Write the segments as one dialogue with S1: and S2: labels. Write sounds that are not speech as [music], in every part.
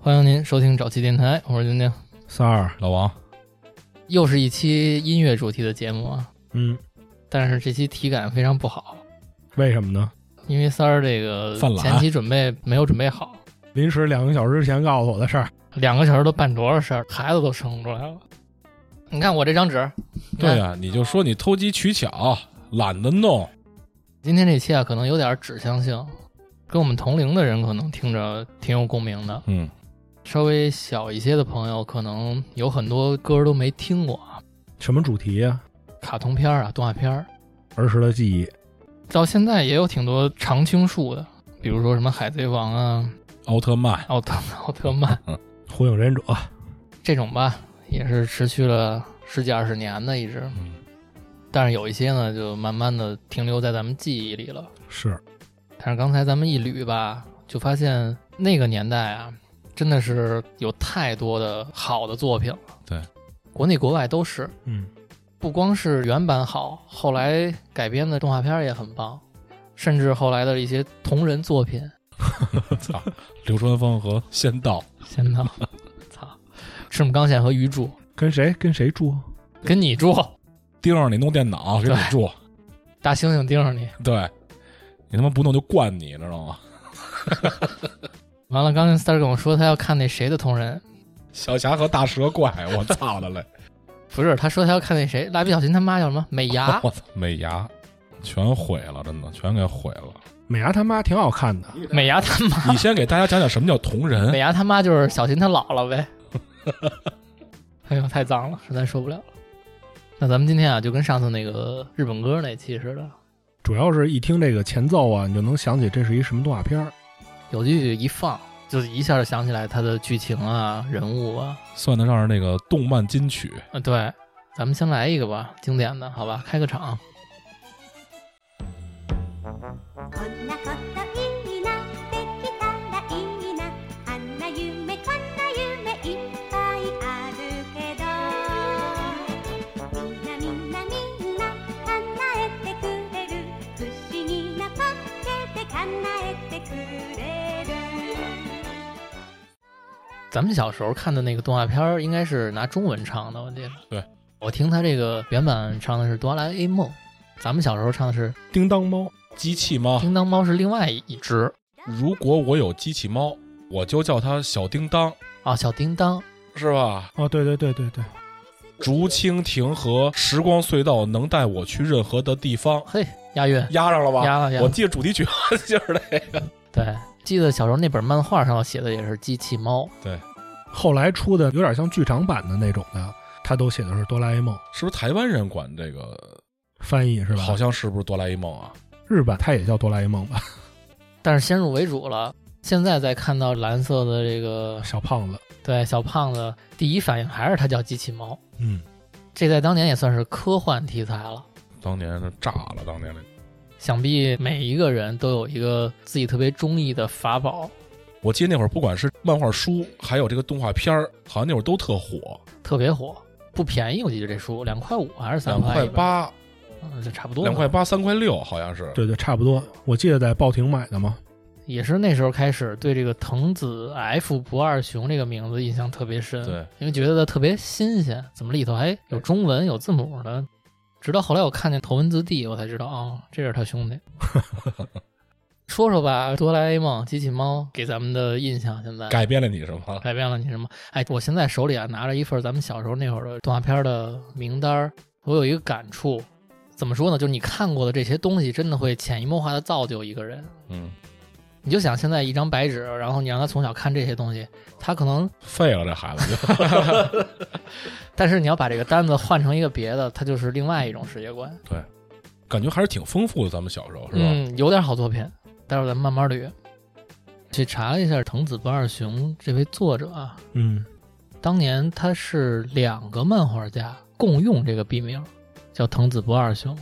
S1: 欢迎您收听早期电台，我是丁丁。
S2: 三儿老王，
S1: 又是一期音乐主题的节目啊，
S2: 嗯，
S1: 但是这期体感非常不好，
S2: 为什么呢？
S1: 因为三儿这个
S3: 犯懒
S1: 前期准备没有准备好，
S2: 临时两个小时前告诉我的事儿，
S1: 两个小时都办多少事儿，孩子都生出来了。你看我这张纸，你看
S3: 对呀、你就说你偷机取巧，懒得弄，
S1: 今天这期啊，可能有点指向性，跟我们同龄的人可能听着挺有共鸣的，
S3: 嗯，
S1: 稍微小一些的朋友可能有很多歌都没听过啊，
S2: 什么主题啊？
S1: 卡通片儿啊、动画片儿，
S2: 儿时的记忆，
S1: 到现在也有挺多常青树的，比如说什么海贼王啊、
S3: 奥特曼，
S1: 奥特奥特曼
S2: 火影忍者，
S1: 这种吧，也是持续了十几二十年的一直，
S3: 嗯
S1: 但是有一些呢，就慢慢的停留在咱们记忆里了。
S2: 是
S1: 但是刚才咱们一捋吧，就发现那个年代啊，真的是有太多的好的作品了。
S3: 对，
S1: 国内国外都是，
S2: 嗯，
S1: 不光是原版好，后来改编的动画片也很棒，甚至后来的一些同人作
S3: [laughs]
S1: 品，
S3: 操，流川枫和仙道，
S1: 真的，操，赤木刚宪和鱼柱
S2: 跟谁跟谁住？
S1: 跟你住，
S3: 盯着你弄电脑，谁
S1: 对
S3: 忍住？
S1: 大猩猩盯着你。
S3: 对，你他妈不弄就惯你，知道吗？
S1: 完了，刚才三儿跟我说他要看那谁的同人，
S3: 小霞和大蛇怪，
S2: [laughs]
S3: 我操的嘞！
S1: 不是，他说他要看那谁，蜡笔小新他妈叫什么美
S2: 啊
S1: 伢
S3: [laughs] 我操，美伢全毁了，真的全给毁了。
S2: 美伢他妈挺好看的，
S1: 美伢他妈，
S3: 你先给大家讲讲什么叫同人
S1: 美，伢他妈就是小新他姥姥呗。 [laughs] 哎呦，太脏了，实在受不了了。那咱们今天啊，就跟上次那个日本歌那期似的，
S2: 主要是一听这个前奏啊，你就能想起这是一什么动画片儿。
S1: 有句一放，就是一下就想起来它的剧情啊、人物啊。
S3: 算得上是那个动漫金曲。
S1: 啊，对，咱们先来一个吧，经典的，好吧，开个场。
S4: こんなことになってきたらいいなあんな夢こんな夢いっぱいあるけどみんなみんなみんな叶えてくれる不思議なパッケで叶えてくれる
S1: 咱们小时候看的那个动画片儿，应该是拿中文唱的，我记得。
S3: 对，
S1: 我听他这个原版唱的是《哆啦 A 梦》，咱们小时候唱的是
S2: 叮当猫，
S3: 机器猫
S1: 《，叮当猫》，是另外一只
S3: 如果我有机器猫，我就叫它小叮当，
S1: 啊，小叮当。
S3: 是吧？
S2: 哦，对对对对对，
S3: 竹蜻蜓和时光隧道能带我去任何的地方，
S1: 嘿，押韵，
S3: 押上了吧？
S1: 押了押
S3: 我
S1: 了。
S3: 记得主题曲就是那个。
S1: 对，记得小时候那本漫画上写的也是机器猫，
S2: 后来出的有点像剧场版的那种的，他都写的是哆啦 A 梦
S3: 是不是台湾人管这个？
S2: 翻译是吧？
S3: 好像是不是哆啦 A 梦啊？
S2: 日版它也叫哆啦 A 梦吧？
S1: 但是先入为主了。现在再看到蓝色的这个
S2: [laughs] 小胖子，
S1: 对小胖子，第一反应还是他叫机器猫，
S2: 嗯，
S1: 这在当年也算是科幻题材了。
S3: 当年是炸了，当年那。
S1: 想必每一个人都有一个自己特别中意的法宝，
S3: 我记得那会儿，不管是漫画书，还有这个动画片儿，好像那会儿都特火，
S1: 特别火，不便宜。我记得这书两块五还是三
S3: 两块
S1: 一本，
S3: 八、
S1: 嗯，就差不多吧。
S3: 两块八、三块六，好像是。
S2: 对对，差不多。我记得在报亭买的嘛，
S1: 也是那时候开始对这个藤子 F 不二雄这个名字印象特别深，
S3: 对，
S1: 因为觉得它特别新鲜，怎么里头还有中文有字母呢？直到后来我看见头文字 D，我才知道哦，这是他兄
S3: [laughs]
S1: 弟。说说吧，哆啦 A 梦、机器猫给咱们的印象，现在
S3: 改变了你什么？
S1: 改变了你什么？哎，我现在手里啊拿着一份咱们小时候那会儿的动画片的名单儿，我有一个感触，怎么说呢？就是你看过的这些东西，真的会潜移默化的造就一个人。
S3: 嗯，
S1: 你就想现在一张白纸，然后你让他从小看这些东西，他可能，
S3: 废了这孩子就。
S1: 但是你要把这个单子换成一个别的，他就是另外一种世界观，
S3: 感觉还是挺丰富的，咱们小时候是吧？
S1: 嗯，有点好作品，待会儿咱们慢慢捋。去查了一下藤子不二雄这位作者啊，
S2: 嗯，
S1: 当年他是两个漫画家共用这个笔名，叫藤子不二雄。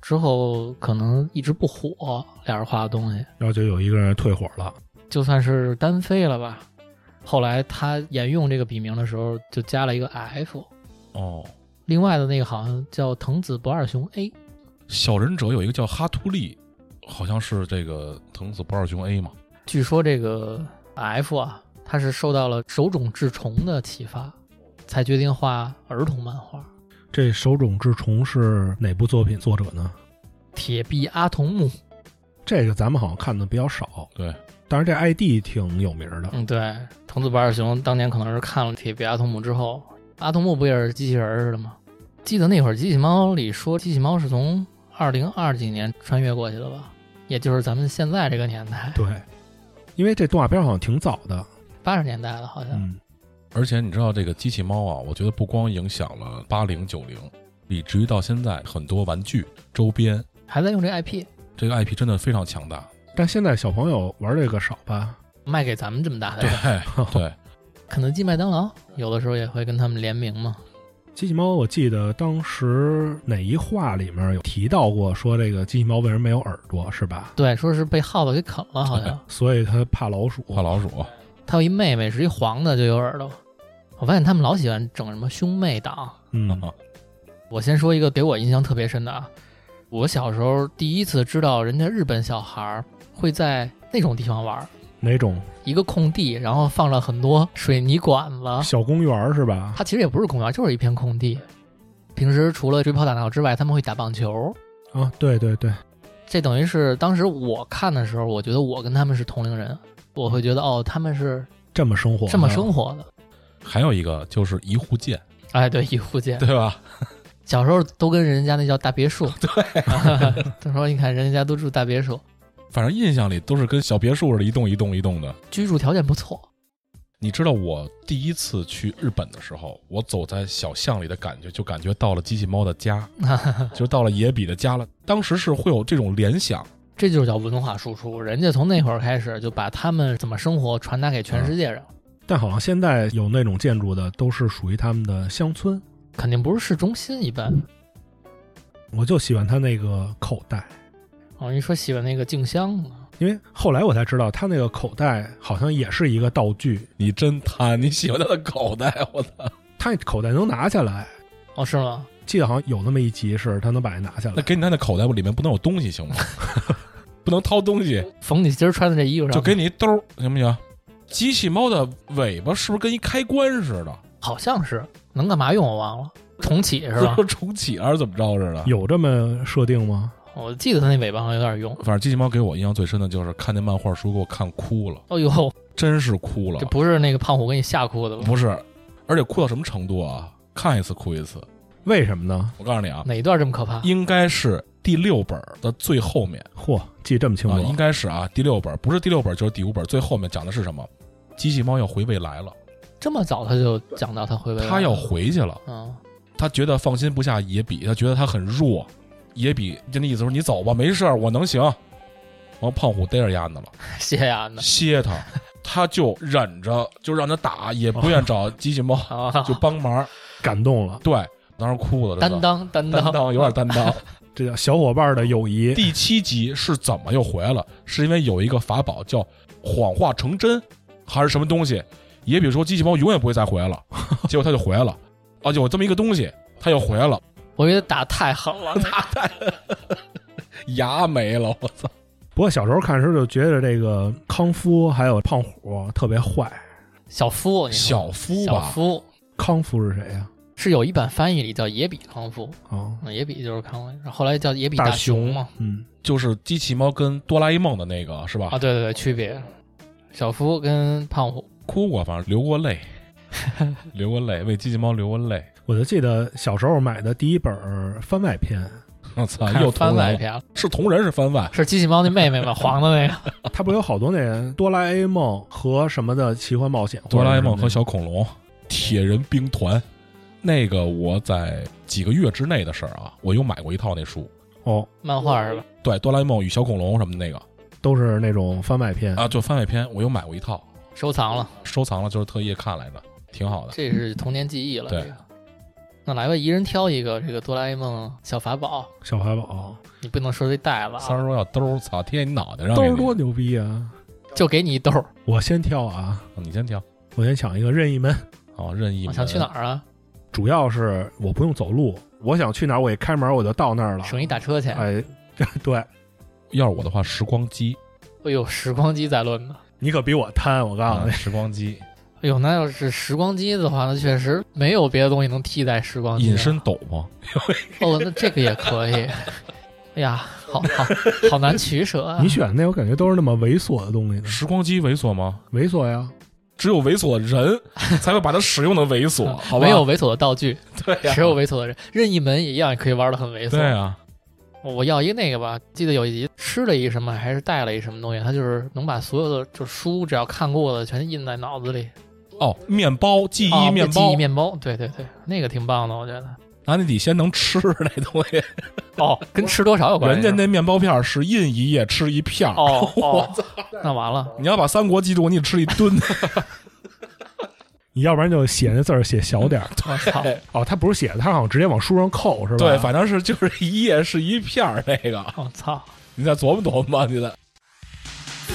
S1: 之后可能一直不火，俩人画的东西，
S2: 然后就有一个人退火了。
S1: 就算是单飞了吧。后来他沿用这个笔名的时候，就加了一个 F，
S3: 哦，
S1: 另外的那个好像叫藤子不二雄 A，
S3: 小忍者有一个叫哈图利，好像是这个藤子不二雄 A 嘛。
S1: 据说这个 F 啊，他是受到了手冢治虫的启发，才决定画儿童漫画《
S2: 这手冢治虫是哪部作品作者呢？
S1: 铁臂阿童木》。
S2: 这个咱们好像看的比较少，
S3: 对，
S2: 但是这 ID 挺有名的。
S1: 嗯，对，藤子不二雄当年可能是看了《铁臂阿童木》之后，阿童木不也是机器人儿似的吗？记得那会儿《机器猫》里说，机器猫是从二零二几年穿越过去的吧？也就是咱们现在这个年代，
S2: 对，因为这动画片好像挺早的，
S1: 八十年代了，好像。
S2: 嗯，
S3: 而且你知道这个机器猫啊，我觉得不光影响了八零九零，以至于到现在很多玩具周边，
S1: 还在用这 IP
S3: 这个 IP 真的非常强大。
S2: 但现在小朋友玩这个少吧？
S1: 卖给咱们这么大的
S3: 对
S1: 人，
S3: 对，
S1: 肯德基、麦当劳有的时候也会跟他们联名嘛。
S2: 机器猫，我记得当时哪一话里面有提到过，说这个机器猫为什么没有耳朵，是吧？
S1: 对，说是被耗子给啃了，好像。
S2: 所以它怕老鼠。
S3: 怕老鼠，
S1: 他有一妹妹是一黄的，就有耳朵。我发现他们老喜欢整什么兄妹党。
S2: 嗯，
S3: 啊
S1: 我先说一个给我印象特别深的啊，我小时候第一次知道人家日本小孩儿会在那种地方玩儿，
S2: 哪种
S1: 一个空地，然后放了很多水泥管子，
S2: 小公园儿是吧？
S1: 它其实也不是公园，就是一片空地。平时除了追跑打闹之外，他们会打棒球。
S2: 啊，对对对，
S1: 这等于是当时我看的时候，我觉得我跟他们是同龄人，我会觉得哦，他们是
S2: 这么生活啊的，
S1: 这么生活的。
S3: 还有一个就是一户建，
S1: 哎，对，一户建，
S3: 对吧？
S1: 小时候都跟人家那叫大别墅。对， [laughs] 他说你看人家都住大别墅，
S3: 反正印象里都是跟小别墅似的，一栋一栋一栋的。
S1: 居住条件不错。
S3: 你知道我第一次去日本的时候，我走在小巷里的感觉，就感觉到了机器猫的
S1: [laughs]
S3: 家，就到了野比的家了。当时是会有这种联想，
S1: 这就是叫文化输出，人家从那会儿开始就把他们怎么生活传达给全世界人，
S2: 但好像现在有那种建筑的，都是属于他们的乡村。
S1: 肯定不是市中心一般。
S2: 我就喜欢它那个口袋，
S1: 哦，你说喜欢那个静香啊
S2: 因为后来我才知道，它那个口袋好像也是一个道具，
S3: 你真贪，你喜欢它的口袋，
S1: [laughs]
S3: 我操，
S2: 它那口袋能拿下来。
S1: 哦，是吗？
S2: 记得好像有那么一集是它能把它拿下
S3: 那
S2: 来。
S3: 给你他的口袋里面不能有东西
S1: [laughs]
S3: 行吗？不能掏东西，
S1: 缝你今儿穿的这衣服上，
S3: 就给你一兜儿行不行？机器猫的尾巴是不是跟一开关似的？
S1: 好像是能干嘛用我忘了，重启是吧
S3: 就？ [laughs] 重启还是怎么着似的？
S2: 有这么设定吗？
S1: 我记得它那尾巴好像有点用。
S3: 反正机器猫给我印象最深的就是看那漫画书给我看哭了，
S1: 哦呦，
S3: 真是哭了
S1: 这，不是那个胖虎给你吓哭的吧？
S3: 不是，而且哭到什么程度啊？看一次哭一次。
S2: 为什么呢？
S3: 我告诉你啊，
S1: 哪一段这么可怕？
S3: 应该是第六本的最后面
S2: 嚯，记这么清楚，
S3: 啊，应该是啊，第六本不是第六本就是第五本，最后面讲的是什么？机器猫要回未来了，
S1: 这么早他就讲到他回未来，
S3: 它要回去了，
S1: 嗯，
S3: 它觉得放心不下野比，它觉得它很弱，野比就那意思说你走吧，没事儿，我能行。完，胖虎逮着丫的了，
S1: 谢啊谢安的
S3: 歇他，他就忍着，就让他打，也不
S1: 哦
S3: 愿找机器猫
S1: 啊，
S3: 就帮忙。
S2: 感动了，
S3: 对，当时哭了，真
S1: 担
S3: 的
S1: 当担
S3: 担
S1: 当，
S3: 当有点担当。
S2: 这叫小伙伴的友
S3: [laughs]
S2: 谊。
S3: 第七集是怎么又回来了？是因为有一个法宝叫谎话成真，还是什么东西？也比如说机器猫永远不会再
S1: [laughs]
S3: 回来了，结果他就回来了，啊，有这么一个东西，他又回来了，
S1: 我觉得打太狠
S3: [laughs]
S1: 了，
S3: 牙没了，
S1: 哎
S3: 我操！
S2: 不过小时候看的时候就觉得这个康夫还有胖虎特别坏。
S1: 小夫，你说
S3: 小夫
S1: 小
S3: 吧，
S1: 夫
S2: 康夫是谁呀、
S1: 是有一版翻译里叫野比康夫，
S2: 啊？哦，
S1: 嗯野比就是康夫，后来叫野比
S2: 大
S1: 雄嘛，
S2: 嗯，
S3: 就是机器猫跟哆啦 A 梦的那个是吧？
S1: 啊，对对对，区别，小夫跟胖虎，
S3: 哭过，反正流
S1: [laughs]
S3: 过泪，流过泪，为机器猫流过泪。
S2: 我就记得小时候买的第一本儿番外篇，
S3: 我操，
S1: 看
S3: 啊又
S1: 番
S3: 同
S1: 外
S3: 人
S1: 篇了，
S3: 是同人是番外，
S1: 是机器猫那妹
S3: [laughs]
S1: 妹嘛，黄的那个。
S2: 它不是有好多那哆啦 A 梦和什么的奇幻冒险？
S3: 哆啦 A 梦
S2: 或
S3: 和
S2: 者是
S3: 小恐龙、铁人兵团，那个我在几个月之内的事儿啊，我又买过一套那书，
S2: 那哦，
S1: 漫画
S3: [laughs]
S1: 是吧？
S3: 对，哆啦 A 梦与小恐龙什么的那个
S2: 都是那种番外篇。
S1: 嗯
S3: 啊，就番外篇，我又买过一套，
S1: 收藏了，
S3: 收藏了，就是特意看来的，挺好的。
S1: 这是童年记忆了。
S3: 对
S1: 这个，那来吧，一人挑一个这个哆啦 A 梦小法宝，
S2: 小法宝
S1: 你不能说这袋子
S3: 三
S1: 啊，
S3: 儿说要兜儿，操，贴你脑袋上
S2: 兜
S3: 给
S2: 儿
S3: 你，
S2: 多牛逼啊！
S1: 就给你一兜儿。
S2: 我先挑啊，
S3: 哦你先挑
S2: 我先抢一个任意门，
S3: 啊，任意
S1: 我
S3: 门。
S1: 想去哪？儿啊？
S2: 主要是我不用走路，我想去哪儿我一开门我就到那儿了。
S1: 省一打车钱。哎
S2: [laughs] 哎，对，
S3: 要是我的话，时光机，
S1: 哎呦，时光机在论呢，
S2: 你可比我贪，我告诉
S3: 啊
S2: 你，
S3: 时
S1: [laughs]
S3: 光机
S1: 哎呦，那要是时光机的话，那确实没有别的东西能替代时光机了。
S3: 隐身斗篷，
S1: [laughs] 哦，那这个也可以。哎呀，好好好难取舍啊！
S2: 你选的那我感觉都是那么猥琐的东西呢，
S3: 时光机猥琐吗？
S2: 猥琐呀，
S3: 只有猥琐的人
S1: [laughs]
S3: 才会把它使用的猥琐，啊好吧？
S1: 没有猥琐的道具，
S3: 对呀、
S1: 只有猥琐的人。任意门一样，可以玩的很猥
S3: 对
S1: 琐。
S3: 啊，
S1: 我要一个那个吧，记得有一集吃了一什么，还是带了一什么东西，他就是能把所有的就是书只要看过的全印在脑子里。
S3: 哦，面包记
S1: 哦
S3: 忆面
S1: 记
S3: 包
S1: 忆，面包，对对对，那个挺棒的，我觉
S3: [laughs]
S1: 得。
S3: 那你得先能吃那东 [laughs] 西。
S1: 哦，跟吃多少有关
S3: 人
S1: 系？啊
S3: 家那面包片儿是印一页吃一片儿， [laughs]
S1: 哦，我操，那完了。
S3: 你要把三国记住，你得吃一 [laughs] 吨。
S2: 你要不然就写那字儿写小点儿。
S1: 我
S3: [laughs]
S1: 操！
S2: 哦，他不是写的，他好像直接往书上扣是吧？
S3: 对，反正是就是一页是一片儿那个，
S1: 我操！
S3: 你再琢磨琢磨吧，你再。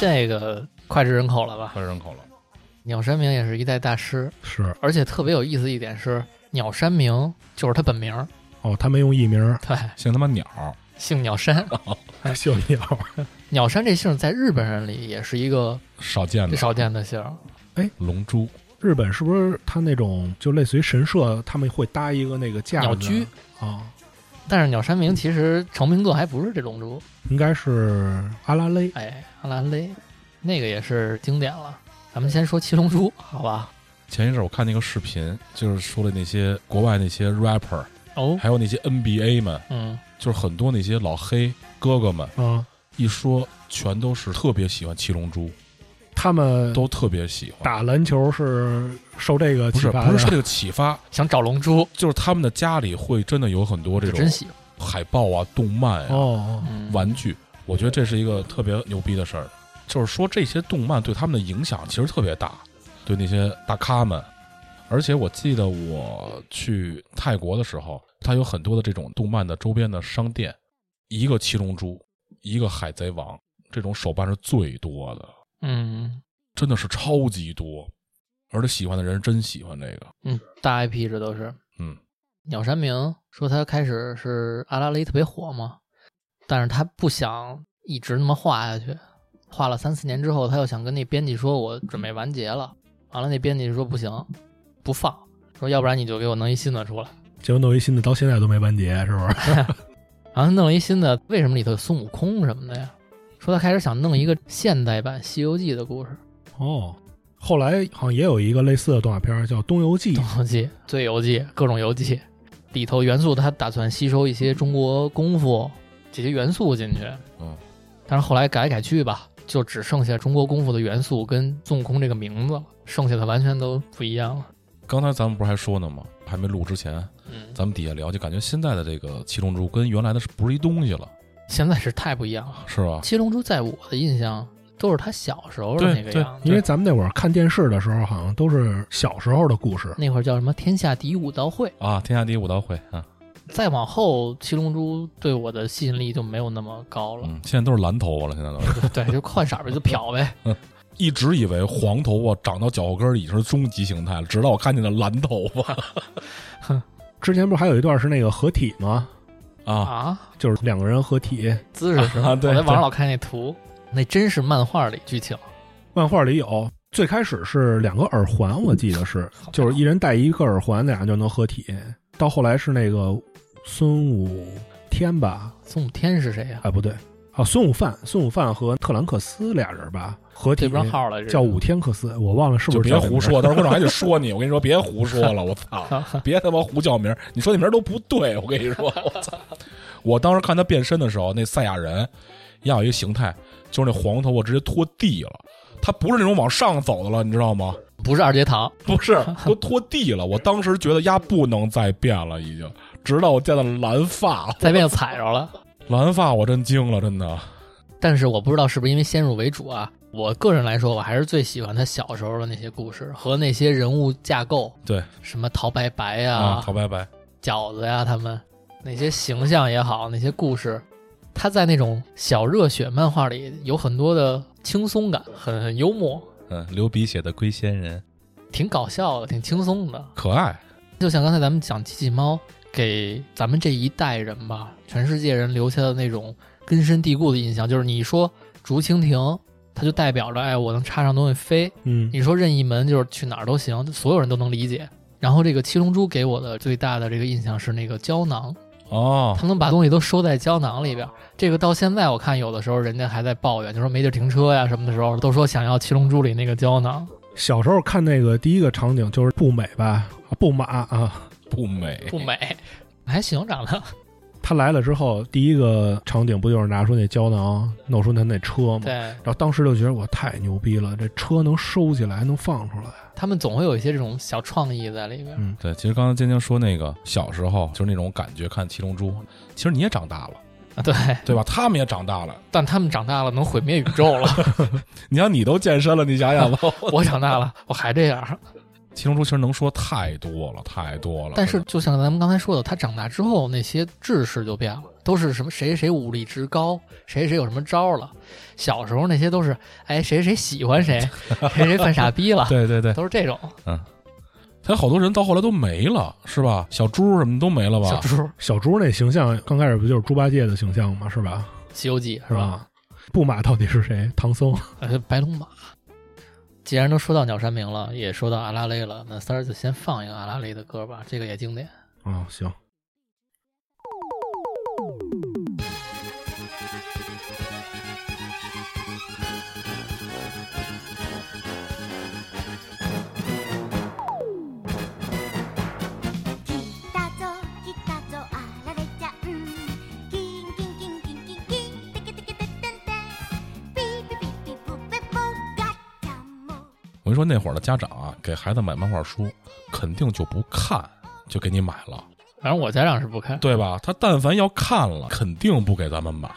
S1: 这个脍炙人口了吧？
S3: 喝人口了，
S1: 鸟山明也是一代大师，
S2: 是
S1: 而且特别有意思一点是，鸟山明就是他本名儿，
S2: 哦，他没用艺名儿，
S1: 对，
S3: 姓他妈鸟儿，
S1: 姓鸟山。
S3: 哎
S2: 秀鸟。
S1: 鸟山这姓在日本人里也是一个
S3: [laughs] 少见的
S1: 少见的姓儿，
S3: 龙珠。
S2: 日本是不是他那种就类似于神社，他们会搭一个那个架子
S1: 鸟居
S2: 啊？
S1: 但是鸟山明其实成名作还不是这龙珠，
S2: 应该是阿拉蕾。
S1: 哎，阿拉蕾，那个也是经典了。咱们先说七龙珠，好吧？
S3: 前一阵儿我看那个视频，就是说的那些国外那些 rapper，
S1: 哦，
S3: 还有那些 NBA 们，
S1: 嗯，
S3: 就是很多那些老黑哥哥们，
S2: 啊，
S3: 一说全都是特别喜欢七龙珠，
S2: 他们
S3: 都特别喜欢。
S2: 打篮球是受这个
S3: 不
S2: 启
S3: 是
S2: 发
S3: 不是
S2: 的
S3: 受这个启发，
S1: 想找龙珠，
S3: 就是他们的家里会真的有很多这
S1: 就
S3: 种
S1: 真喜欢。
S3: 海报啊、动漫啊、
S2: 哦，
S1: 嗯，
S3: 玩具，我觉得这是一个特别牛逼的事儿。就是说，这些动漫对他们的影响其实特别大，对那些大咖们。而且我记得我去泰国的时候，它有很多的这种动漫的周边的商店，一个七龙珠，一个海贼王，这种手办是最多的，
S1: 嗯
S3: 真的是超级多。而且喜欢的人真喜欢这个，
S1: 嗯，大 IP 这都是。
S3: 嗯，
S1: 鸟山明说他开始是阿拉蕾特别火嘛，但是他不想一直那么画下去，画了三四年之后，他又想跟那编辑说，我准备完结了。完了，那编辑就说不行，不放，说要不然你就给我弄一新的出来。
S2: 结果弄一新的，到现在都没完结，是不是？
S1: 然后弄了一新的，为什么里头有孙悟空什么的呀？说他开始想弄一个现代版《西游记》的故事，
S2: 哦，后来好像也有一个类似的动画片儿叫《东游记》，
S1: 《东游记》《醉游记》各种游记，里头元素他打算吸收一些中国功夫这些元素进去，
S3: 嗯，
S1: 但是后来改来改去吧，就只剩下中国功夫的元素跟孙悟空这个名字了，剩下的完全都不一样了。
S3: 刚才咱们不是还说呢吗？还没录之前，
S1: 嗯，
S3: 咱们底下聊，就感觉现在的这个七龙珠跟原来的是不是一东西了，
S1: 现在是太不一样了。
S3: 是吧？
S1: 七龙珠在我的印象都是他小时候的
S3: 对
S1: 那个
S3: 对
S1: 样子，
S2: 因为咱们那会儿看电视的时候，好像都是小时候的故事。
S1: 那会儿叫什么天下第一武道会。
S3: 啊，天下第一武道会啊，
S1: 再往后，七龙珠对我的吸引力就没有那么高了。
S3: 嗯，现在都是蓝头发了，现在都
S1: [laughs]
S3: 是。
S1: 对，就换色儿就漂呗。
S3: 一直以为黄头发长到脚后跟儿已经是终极形态了，直到我看见了蓝头
S2: [laughs]
S3: 发
S2: 之前不是还有一段是那个合体吗？
S3: 啊，
S1: 啊，
S2: 就是两个人合体，
S1: 姿势是吧？
S3: 啊对
S1: 我在网
S3: 对
S1: 上老看那图，那真是漫画里剧情。
S2: 漫画里有。最开始是两个耳环，我记得是，就是一人戴一个耳环，俩人就能合体。到后来是那个孙武天吧，
S1: 孙悟天是谁呀、
S2: 哎不对，啊孙武范，孙武范和特兰克斯俩人吧合
S1: 对
S2: 体
S1: 不，上号了，这
S2: 叫武天克斯，我忘了是
S3: 就
S2: 不是
S3: 别
S2: 叫这
S3: 胡
S2: 名儿
S3: 说，到时候观众还得说你。我跟你说，别胡说了，我操，别他妈胡叫名儿，你说那名儿都不对。我跟你说， [laughs] 我操！我当时看他变身的时候，那赛亚人也有一个形态，就是那黄头发直接拖地了，他不是那种往上走的了，你知道吗？
S1: 不是二阶堂。
S3: [laughs] 不是，
S1: [laughs]
S3: 都拖地了。我当时觉得丫不能再变了，已经。直到我见到蓝发，
S1: 再被踩着了。
S3: 蓝发我真惊了，真的。
S1: 啊但是我不知道是不是因为先入为主啊。我个人来说，我还是最喜欢他小时候的那些故事和那些人物架构，
S3: 对
S1: 什么陶白白呀、
S3: 啊，陶白白
S1: 饺子呀，他们那些形象也好，那些故事，他在那种小热血漫画里有很多的轻松感，很很幽默，
S3: 嗯，流鼻血的龟仙人，
S1: 挺搞笑的，挺轻松的。
S5: 可爱，
S1: 就像刚才咱们讲机器猫给咱们这一代人吧，全世界人留下的那种根深蒂固的印象，就是你说竹蜻蜓，它就代表着哎，我能插上东西飞；
S2: [laughs] 嗯，
S1: 你说任意门，就是去哪儿都行，所有人都能理解。然后这个七龙珠给我的最大的这个印象是那个胶囊，
S3: 哦
S1: 他，们能把东西都收在胶囊里边儿。这个到现在我看有的时候人家还在抱怨，就说没地儿停车呀什么的时候，都说想要七龙珠里那个胶囊。
S2: 小时候看那个第一个场景就是步美吧，啊步马啊，
S5: 不美，
S1: 不美，还行长得。
S2: 他来了之后，第一个场景不就是拿出那胶囊，弄出他那车吗？
S1: 对
S2: 然后当时就觉得我太牛逼了，这车能收起来，还能放出来。
S1: 他们总会有一些这种小创意在里边儿。
S2: 嗯
S3: 对，其实刚才晶晶说那个小时候就是那种感觉，看《七龙珠》，其实你也长大了，
S1: 啊，对，
S5: 对吧？他们也长大了，
S1: 但他们长大了能毁灭宇宙 [laughs] 了，
S3: 你像你都健身了，你想想吧，
S1: 我长大了我还这样。
S3: 《 [laughs] 七龙珠》其实能说太多了，太多了，，
S1: 但是就像咱们刚才说的，他长大之后那些志士就变了，都是什么谁谁武力值高，谁谁有什么招了。小时候那些都是哎谁谁喜欢 [laughs] 谁，谁谁犯傻逼了
S3: 对对对，
S1: 都是这种
S5: 他好多人到后来都没了，是吧？小猪什么都没了
S1: 小
S5: 吧？
S1: 猪《
S2: 小猪那形象刚开始不就是猪八戒的形象吗？是吧？
S1: 西游记》
S2: 是
S1: 是吧？
S2: 吧？布马到底是谁？唐僧。
S1: 呃，白龙马。既然都说到鸟山明了，也说到阿拉蕾了，那三儿就先放一个阿拉蕾的歌吧，这个也经典。
S2: 啊，行，
S4: 来たぞ来たぞあられちゃんキンキンキンキンキンキンテケテケテッテンテンピーピピピブペブガッチャモ
S3: 我跟你说，那会儿的家长啊，给孩子买漫画书，肯定就不看，就给你买了，
S1: 反正我家长是不看，
S3: 对吧？他但凡要看了，肯定不给咱们买。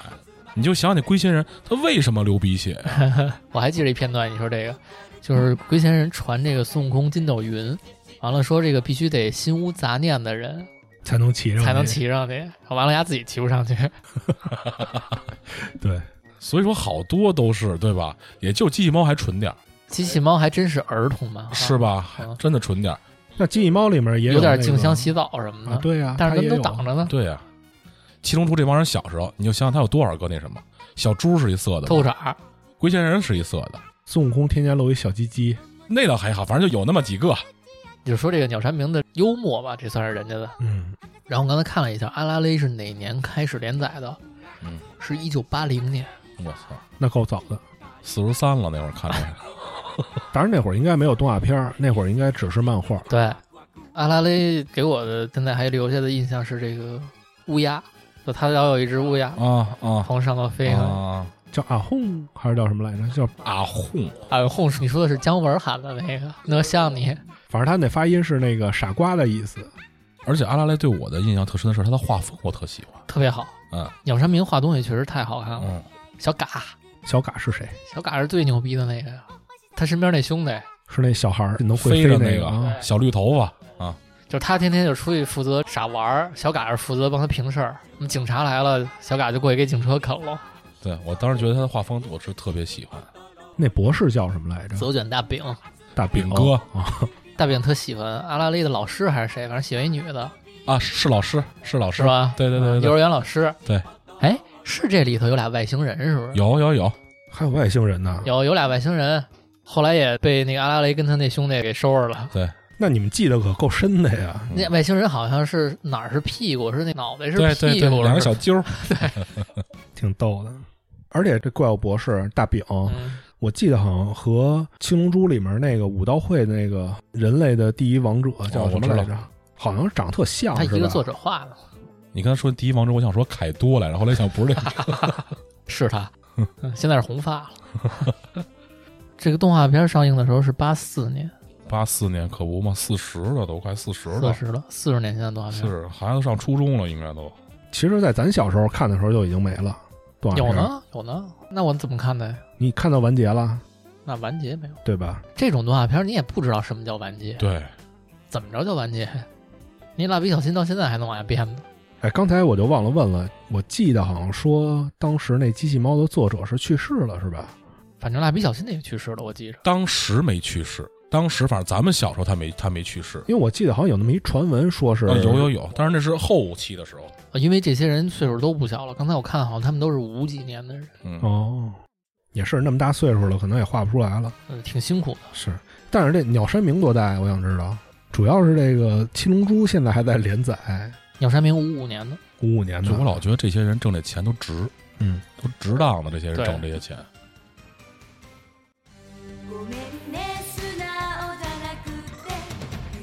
S3: 你就想想那龟仙人，他为什么流鼻血呀、
S1: 我还记着一片段，你说这个就是龟仙人传这个孙悟空筋斗云，完了说这个必须得心无杂念的人
S2: 才能骑上，
S1: 才能。骑上去，完了他自己骑不上去。
S2: 对，
S3: 所以说好多都是对吧？也就机器猫还纯点儿，
S1: 机器猫还真是儿童漫画，
S3: 是吧？还
S1: 嗯
S3: 真的纯点儿。
S2: 那记忆猫里面也
S1: 有
S2: 那
S1: 点
S2: 个
S1: 竞相洗澡什么的，
S2: 啊，对呀、啊，
S1: 但是
S2: 它
S1: 人
S2: 也
S1: 都
S2: 有
S1: 挡着呢，
S3: 对呀、七龙珠这帮人小时候，你就想想他有多少个那什么，小猪是一色的
S1: 透啊
S3: 吧，
S1: 色。
S3: 龟仙人是一色的，
S2: 孙悟空天天露一小鸡鸡，
S3: 那倒还好，反正就有那么几个。
S1: 你就说这个鸟山明的幽默吧，这算是人家的。
S2: 嗯，
S1: 然后我刚才看了一下，《阿拉蕾》是哪年开始连载的？
S3: 嗯，
S1: 是一九八零年。
S3: 我操，
S2: 那够早的。
S3: 四十三了那会儿看这个。
S2: 当然那会儿应该没有动画片儿，那会儿应该只是漫画。
S1: 对，《阿拉蕾》给我的现在还留下的印象是这个乌鸦，就他要有一只乌鸦
S3: 啊啊
S1: 从上到飞上去。
S3: 啊！
S2: 叫啊轰还是叫什么来着？叫
S3: 阿訇，
S1: 啊，哄是你说的是姜文喊的那个哪像你
S2: 反正他那发音是那个傻瓜的意思。
S3: 而且阿拉蕾对我的印象特深的是他的画风，我特喜欢。
S1: 特别好。
S3: 嗯
S1: 鸟山明画东西确实太好看了。
S3: 嗯，
S1: 小嘎，
S2: 小嘎是谁？
S1: 小嘎是最牛逼的那个呀，他身边那兄弟，
S2: 是那小孩儿能会
S3: 飞的
S2: 那
S3: 那个
S2: 啊？
S3: 嗯小绿头发啊，
S1: 就是他天天就出去负责傻玩儿，小嘎是负责帮他平事儿。那么警察来了，小嘎就过去给警车啃了，
S3: 对我当时觉得他的画风我是特别喜欢。
S2: 那博士叫什么
S3: 嗯
S2: 来着？
S1: 左卷大饼。
S2: 大饼
S3: 饼哥
S2: 啊，
S1: 大饼特喜欢阿拉蕾的老师还是谁，反正喜欢一女的，
S3: 啊，是老师，是老师
S1: 是？吧？
S3: 对对对对
S1: 幼
S3: 对，
S1: 儿园老师。
S3: 对，
S1: 哎，是这里头有俩外星人是不是？
S3: 有有有，
S2: [laughs] 还有外星人呢。
S1: 有有俩外星人，后来也被那个阿拉蕾跟他那兄弟给收拾了。
S2: 那你们记得可够深的呀！
S1: 那外星人好像是哪儿是屁股，是那脑袋是
S3: 对对
S1: 屁
S3: 对，
S1: 股，
S3: 两个小揪儿，
S2: 挺逗的。而且这怪物博士大饼，
S1: 嗯，
S2: 我记得好像和《七龙珠》里面那个武道会那个人类的第一王者叫什么来
S3: 我知
S2: 着？好像长得特像，
S1: 他一
S2: 是吧
S1: 个作者画
S3: [laughs]
S1: 的，
S3: 你刚才说第一王者，我想说凯多来着，后来想不是这个，
S1: 是他，嗯现在是红发了。 [laughs] 这个动画片上映的时候是八四年，
S3: 八四年可不嘛，四十了都快四十
S1: 四
S3: 了，
S1: 十了，四十年前的动画片
S3: 是孩子上初中了，应该都
S2: 其实，在咱小时候看的时候就已经没了。动画片
S1: 有？呢有呢，那我怎么看的呀？
S2: 你看到完结了，
S1: 那完结没有？
S2: 对吧？
S1: 这种动画片你也不知道什么叫完结，
S3: 对。
S1: 怎么着叫完结？那蜡笔小新到现在还能往下编呢。
S2: 哎，刚才我就忘了问了，我记得好像说当时那机器猫的作者是去世了，是吧？
S1: 反正蜡笔小新那个去世了，我记着。
S3: 当时没去世，当时反正咱们小时候他没他没去世，
S2: 因为我记得好像有那么一传闻，说是、
S3: 啊有有有，但是那是后期的时候，
S1: 啊因为这些人岁数都不小了，刚才我看好像他们都是五几年的人，
S3: 嗯，
S2: 哦，也是那么大岁数了，可能也画不出来了。
S1: 呃，挺辛苦的。
S2: 是，但是这鸟山明多大呀？我想知道，主要是这个《七龙珠》现在还在连载，
S1: 鸟山明五五年的，
S2: 五五年的。
S3: 就我老觉得这些人挣这钱都值，
S2: 嗯，
S3: 都值当的，这些人
S1: 对
S3: 挣这些钱，
S4: ごめんね素直じゃなくて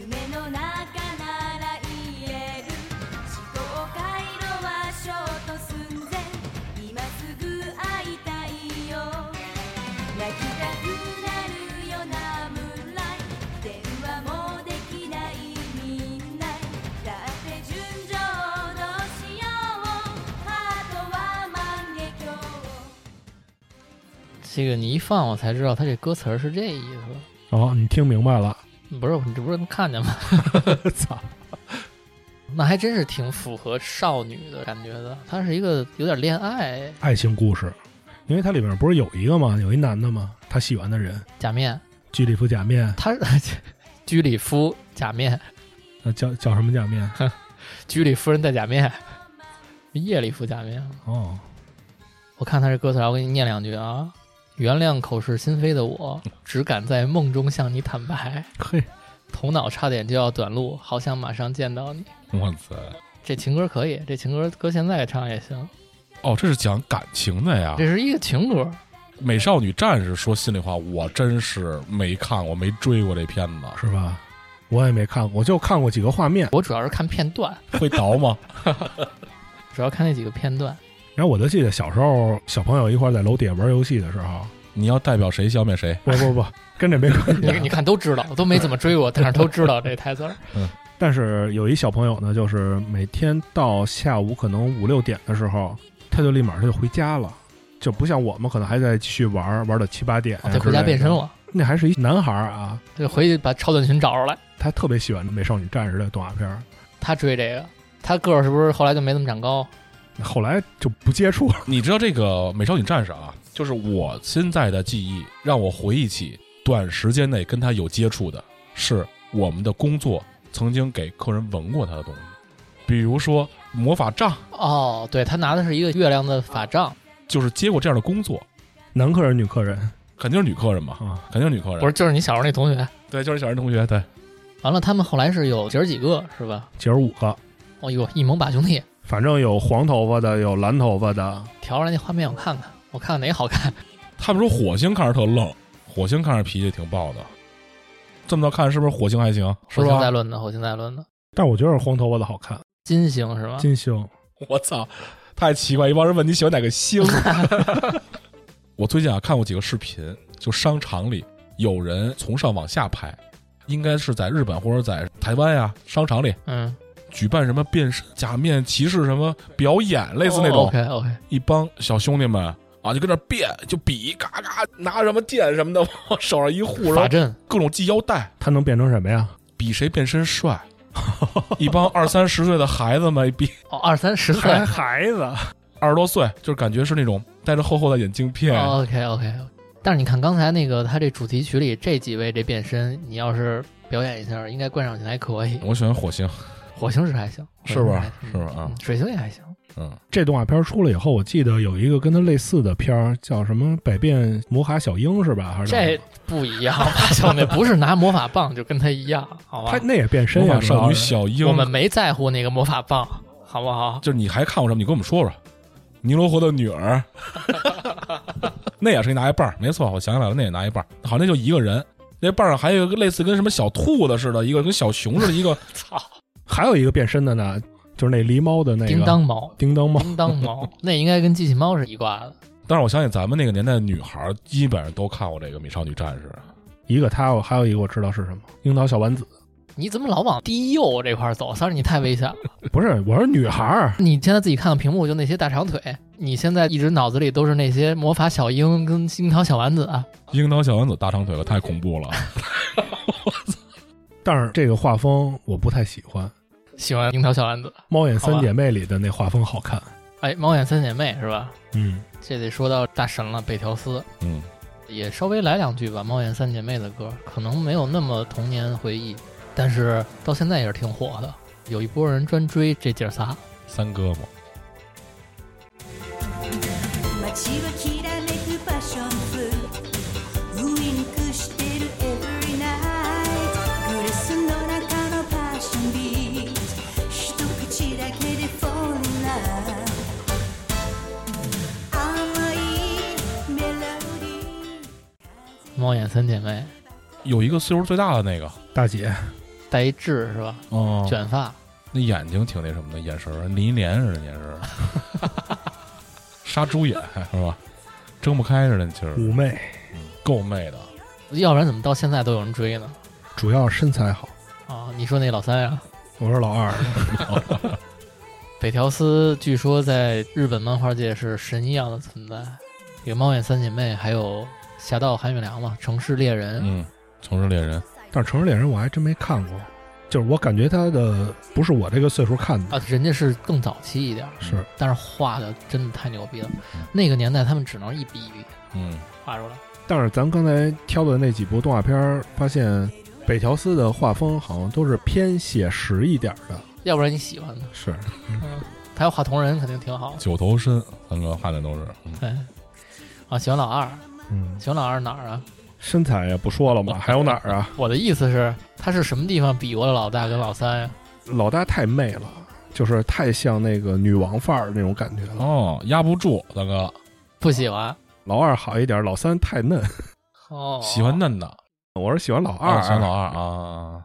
S4: 夢の中なら言える思考回路はショート寸前今すぐ会いたいよ泣きたくなるよなムーンライト電話もできないみんなだって純情どうしようハートは万華鏡
S1: 这个你一放我才知道他这歌词儿是这意思。
S2: 哦，你听明白了？
S1: 不是，你这不是能看见吗？ [laughs]
S2: 操！
S1: 那还真是挺符合少女的感觉的。它是一个有点恋爱
S2: 爱情故事，因为它里面不是有一个吗？有一男的吗？他喜欢的人，
S1: 假面，
S2: 居里夫假面，
S1: 他居里夫假面，
S2: 呃叫叫什么假面？
S1: 居里夫人戴假面，夜里夫假面。
S2: 哦，
S1: 我看他这歌词儿，我给你念两句啊。原谅口是心非的我，只敢在梦中向你坦白，
S2: 嘿，
S1: 头脑差点就要短路，好想马上见到你。
S3: 我操！
S1: 这情歌可以，这情歌搁现在唱也行，
S3: 哦，这是讲感情的呀，
S1: 这是一个情歌。
S3: 《美少女战士》说心里话，我真是没看过，没追过这片子，
S2: 是吧？我也没看过，我就看过几个画面，
S1: 我主要是看片段，
S3: 会倒吗？ [laughs]
S1: 主要看那几个片段。 [laughs]
S2: 然后我就记得小时候小朋友一块儿在楼底下玩游戏的时候，
S3: 你要代表谁消灭谁？
S2: 不
S1: [laughs]
S2: 不不，跟这没关系
S1: 你
S2: 啊。
S1: 你看都知道，我都没怎么追过，但是都知道这台词儿。
S2: 但是有一小朋友呢，就是每天到下午可能五六点的时候，他就立马他就回家了，就不像我们可能还在继续玩儿，玩到七八点。啊
S1: 他哦回家变身。了，
S2: 那还是一男孩儿啊，
S1: 他就回去把超短裙找出来。
S2: 他特别喜欢《美少女战士》的动画片儿，
S1: 他追这个，他个儿是不是后来就没怎么长高？
S2: 后来就不接触了。
S3: 你知道这个《美少女战士》啊，就是我现在的记忆，让我回忆起短时间内跟他有接触的，是我们的工作曾经给客人闻过他的东西，比如说魔法杖，
S1: 哦，对他拿的是一个月亮的法杖，
S3: 就是接过这样的工作，
S2: 男客人、女客人
S3: 肯定是女客人嘛，
S2: 啊，
S3: 肯定是女客人，
S1: 不
S3: 是
S1: 是就是你小时候那同学。
S3: 对，就是小人同学，对，
S1: 完了，他们后来是有姐儿几个是吧？
S2: 姐儿五个，
S1: 哦呦，一萌把兄弟，
S2: 反正有黄头发的，有蓝头发的，
S1: 调出来那画面我看看，我看看哪好看。
S3: 他们说火星看着特愣，火星看着脾气挺暴的，这么着看是不是火星还行？是
S1: 火星在
S3: 吧？
S1: 论的，火星在论的，
S2: 但我觉得是黄头发的好看，
S1: 金星是吧？
S2: 金星。
S3: 我操，太奇怪！一帮人问你喜欢哪个星。 [laughs] 我最近啊看过几个视频，就商场里有人从上往下拍，应该是在日本或者在台湾呀、商场里
S1: [laughs] 嗯，
S3: 举办什么变身、假面骑士什么表演，类似那种、
S1: 哦 OK OK，
S3: 一帮小兄弟们啊就跟那变就比，嘎嘎拿什么剑什么的 [laughs] 往手上一护，然
S1: 法
S3: 后
S1: 阵
S3: 各种系腰带，
S2: 他能变成什么呀？
S3: 比谁变身帅。一帮二三十岁的孩子们比
S1: 哦，二三十岁。
S2: 还孩子，
S3: 二十多岁，就是感觉是那种戴着厚厚的眼镜片，
S1: OK OK，但是你看刚才那个他这主题曲里这几位这变身，你要是表演一下，应该观赏性还可以。
S3: 我喜欢火星，
S1: 火星是还行，
S3: 嗯是不
S1: 火星
S3: 是
S1: 还？行
S3: 是不是啊
S1: 嗯？水星也还行。
S3: 嗯，
S2: 这动画片出了以后，我记得有一个跟它类似的片儿，叫什么《百变魔法小樱》是吧？还是
S1: 这不一样 [laughs] 吧，兄弟？不是拿魔法棒就跟他一样，好
S2: 他
S1: 吧？
S2: 那也变身
S3: 魔
S2: 呀，
S3: 法少女
S2: 主要是
S3: 小樱，
S1: 我们没在乎那个魔法棒，好不好？
S3: 就是你还看过什么？你跟我们说说。尼罗河的女 [laughs] 儿，那也是拿一棒儿，没错，我想起来了，那也拿一棒儿，好像那就一个人，那棒儿上还有一个类似跟什么小兔子似的，一个跟小熊似的，一 [laughs] 个
S1: 操，
S2: 还有一个变身的呢，就是那狸猫的那个
S1: 叮当猫，
S2: 叮当猫，
S1: 叮当猫， [laughs] 那应该跟机器猫是一挂的。
S3: 但是我相信咱们那个年代的女孩儿基本上都看过这个《美少女战士》，
S2: 一个它，还有一个我知道是什么，樱桃小丸子。你
S1: 你怎么老往低幼这块儿走？三儿，你太危险了。 [laughs]
S2: 不是，我是女孩儿，
S1: 你现在自己看看屏幕，就那些大长腿，你现在一直脑子里都是那些魔法小樱跟樱桃小丸子啊。
S3: 樱桃小丸子大长腿了，太恐怖了。
S2: 但是这个画风我不太喜欢。
S1: 喜欢樱桃小丸子。
S2: 猫眼
S1: 好
S2: 三
S1: 吧
S2: 姐妹》里的那画风好看。
S1: 哎，猫眼三姐妹是吧？
S2: 嗯，
S1: 这得说到大神了，北条司。
S3: 嗯，
S1: 也稍微来两句吧，猫眼三姐妹的歌可能没有那么童年回忆，但是到现在也是挺火的，有一波人专追这姐儿仨。
S3: [laughs] 三哥嘛，
S6: 街はきらめくパッションフルウインクしてるエブリナイトグレスの中のパッションビート一口だけでフォールラ甘いメロディー
S1: 猫眼三姐妹
S3: 有一个岁数最大的那个，
S2: 大姐，
S1: 戴一痣是吧？
S3: 哦
S1: 卷发，
S3: 那眼睛挺那什么的，眼神儿林忆莲似的眼神儿，杀猪眼是吧？睁不开似的，其实嗯
S2: 妩媚，
S3: 够媚的。
S1: 要不然怎么到现在都有人追呢？
S2: 主要身材好。
S1: 啊，你说那老三啊，
S2: 我是老二，
S1: 北条司据说在日本漫画界是神一样的存在，有猫眼三姐妹，还有侠盗韩月良嘛，城市猎人，
S3: 嗯，城市猎人
S2: 但是《城市猎人》我还真没看过，就是我感觉他的不是我这个岁数看的，
S1: 啊，人家是更早期一点
S3: 嗯
S1: 儿，
S2: 是
S1: 但是画的真的太牛逼了。那个年代他们只能一笔一笔
S3: 嗯，
S1: 画出来。
S2: 但是咱们刚才挑的那几部动画片儿，发现北条司的画风好像都是偏写实一点儿的。
S1: 要不然你喜欢的，
S2: 是，
S1: 他要画同人肯定挺好的。
S3: 九头身，三哥看的都是。嗯
S1: 对，啊，喜欢老二，
S2: 嗯，
S1: 喜欢老二哪儿啊？
S2: 身材也不说了吧，还有哪儿啊？
S1: 我的意思是，他是什么地方比划了老大跟老三呀、
S2: 老大太媚了，就是太像那个女王范儿那种感觉了。
S3: 哦，压不住，三哥
S1: 不喜欢
S2: 老二好一点，老三太嫩。 [laughs]
S1: 哦，
S3: 喜欢嫩的，
S2: 我是喜欢老二，
S3: 哦喜欢老二啊。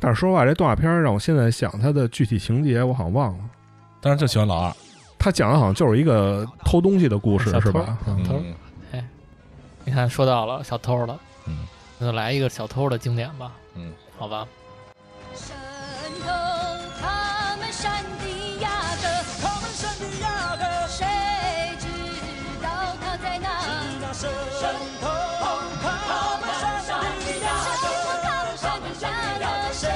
S2: 但是说实话，这动画片儿让我现在想它的具体情节，我好像忘了。
S3: 但是就喜欢老二，
S2: 他讲的好像就是一个偷东西的故事
S1: 小，偷
S2: 是吧？
S1: 小偷。
S3: 嗯
S1: 你看，说到了小偷了，
S3: 嗯，
S1: 那就来一个小偷的经典吧。
S3: 嗯，
S1: 好吧，
S6: 神偷，他们山地压着，他们山地压着，谁知道他在哪？神偷，他们山地压着，他们山地压着，谁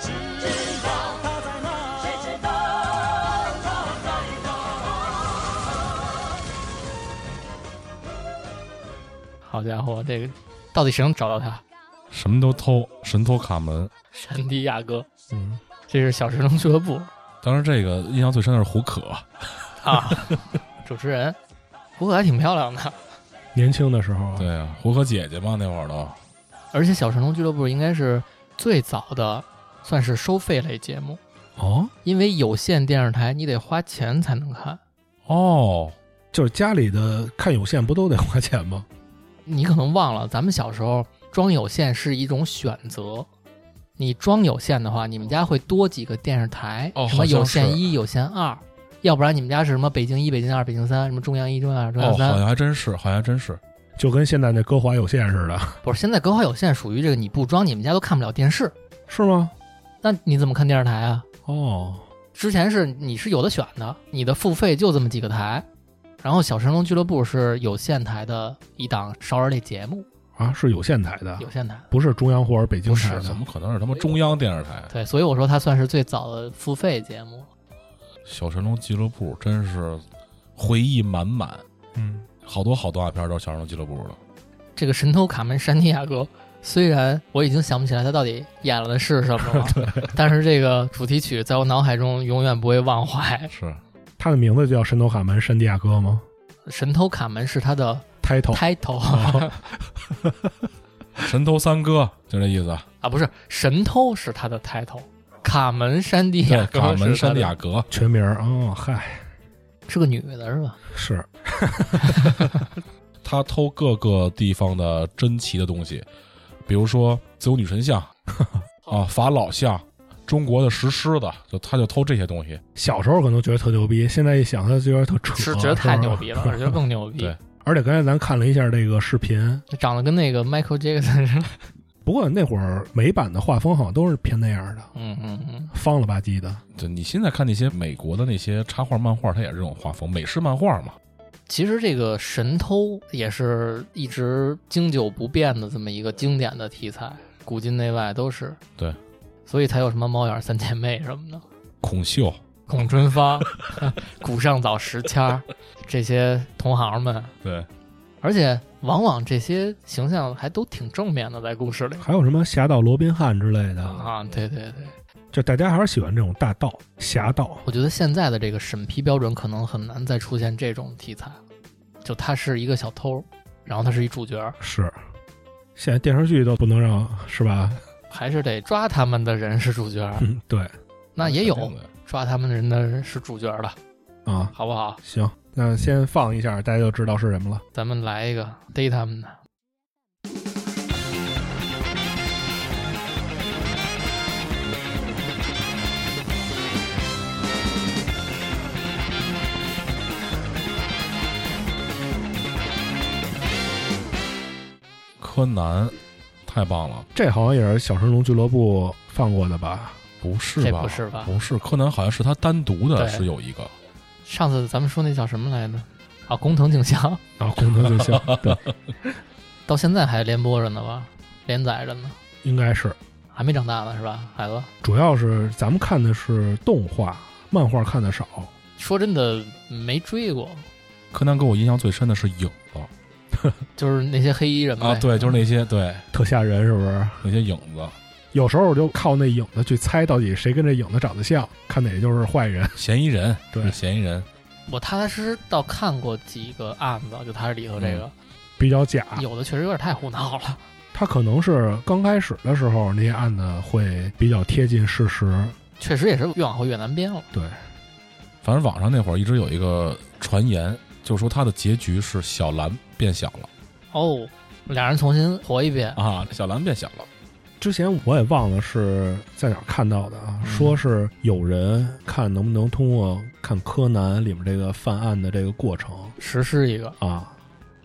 S6: 知道他在哪？谁知道他在哪？
S1: 好家伙，这个到底谁能找到他？ [laughs]
S3: 什么都偷，神偷卡门。
S1: 山地亚哥，
S2: 嗯，
S1: 这是小神龙俱乐部
S3: 当时这个印象最深的是胡可，
S1: 啊， [laughs] 主持人，胡可还挺漂亮的。
S2: 年轻的时候啊，
S3: 对啊，胡可姐姐嘛，那会儿都
S1: 而且小神龙俱乐部应该是最早的，算是收费类节目，
S2: 哦，
S1: 因为有线电视台你得花钱才能看，
S3: 哦，
S2: 就是家里的看有线不都得花钱吗？ [laughs]
S1: 你可能忘了，咱们小时候装有线是一种选择。你装有线的话，你们家会多几个电视台，
S3: 哦
S1: 什么有
S3: 好
S1: 线
S3: 像是
S1: 一、有线二，要不然你们家是什么北京一、北京二、北京三，什么中央一、中央二、中
S3: 哦，
S1: 央
S3: 好
S1: 三。
S3: 像还真是，好像还真是，
S2: 就跟现在那歌华有线似的，
S1: 不是，现在格华有线属于这个你不装，你们家都看不了电视，
S2: 是吗？
S1: 那你怎么看电视台啊？
S2: 哦，
S1: 之前是你是有的选的，你的付费就这么几个台，然后小神龙俱乐部是有线台的一档少儿类节目，
S2: 啊，是有线台的，
S1: 有线台。
S2: 不是中央或者北京台
S3: 怎
S2: 的
S3: 哎么。可能是他妈中央电视台？
S1: 对，所以我说它算是最早的付费节目。
S3: 小神龙俱乐部真是回忆满满，
S2: 嗯，
S3: 好多好动画片都是小神龙俱乐部的。
S1: 这个神偷卡门山尼亚哥，虽然我已经想不起来他到底演了的是什
S3: [laughs]
S1: 么了，但是这个主题曲在我脑海中永远不会忘怀。
S3: 是，
S2: 他的名字就叫神偷卡门山地亚哥吗
S1: 神偷卡门是他的
S3: 哦
S2: [laughs] ？title 哦
S1: title
S3: 神偷三哥就这意思。
S1: 啊，不是神偷是他的 title，卡门山地亚
S3: 对，
S1: 哥
S3: 卡门
S1: 是他
S3: 山地
S1: 的
S3: 亚格
S2: 全名儿哦，嗨，
S1: 是个女的是吧？
S2: 是
S3: 他偷各个地方的珍奇的东西，比如说自由女神像啊、法老像、中国的石狮子，就他就偷这些东西。
S2: 小时候可能觉得特牛逼，现在一想他就觉得特扯，
S1: 是觉得太
S2: 吧
S1: 牛逼了，我觉得更牛逼
S3: 啊 [laughs] 对。
S2: 而且刚才咱看了一下这个视频，
S1: 长得跟那个 Michael Jackson 似的。
S2: 不过那会儿美版的画风好像都是偏那样的，
S1: 嗯嗯嗯，
S2: 方了吧唧的。
S3: 就你现在看那些美国的那些插画漫画，它也是这种画风，美式漫画嘛。
S1: 其实这个神偷也是一直经久不变的这么一个经典的题材，古今内外都是。
S3: 对，
S1: 所以才有什么猫眼三姐妹什么的。
S3: 孔秀，
S1: 龚春芳、古上早时迁儿这些同行们，
S3: 对，
S1: 而且往往这些形象还都挺正面的，在故事里
S2: 还有什么侠盗罗宾汉之类的，
S1: 啊，对对对，
S2: 就大家还是喜欢这种大盗、侠盗。
S1: 我觉得现在的这个审批标准可能很难再出现这种题材了，就他是一个小偷，然后他是一主角儿，
S2: 是，现在电视剧都不能让，是 [laughs] 吧？
S1: 还是得抓他们的人是主角儿，
S2: 嗯，对
S1: 那也
S3: 肯
S1: 有
S3: 定的
S1: 抓他们的人的是主角儿的，
S2: 啊，
S1: 好不好？
S2: 行，那先放一下，大家就知道是什么了。
S1: 咱们来一个逮他们的。
S3: 柯南，太棒了，
S2: 这好像也是小神龙俱乐部放过的吧？
S3: 不是
S1: 这
S3: 吧？
S1: 不是吧
S3: 不是柯南，好像是他单独的，
S1: 对
S3: 是有一个，
S1: 上次咱们说那叫什么来着？啊，工藤静香，
S2: 啊，功能就 [laughs] 行，对，
S1: 到现在还连播着呢吧？连载着呢，
S2: 应该是。
S1: 还没长大呢是吧，孩子？
S2: 主要是咱们看的是动画，漫画看的少。
S1: 说真的，没追过，
S3: 柯南给我印象最深的是影子
S1: 就是那些黑衣人呗
S3: 啊，对，就是那些对
S2: 特吓人，是不是？
S3: 那些影子，
S2: 有时候我就靠那影子去猜到底谁跟这影子长得像，看哪就是坏人。 [laughs]
S3: 嫌疑人，
S2: 对
S3: 是嫌疑人，
S1: 我踏踏实实倒看过几个案子，就他里头这
S3: 嗯
S1: 个，
S2: 比较假，
S3: 啊
S1: 有的确实有点太胡闹了。
S2: 他可能是刚开始的时候那些案子会比较贴近事实，
S1: 确实也是越往后越难编了。
S2: 对，
S3: 反正网上那会儿一直有一个传言，就说他的结局是小兰变小了
S1: 哦，俩人重新活一遍，
S3: 啊，小兰变小了，
S2: 之前我也忘了是在哪儿看到的啊，
S3: 嗯
S2: 说是有人看能不能通过看柯南里面这个犯案的这个过程
S1: 实施一个。
S2: 啊，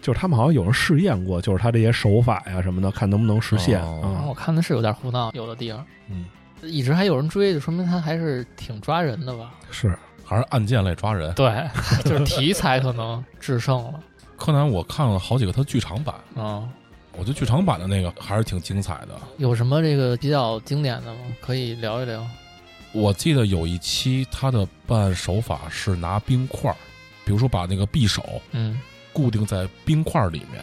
S2: 就是他们好像有人试验过，就是他这些手法呀什么的，看能不能实现啊
S1: 然后
S3: 哦
S1: 我看的是有点胡闹，有的地方，
S3: 嗯，
S1: 一直还有人追，就说明他还是挺抓人的吧？
S2: 啊。是
S3: 还是案件类抓人。
S1: 对， [laughs] 就是题材可能制胜了。
S3: 柯南我看了好几个他剧场版，
S1: 嗯，
S3: 我觉得剧场版的那个还是挺精彩的。
S1: 有什么这个比较经典的吗？可以聊一聊。
S3: 我记得有一期他的办案手法是拿冰块儿，比如说把那个匕首
S1: 嗯，
S3: 固定在冰块儿里面，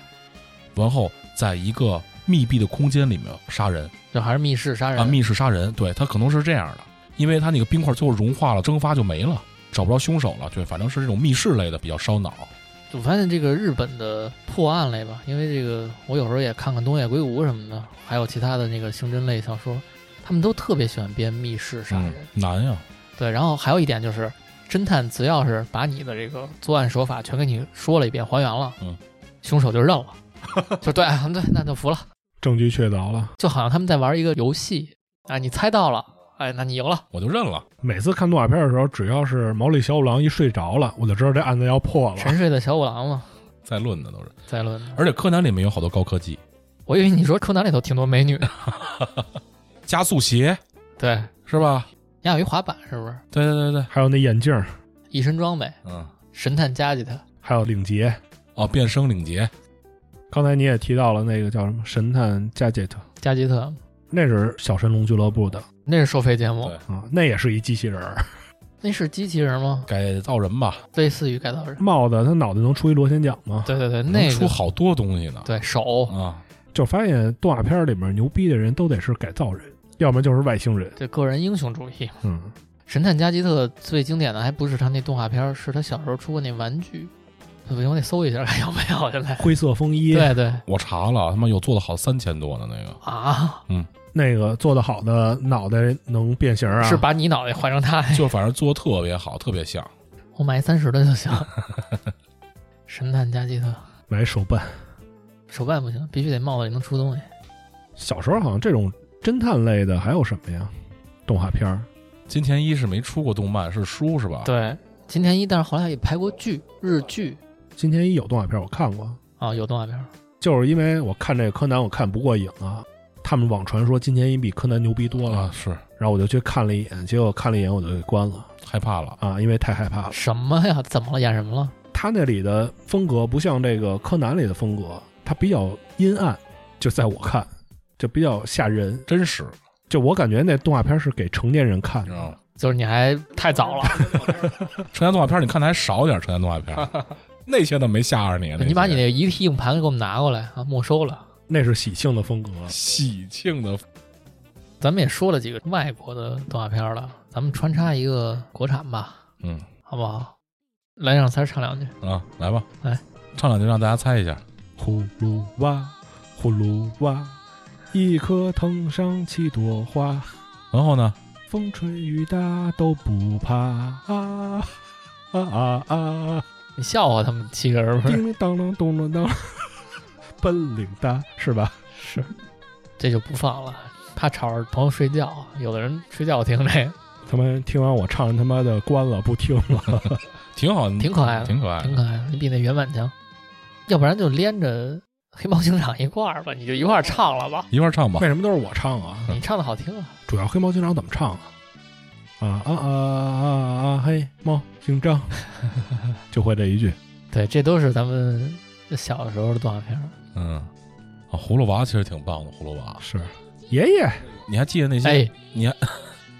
S3: 然后在一个密闭的空间里面杀人
S1: 就还是密室杀人。
S3: 啊，密室杀人。对他可能是这样的，因为他那个冰块最后融化了，蒸发就没了，找不着凶手了。对，反正是这种密室类的比较烧脑。
S1: 我发现这个日本的破案类吧，因为这个我有时候也看看东野圭吾什么的，还有其他的那个刑侦类小说，他们都特别喜欢编密室杀人。
S3: 难呀，
S1: 对，然后还有一点就是，侦探只要是把你的这个作案手法全给你说了一遍，还原了，
S3: 嗯，
S1: 凶手就认了， [laughs] 就对啊对，那就服了，
S2: 证据确凿了。
S1: 就好像他们在玩一个游戏啊，你猜到了，哎，那你赢了。
S3: 我就认了。
S2: 每次看动画片的时候，只要是毛利小五郎一睡着了，我就知道这案子要破了。
S1: 沉睡的小五郎嘛，
S3: 再论的都是，
S1: 再论的。
S3: 而且柯南里面有好多高科技，
S1: 我以为你说柯南里头挺多美女的，
S3: 加速鞋
S1: 对，
S3: 是吧？ [laughs]
S1: 亚于滑板是不是？
S3: 对对对对，
S2: 还有那眼镜儿，
S1: 一身装备，
S3: 嗯，
S1: 神探加吉他。
S2: 还有领结。
S3: 哦，变声领结，
S2: 刚才你也提到了那个叫什么《神探加杰特》，
S1: 加吉特，
S2: 那是小神龙俱乐部的
S1: 那是收费节目
S3: 对，
S2: 啊，那也是一机器人儿，
S1: 那是机器人吗？
S3: 改造人吧，
S1: 类似于改造人。
S2: 帽子他脑袋能出一螺旋桨吗？
S1: 对对对，那
S3: 能出
S1: 个
S3: 好多东西
S1: [laughs]
S3: 呢。
S1: 对手，
S3: 啊，
S2: 就发现动画片里面牛逼的人都得是改造人，要不然就是外星人。
S1: 这个人英雄主义。
S2: 嗯，
S1: 神探加吉特最经典的还不是他那动画片儿，是他小时候出过那玩具。不行，我得搜一下看有没有现
S2: [laughs]
S1: 在。
S2: 灰色风衣，
S1: 对对
S3: 我查了，他妈有做的好三千多的那个，
S1: 啊，
S2: 那个做的好的脑袋能变形啊，
S1: 是？把你脑袋换成他那个。
S3: 就反正做的特别好，特别像。
S1: 我买三十的就行。神探加吉特
S2: 买手办。
S1: 手办不行，必须得帽子里能出东西。
S2: 小时候好像这种侦探类的还有什么呀？动画片儿
S3: 金田一是没出过动漫，是书是吧？，
S1: 对，金田一，但是后来也拍过剧，日剧
S2: 今天一有动画片儿我看过，
S1: 啊，有动画片儿。
S2: 就是因为我看这个柯南我看不过瘾啊。他们网传说金田一比柯南牛逼多了，
S3: 啊是
S2: 然后我就去看了一眼，结果看了一眼我就给关了
S3: 害怕了，
S2: 啊，因为太害怕了。
S1: 什么呀？怎么了？演什么了？
S2: 他那里的风格不像这个柯南里的风格，他比较阴暗，就在我看，就比较吓人。
S3: 真实，
S2: 就我感觉那动画片是给成年人看
S3: 你知道吗
S2: 的，？
S1: 就是你还太早了，
S3: 成年动画片儿你看的还少点儿，成年动画片儿
S1: [laughs]
S3: 那些都没吓着你。啊那些
S1: 你把你那一 T 硬盘给我们拿过来啊，没收了。
S2: 那是喜庆的风格。
S3: 喜庆的
S1: 咱们也说了几个外国的动画片了，咱们穿插一个国产吧，
S3: 嗯，
S1: 好不好？来让三儿唱两句，
S3: 啊，来吧，
S1: 来
S3: 唱两句让大家猜一下。
S2: 葫芦娃，葫芦娃，一棵藤上七朵花，
S3: 然后呢，
S2: 风吹雨打都不怕啊啊啊啊！
S1: 你笑话他们七个人不是？
S2: 叮铃当啷咚啷当，本领大是 [laughs] 吧？
S1: 是，这就不放了，怕吵着朋友睡觉。有的人睡觉听这个，
S2: 他们听完我唱，他妈的关了，不听了。
S3: 挺好，
S1: 挺可爱的
S3: 挺可爱的。
S1: 挺可爱的，你比那原版强。要不然就连着黑猫警长一块儿吧，啊你就一块儿唱了吧。
S3: 一块儿唱吧
S2: 为。什么都是我唱啊？
S1: 啊你唱的好听啊，
S2: 主要黑猫警长怎么唱啊？啊啊啊啊啊！黑猫警 [laughs] 长就会这一句。
S1: 对，这都是咱们小的时候的动画片儿。
S3: 嗯，啊，葫芦娃其实挺棒的，葫芦娃。
S2: 是爷爷，
S3: 啊你还记得那些？
S1: 哎，
S3: 你还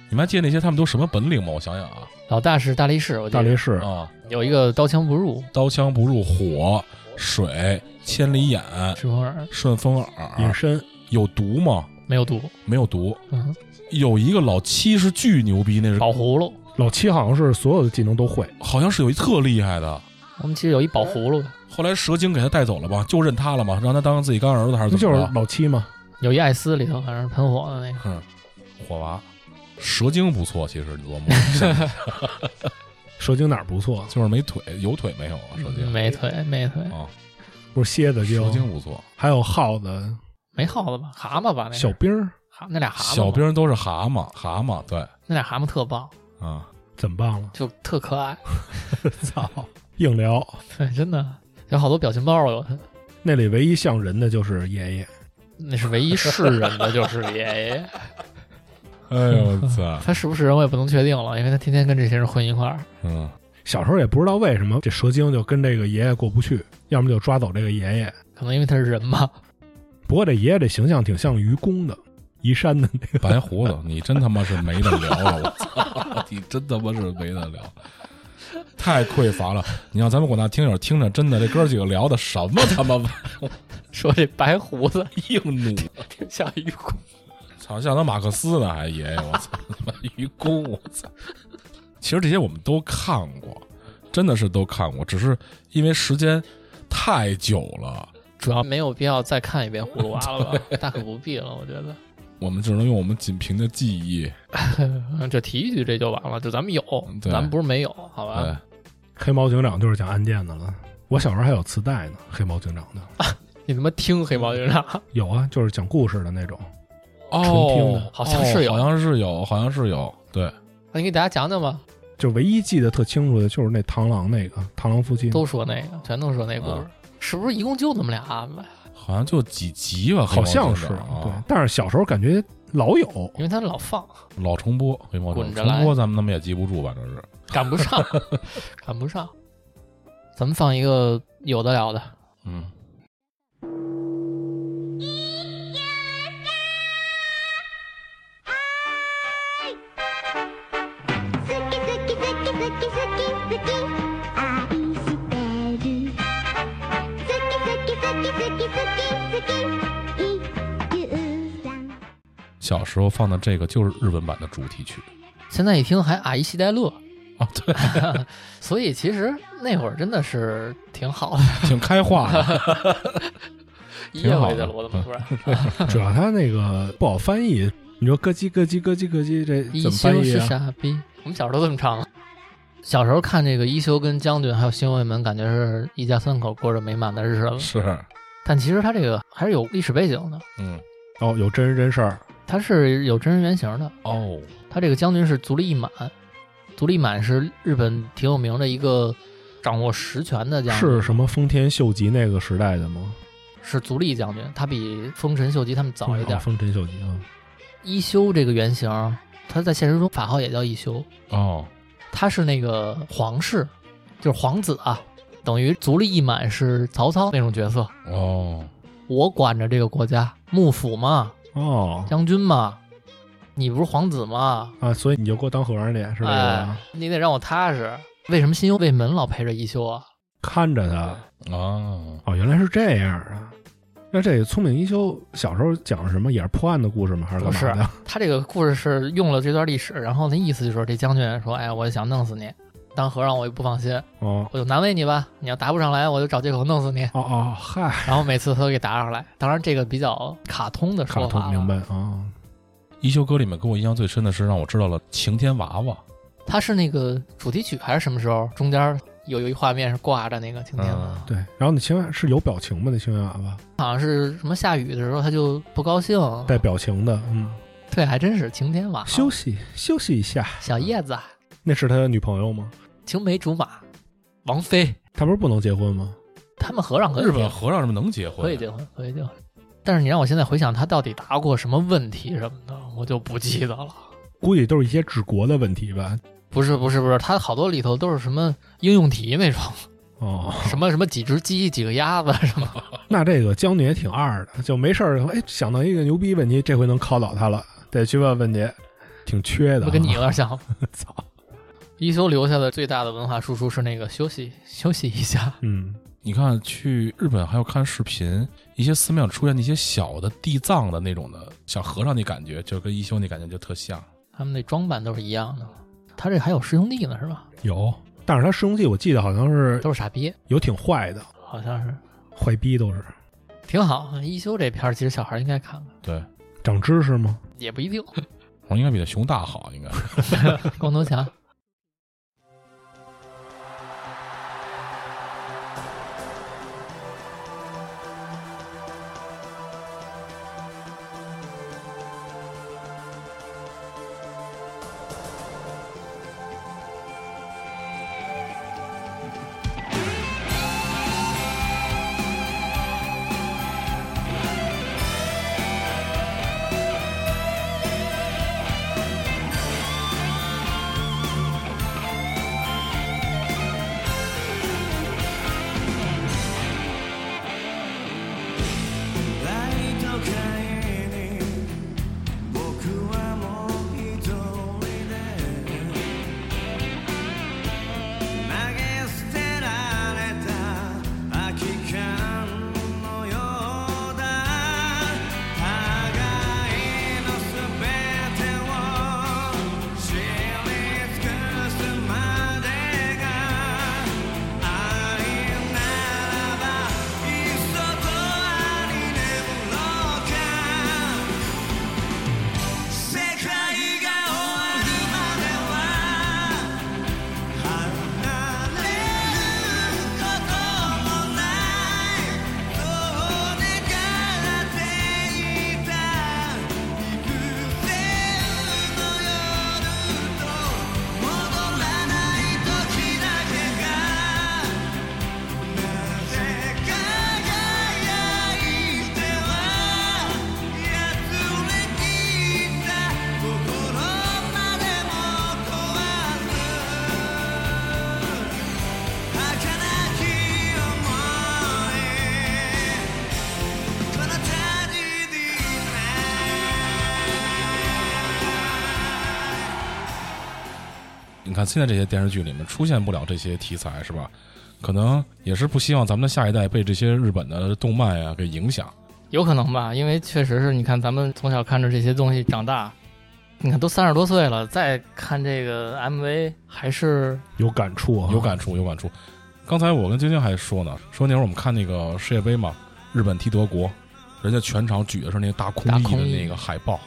S3: 你们还记得那些他们都什么本领吗？我想想啊，
S1: 老大是大力士，我记
S2: 大力
S1: 得
S2: 士，
S3: 啊，
S1: 有一个刀枪不入，
S3: 刀枪不入火、水、千里眼、
S1: 赤峰耳
S3: 顺风
S2: 隐
S3: 耳，
S2: 身，
S3: 有毒吗？
S1: 没有毒，
S3: 没有毒。
S1: 嗯，
S3: 有一个老七是巨牛逼，那是
S1: 宝葫芦。
S2: 老七好像是所有的技能都会。
S3: 好像是有一特厉害的。
S1: 我们其实有一宝葫芦，
S3: 后来蛇精给他带走了吧，就认他了嘛，让他当自己干儿子还是
S2: 不
S3: 怎
S2: 就
S3: 么
S2: 是
S3: 着？
S2: 老七吗？
S1: 有一艾斯里头反正喷火的那个。
S3: 火娃，蛇精不错，其实你琢磨，
S2: 蛇精哪儿不错？
S3: 就是没腿，有腿没有啊？蛇精
S1: 没腿，没腿，
S3: 啊，
S2: 不是蝎子
S3: 蛇
S2: 精，哎
S3: 精不错，
S2: 还有耗子、
S1: 没耗子吧？蛤蟆吧？那
S2: 小
S1: 是
S2: 兵儿，
S1: 蛤那俩蛤蟆吧，
S3: 小兵都是蛤蟆，蛤蟆对
S1: 那俩蛤蟆特棒，
S3: 啊，
S2: 怎么办了？
S1: 就特可爱。 [laughs]
S2: 操，硬聊。
S1: 对，真的有好多表情包有它，
S2: 那里唯一像人的就是爷爷，
S1: [laughs] 那是唯一是人的，就是爷爷。 [laughs]
S3: 哎呦我操，
S1: 他是不是人我也不能确定了，因为他天天跟这些人混一块儿。
S3: [laughs] 嗯，
S2: 小时候也不知道为什么这蛇精就跟这个爷爷过不去，要么就抓走这个爷爷。
S1: 可能因为他是人吧，
S2: 不过这爷爷这形象挺像愚公的，移山的那个。
S3: 白胡子，你真他妈是没得聊了，我操，你真他妈是没得聊。太匮乏了！你让咱们广大听友听着，真的这哥几个聊的什么他妈
S1: [laughs] 说这白胡子
S3: 硬弩
S1: 挺像愚公。
S3: 操，像他马克思呢，还爷爷，我操，他妈愚公，我操！其实这些我们都看过，真的是都看过，只是因为时间太久了，
S1: 主要没有必要再看一遍《葫芦娃》了吧？ [laughs] 大可不必了，我觉得。 [laughs]
S3: 我们只能用我们仅凭的记忆。
S1: 嗯，就提一句这就完了，就咱们有，
S3: 对
S1: 咱们不是没有，好吧？
S3: 哎，
S2: 黑猫警长就是讲案件的了。我小时候还有磁带呢，黑猫警长的
S1: 你他妈听黑猫警长，
S2: 有啊，就是讲故事的那种。纯听
S3: 哦
S2: 的，
S1: 好像是有
S3: 哦好像是有，好像是有，对，
S1: 那 [laughs] 你给大家讲讲吧。
S2: 就唯一记得特清楚的就是那螳螂那个，螳螂夫妻
S1: 都说那个，全都说那故事
S3: 嗯，
S1: 是不是一共就那么俩案子呀？
S3: 好像就几集吧，黑
S2: 好
S3: 猫警长
S2: 像是
S1: 哦
S2: 对
S3: 啊，，
S2: 但是小时候感觉老
S1: [laughs]
S2: 有。
S1: 因为他老放，
S3: 老重播，黑猫警
S1: 滚着
S3: 长
S1: 来
S3: 重播，咱们他妈也记不住，反正是
S1: 赶不上， [laughs] 赶不上。咱们放一个有的聊的，
S3: 嗯，
S4: 好き好き好き好き好き好き愛してる」「好き好き好き好き好き好き」「一休さん」
S3: 小时候放的这个就是日文版的主题曲
S1: 现在一听还阿姨西代乐，
S3: 啊，对，
S1: [laughs] 所以其实那会儿真的是挺好的，
S3: 挺
S1: [laughs]
S3: 开化的。
S1: 一夜
S3: 好
S1: 回去
S3: 的
S1: 了，我怎么突然？
S2: 主要它那个不好翻译，你说咯叽咯叽咯叽咯叽，这
S1: [laughs]
S3: 嗯
S1: 一
S2: 怎么翻
S1: 休
S2: 译
S1: 是
S2: 啊？
S1: 傻逼，我们小时候都这么唱啊。小时候看这个一休跟将军还有新卫门，感觉是一家三口过着美满的日子了。
S3: 是，
S1: 但其实他这个还是有历史背景的，
S3: 嗯，
S2: 哦，有真人真
S1: [laughs]
S2: 事儿，
S1: 他是有真人原型的。
S3: 哦，
S1: 他这个将军是足利义满，足利义满是日本挺有名的一个掌握实权的将军，
S2: 是什么丰田秀吉那个时代的吗？
S1: 是足利将军，他比丰臣秀吉他们早一点
S2: 哦。丰臣秀吉啊，
S1: 一休这个原型，他在现实中法号也叫一休，
S3: 哦，
S1: 他是那个皇室，就是皇子啊，等于足利义满是曹操那种角色。
S3: 哦，
S1: 我管着这个国家，幕府嘛，
S2: 哦，
S1: 将军嘛，你不是皇子吗？
S2: 啊，所以你就给我当和尚去，是这个
S1: 哎
S2: 吧？，
S1: 你得让我踏实。为什么新幽卫门老陪着一休啊？
S2: 看着他，
S3: 啊，
S2: 哦，原来是这样啊。那这个聪明一休小时候讲的什么？也是破案的故事吗？还是干嘛的？
S1: 他这个故事是用了这段历史，然后那意思就是这将军说：“哎，我想弄死你，当和尚我也不放心，
S2: 哦
S1: 我就难为你吧。你要答不上来，我就找借口弄死你。
S2: 哦哦，嗨，”
S1: 然后每次他都给答上来。当然，这个比较卡通的
S2: 卡
S1: 说
S2: 通
S1: 法。
S2: 明白。啊？
S3: 一休哥里面给我印象最深的是让我知道了晴天娃娃，
S1: 他是那个主题曲还是什么时候？中间有有一画面是挂着那个晴天娃娃
S3: 嗯，
S2: 对，然后你青蛙是有表情吗？那青啊蛙娃娃
S1: 好像是什么下雨的时候他就不高兴。
S2: 带表情的，嗯，
S1: 对，还真是晴天娃娃。
S2: 休息休息一下。
S1: 小叶子，
S2: 那是他的女朋友吗？
S1: 青梅竹马，王菲，
S2: 他不是不能结婚吗？
S1: 他们和尚可以
S3: 日
S1: 结婚
S3: 本和尚是不是能结婚？啊
S1: 可以结婚，可以结婚。但是你让我现在回想他到底答过什么问题什么的，我就不记得了。
S2: 估计都是一些治国的问题吧。
S1: 不是不是不是，他好多里头都是什么应用题那种， [laughs]
S2: 哦，
S1: 什么什么几只鸡几个鸭子什么，
S2: 那这个将军也挺二的，就没事儿，哎，想到一个牛逼问题，这回能考倒他了，得去问问去，挺缺的、
S1: 不
S2: 啊。
S1: 跟你有点 [laughs] 像。
S2: 操，
S1: 一休留下的最大的文化输出是那个休息休息一下，
S2: 嗯，
S3: 你看，去日本还有看视频，一些寺庙出现的一些小的地藏的那种的小和尚那感觉，就跟一休那感觉就特像。
S1: 他们那装扮都是一样的。他这还有师兄弟呢是吧？
S2: 有，但是他师兄弟我记得好像是
S1: 都是傻逼，
S2: 有挺坏的，
S1: 好像是
S2: 坏逼都是
S1: 挺好。一休这片儿其实小孩儿应该看看，
S3: 对，
S2: 长知识吗？
S1: 也不一定。 [laughs]
S3: 哦我应该比那熊大好，应该。
S1: 光头强。
S7: 「ライト会に僕はもう一人で」「投げ捨てられた空き缶のようだ」「互いの全てを知り尽くすまでが」「愛ならばいっそとありでもない」「世界が終わるまでは離れることもない」「そう願っていた幾千の夜と」「戻らない時だけが何もかも輝いてはやつれきった心までも壊す」「儚き想いこの旅に
S3: 你看现在这些电视剧里面出现不了这些题材，是吧？可能也是不希望咱们的下一代被这些日本的动漫呀、给影响。
S1: 有可能吧，因为确实是你看咱们从小看着这些东西长大，你看都三十多岁了，再看这个 MV 还是
S2: 有感触、啊，
S3: 有感触，有感触。刚才我跟晶晶还说呢，说那会儿我们看那个世界杯嘛，日本踢德国，人家全场举的是那个大空
S1: 大
S3: 翼
S1: 空
S3: 的
S1: 翼
S3: 那个海报，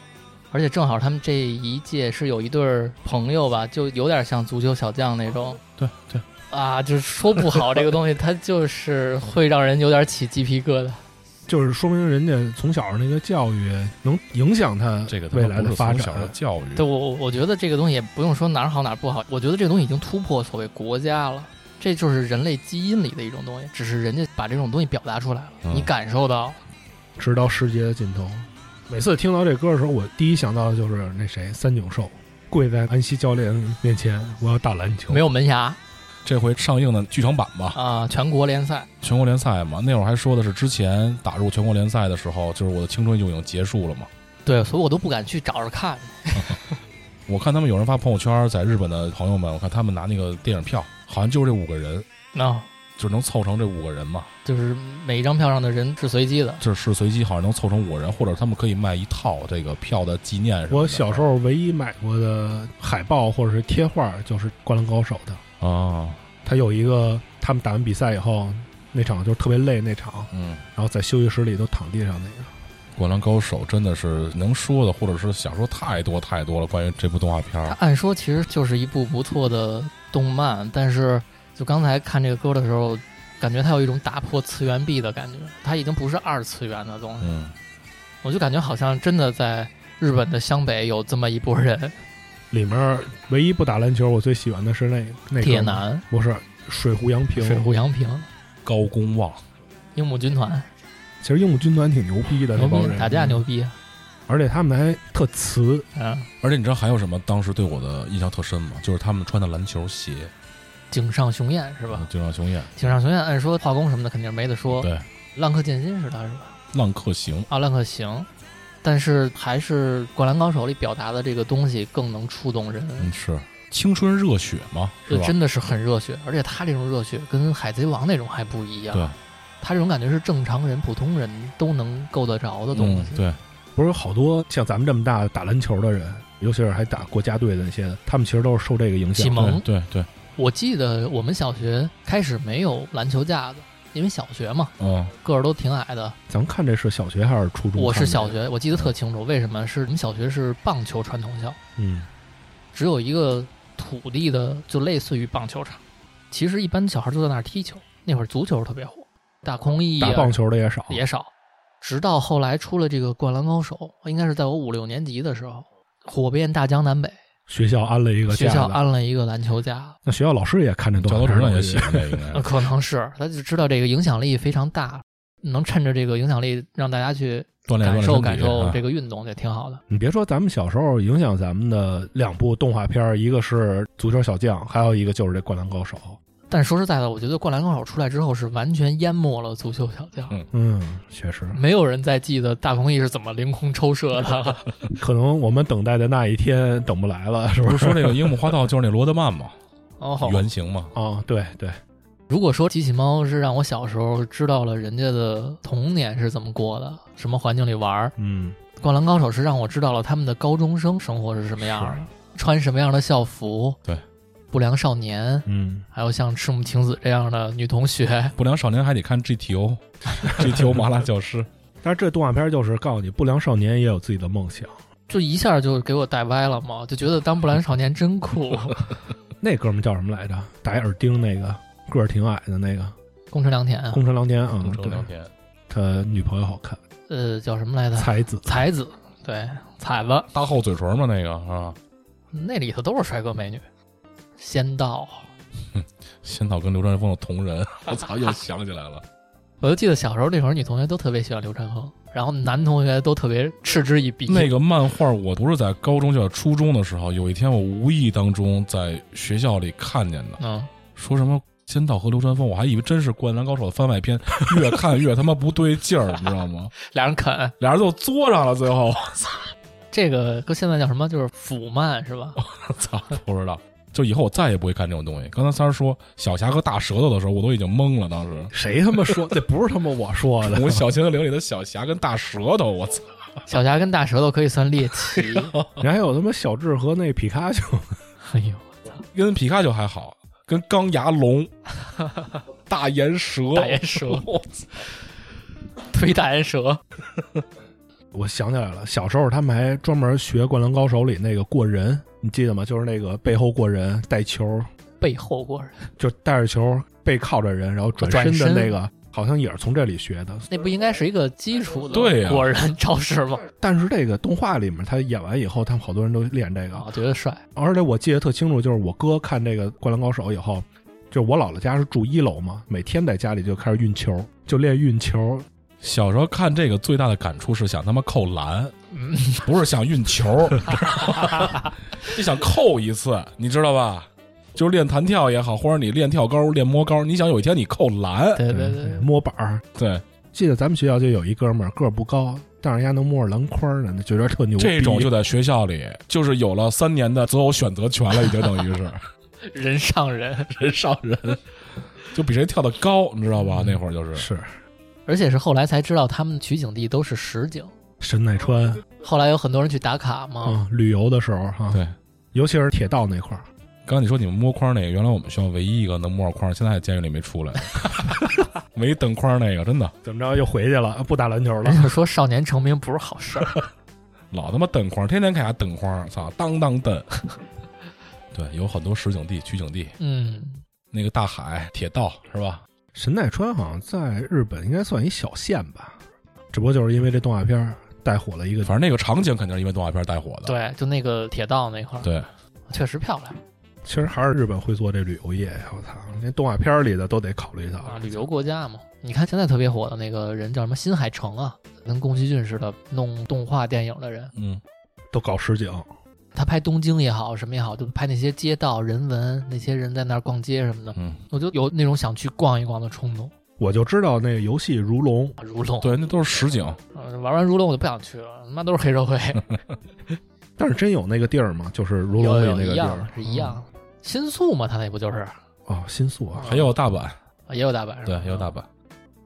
S1: 而且正好他们这一届是有一对儿朋友吧，就有点像足球小将那种
S3: 对对，
S1: 啊，就是说不好这个东西，它就是会让人有点起鸡皮疙瘩。
S2: 就是说明人家从小那个教育能影响他
S3: 这个他
S2: 未
S3: 妈
S2: 来
S3: 不
S2: 的
S3: 是
S2: 发
S3: 从小的
S2: 展。
S3: 教育
S1: 对。我我我觉得这个东西也不用说哪儿好哪儿不好，我觉得这个东西已经突破所谓国家了。这就是人类基因里的一种东西，只是人家把这种东西表达出来了，
S3: 嗯
S1: 你感受到了，
S2: 直到世界的尽头。每次听到这歌的时候，我第一想到的就是那谁三井寿跪在安西教练面前，我要打篮球。
S1: 没有门牙
S3: 这回上映的剧场版吧，
S1: 啊、全国联赛。
S3: 全国联赛嘛，那会儿还说的是之前打入全国联赛的时候，就是我的青春就已经结束了嘛。
S1: 对，所以我都不敢去找着看。
S3: 我看他们有人发朋友圈，在日本的朋友们，我看他们拿那个电影票，好像就是这五个人，
S1: 那、
S3: 就是能凑成这五个人嘛，
S1: 啊就是每一张票上的人是随机的，
S3: 这是随机，好像能凑成五个人，或者他们可以卖一套这个票的纪念什么的。
S2: 我小时候唯一买过的海报或者是贴画就是《灌篮高手》的，
S3: 啊，
S2: 他有一个他们打完比赛以后那场就是特别累那场，
S3: 嗯，
S2: 然后在休息室里都躺地上那个。
S3: 《灌篮高手》真的是能说的，或者是想说太多太多了，关于这部动画片
S1: 它
S3: 儿。
S1: 按说其实就是一部不错的动漫，但是就刚才看这个歌的时候，感觉它有一种打破次元壁的感觉，它已经不是二次元的东西，
S3: 嗯，
S1: 我就感觉好像真的在日本的湘北有这么一拨人，
S2: 里面唯一不打篮球，我最喜欢的是那那个
S1: 铁男、
S2: 不是水户洋平。
S1: 水户洋平、
S3: 高公望，
S1: 樱木军团，
S2: 其实樱木军团挺牛逼的，
S1: 牛
S2: 这帮
S1: 逼
S2: 人嗯
S1: 打架牛，逼，
S2: 而且他们还特瓷。
S1: 嗯，
S3: 而且你知道还有什么当时对我的印象特深吗？就是他们穿的篮球鞋，
S1: 井上雄彦是吧？
S3: 就让熊彦
S1: 井上雄彦按说画工什么的肯定没得说，
S3: 嗯对
S1: 浪客剑心是他是吧？
S3: 浪客行，
S1: 啊，浪客行。但是还是《灌篮高手》里表达的这个东西更能触动人，
S3: 嗯，是青春热血嘛，是
S1: 就
S3: 吧？
S1: 真的是很热血，而且他这种热血跟海贼王那种还不一样。
S3: 对，
S1: 他这种感觉是正常人、普通人都能够得着的东
S3: 嗯
S1: 西。，
S3: 对，
S2: 不是有好多像咱们这么大打篮球的人，尤其是还打国家队的那些，他们其实都是受这个影
S1: 启
S2: 响。
S1: 蒙萌
S3: 对对，对
S1: 我记得我们小学开始没有篮球架子，因为小学嘛，
S3: 嗯，
S1: 个儿都挺矮的。
S2: 咱们看这是小学还是初中？
S1: 我是小，学，我记得
S3: 嗯
S1: 特清楚，为什么是我们小学是棒球传统校，
S2: 嗯，
S1: 只有一个土地的，就类似于棒球场。其实一般小孩都在那儿踢球，那会儿足球特别火，大空翼
S2: 打
S1: 啊
S2: 棒球的也少。
S1: 也少。直到后来出了这个《灌篮高手》，应该是在我五六年级的时候，火遍大江南北，
S2: 学校安了一个
S1: 学
S2: 架
S1: 校啊
S2: 子，
S1: 安了一个篮球架，
S2: 那学校老师也看这动
S3: 教导
S2: 画
S3: 主
S2: 片
S3: 任也
S2: 了
S3: 喜欢这应
S2: 嗯
S1: 呃 [laughs]
S3: 该。
S1: 可能是他就知道这个影响力非常大，能趁着这个影响力让大家去
S3: 锻炼
S1: 感受感受这
S3: 个
S1: 个运动，也挺好的。
S2: 你别说，咱们小时候影响咱们的两部动画片儿，一个是《足球小将》，还有一个就是这《灌篮高手》。
S1: 但说实在的，我觉得《灌篮高手》出来之后是完全淹没了足球小将，
S3: 嗯
S2: 嗯，确实，
S1: 没有人再记得大空翼是怎么凌空抽射的了。
S2: 可能我们等待的那一天等不来了，是
S3: 不
S2: 不
S3: 是
S2: 是？
S3: 说这个樱木花道就是那罗德曼嘛，
S1: [laughs] 哦，
S3: 原型嘛，
S2: 哦，对对，
S1: 如果说机器猫是让我小时候知道了人家的童年是怎么过的，什么环境里玩儿，
S2: 嗯，
S1: 《灌篮高手》是让我知道了他们的高中生生活是什么样儿的，穿什么样的校服，
S3: 对，
S1: 不良少年，
S2: 嗯，
S1: 还有像赤木晴子这样的女同学， [laughs]
S3: 不良少年还得看 GTO，GTO 麻辣教师，
S2: 但是这动画片就是告诉你，不良少年也有自己的梦想。
S1: 就一下就给我带歪了嘛，就觉得当不良少年真酷。
S2: 那哥们叫什么来着？打一耳钉那个，个儿挺矮的那个，
S1: 宫城良田啊，
S2: 宫城良田啊
S3: 宫，城
S2: 对
S3: 良，田，
S2: 他女朋友好看，
S1: 呃，叫什么来着？
S2: 才子。
S1: 才子，对，彩子，
S3: 大厚嘴唇嘛那个啊，
S1: 那里头都是帅哥美女，仙道。
S3: 仙草跟流川枫的
S1: [laughs]
S3: 同人，我操，又想起来了。
S1: 我就记得小时候那会儿，女同学都特别喜欢流川枫，然后男同学都特别嗤之以鼻。
S3: 那个漫画，我不是在高中，就在初中的时候，有一天我无意当中在学校里看见的，
S1: 嗯，
S3: 说什么仙道和流川枫，我还以为真是《灌篮高手》的番外篇，越看越他妈不对劲儿，你知道吗？
S1: 俩人啃，
S3: 俩人都作上了，最后
S1: 这个搁现在叫什么？就是腐漫是吧？
S3: 我操，不知道。就以后我再也不会看这种东西。刚才三儿说小侠和大舌头的时候，我都已经懵了。当
S1: [laughs]
S3: 时
S2: 谁他妈说？这不是他妈我说的，
S3: 我小精灵里的小侠跟大舌头，我操！
S1: 小霞跟大舌头可以算猎
S3: [laughs] 哎
S1: 奇。
S2: 人还有他妈小智和那皮卡丘，
S1: 哎呦，
S3: 跟皮卡丘还好，跟钢
S1: [laughs]
S3: 牙龙、大岩蛇、
S1: 大岩蛇
S3: 我
S1: 推大岩蛇，
S2: 我想起来了，小时候他们还专门学《灌篮高手》里那个过人，你记得吗？就是那个背后过人带球，
S1: 背后过人，
S2: 就带着球背靠着人，然后转身的那个，好像也是从这里学的。
S1: 那不应该是一个基础的
S3: 对啊呀
S1: 果然招式吗？
S2: 但是这个动画里面，他演完以后，他们好多人都练这个
S1: 啊，，我觉得帅。
S2: 而且我记得特清楚，就是我哥看这个《灌篮高手》以后，就我姥姥家是住一楼嘛，每天在家里就开始运球，就练运球。
S3: 小时候看这个最大的感触是想他妈扣篮，
S1: 嗯，
S3: 不是想运球，知道吧 [laughs] 就想扣一次，你知道吧？就是练弹跳也好，或者你练跳高、练摸高，你想有一天你扣篮，
S1: 对对对，
S2: 摸板儿。
S3: 对，
S2: 记得咱们学校就有一哥们儿，个儿不高，但是人家能摸着篮筐呢，觉得特牛逼。
S3: 这种就在学校里，就是有了三年的择偶选择权了，已经等于是
S1: 人上人，
S3: 人上人，就比谁跳得高，你知道吧？那会儿就是
S2: 是
S1: 而且是后来才知道他们取景地都是实景。
S2: 神奈川
S1: 后来有很多人去打卡嘛，
S2: 啊、旅游的时候哈、
S3: 对。
S2: 尤其是铁道那块儿，
S3: 刚才你说你们摸框那个，原来我们学校唯一一个能摸着框，现在还监狱里没出来， [laughs] 没蹬框那个，真的
S2: 怎么着又回去了，不打篮球了
S1: 人。家说少年成名不是好事儿。
S3: 老他妈蹬框，天天看他蹬框，操，当当蹬。 [laughs] 对，有很多实景地、取景地，
S1: 嗯，
S3: 那个大海、铁道是吧？
S2: 神奈川好像在日本应该算一小县吧，只不过就是因为这动画片儿带火了一个
S3: 反正那个场景肯定是因为动画片带火的。
S1: 对，就那个铁道那块儿，
S3: 对，
S1: 确实漂亮
S2: 其实还是日本会做这旅游业呀！我操，连动画片儿里的都得考虑到。
S1: 啊，旅游国家嘛。你看现在特别火的那个人叫什么新海诚啊，跟宫崎骏似的弄动画电影的人，
S3: 嗯，
S2: 都搞实景，
S1: 他拍东京也好，什么也好，就拍那些街道人文，那些人在那儿逛街什么的，
S3: 嗯，
S1: 我就有那种想去逛一逛的冲动。
S2: 我就知道那个游戏如龙，
S1: 啊如龙，
S3: 对，那都是实景，
S1: 呃玩完如龙我就不想去了，他妈都是黑社会，
S2: 但是真有那个地儿吗？就是如龙
S1: 有
S2: 里
S1: 有
S2: 那
S1: 一
S2: 个地
S1: 样
S2: 儿
S1: 是一样。新宿嘛，他那不就是
S2: 哦，新宿啊，
S3: 还有大阪，
S1: 啊也有大阪是吧？
S3: 对，也有大阪。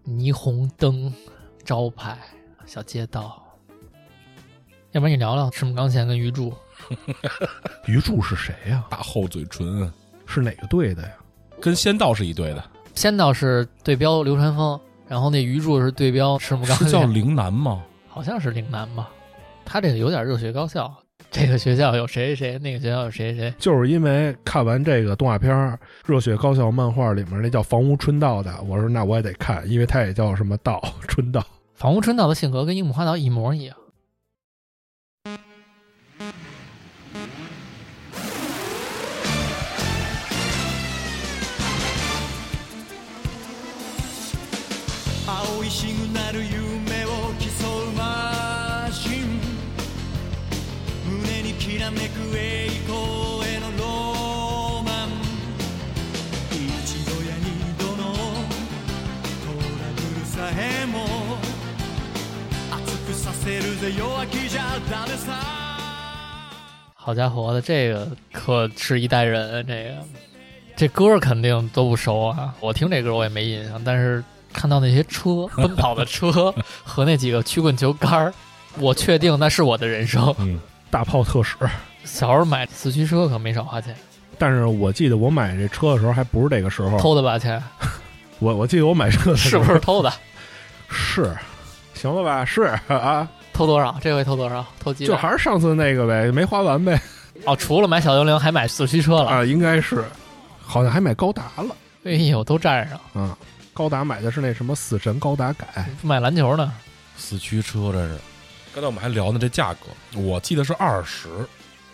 S1: 霓虹灯、招牌、小街道。要不然你聊聊赤木刚宪跟鱼柱，
S2: 鱼柱是谁呀、
S3: 大厚嘴唇，
S2: 是哪个队的呀？
S3: 跟仙道是一队的，
S1: 仙道是对标流川枫，然后那鱼柱是对标赤木刚
S3: 是叫
S1: 宪，
S3: 陵南吗？
S1: 好像是岭南吧？他这个有点热血高校，这个学校有谁谁谁，那个学校有谁谁谁，
S2: 就是因为看完这个动画片儿《热血高校》漫画里面那叫房屋春道的，我说那我也得看，因为他也叫什么道春道。 [laughs]
S1: 房屋春道的性格跟樱木花道一模一样。
S7: 青いシグナル夢を競うマシン胸にきらめく栄光へのロマン一度や二度のトラブルさえも熱くさせるぜ弱気じゃダメさ
S1: 好家伙的，这个可是一代人，啊这个这歌肯定都不熟啊。我听这歌我也没印象，但是看到那些车奔跑的车和那几个曲棍球杆儿，我确定那是我的人生。
S2: 大炮特使，
S1: 小时候买四驱车可没少花钱，
S2: 但是我记得我买这车的时候还不是这个时候，
S1: 偷的吧钱？
S2: 我我记得我买哦车的时
S1: 是
S2: 候
S1: 不是偷的？
S2: [laughs] 是，行了吧？是啊，
S1: 偷多少？这回偷多少？偷几
S2: 就
S1: 百？
S2: 还是上次那个呗，没花完呗
S1: 哦，除了买小幽灵，还买四驱车了。
S2: 啊，应该是，好像还买高达了
S1: 哎呦，都占上。
S2: 啊。高达买的是那什么死神高达改，
S1: 买篮球呢？
S3: 四驱车这是。刚才我们还聊呢，这价格我记得是二十，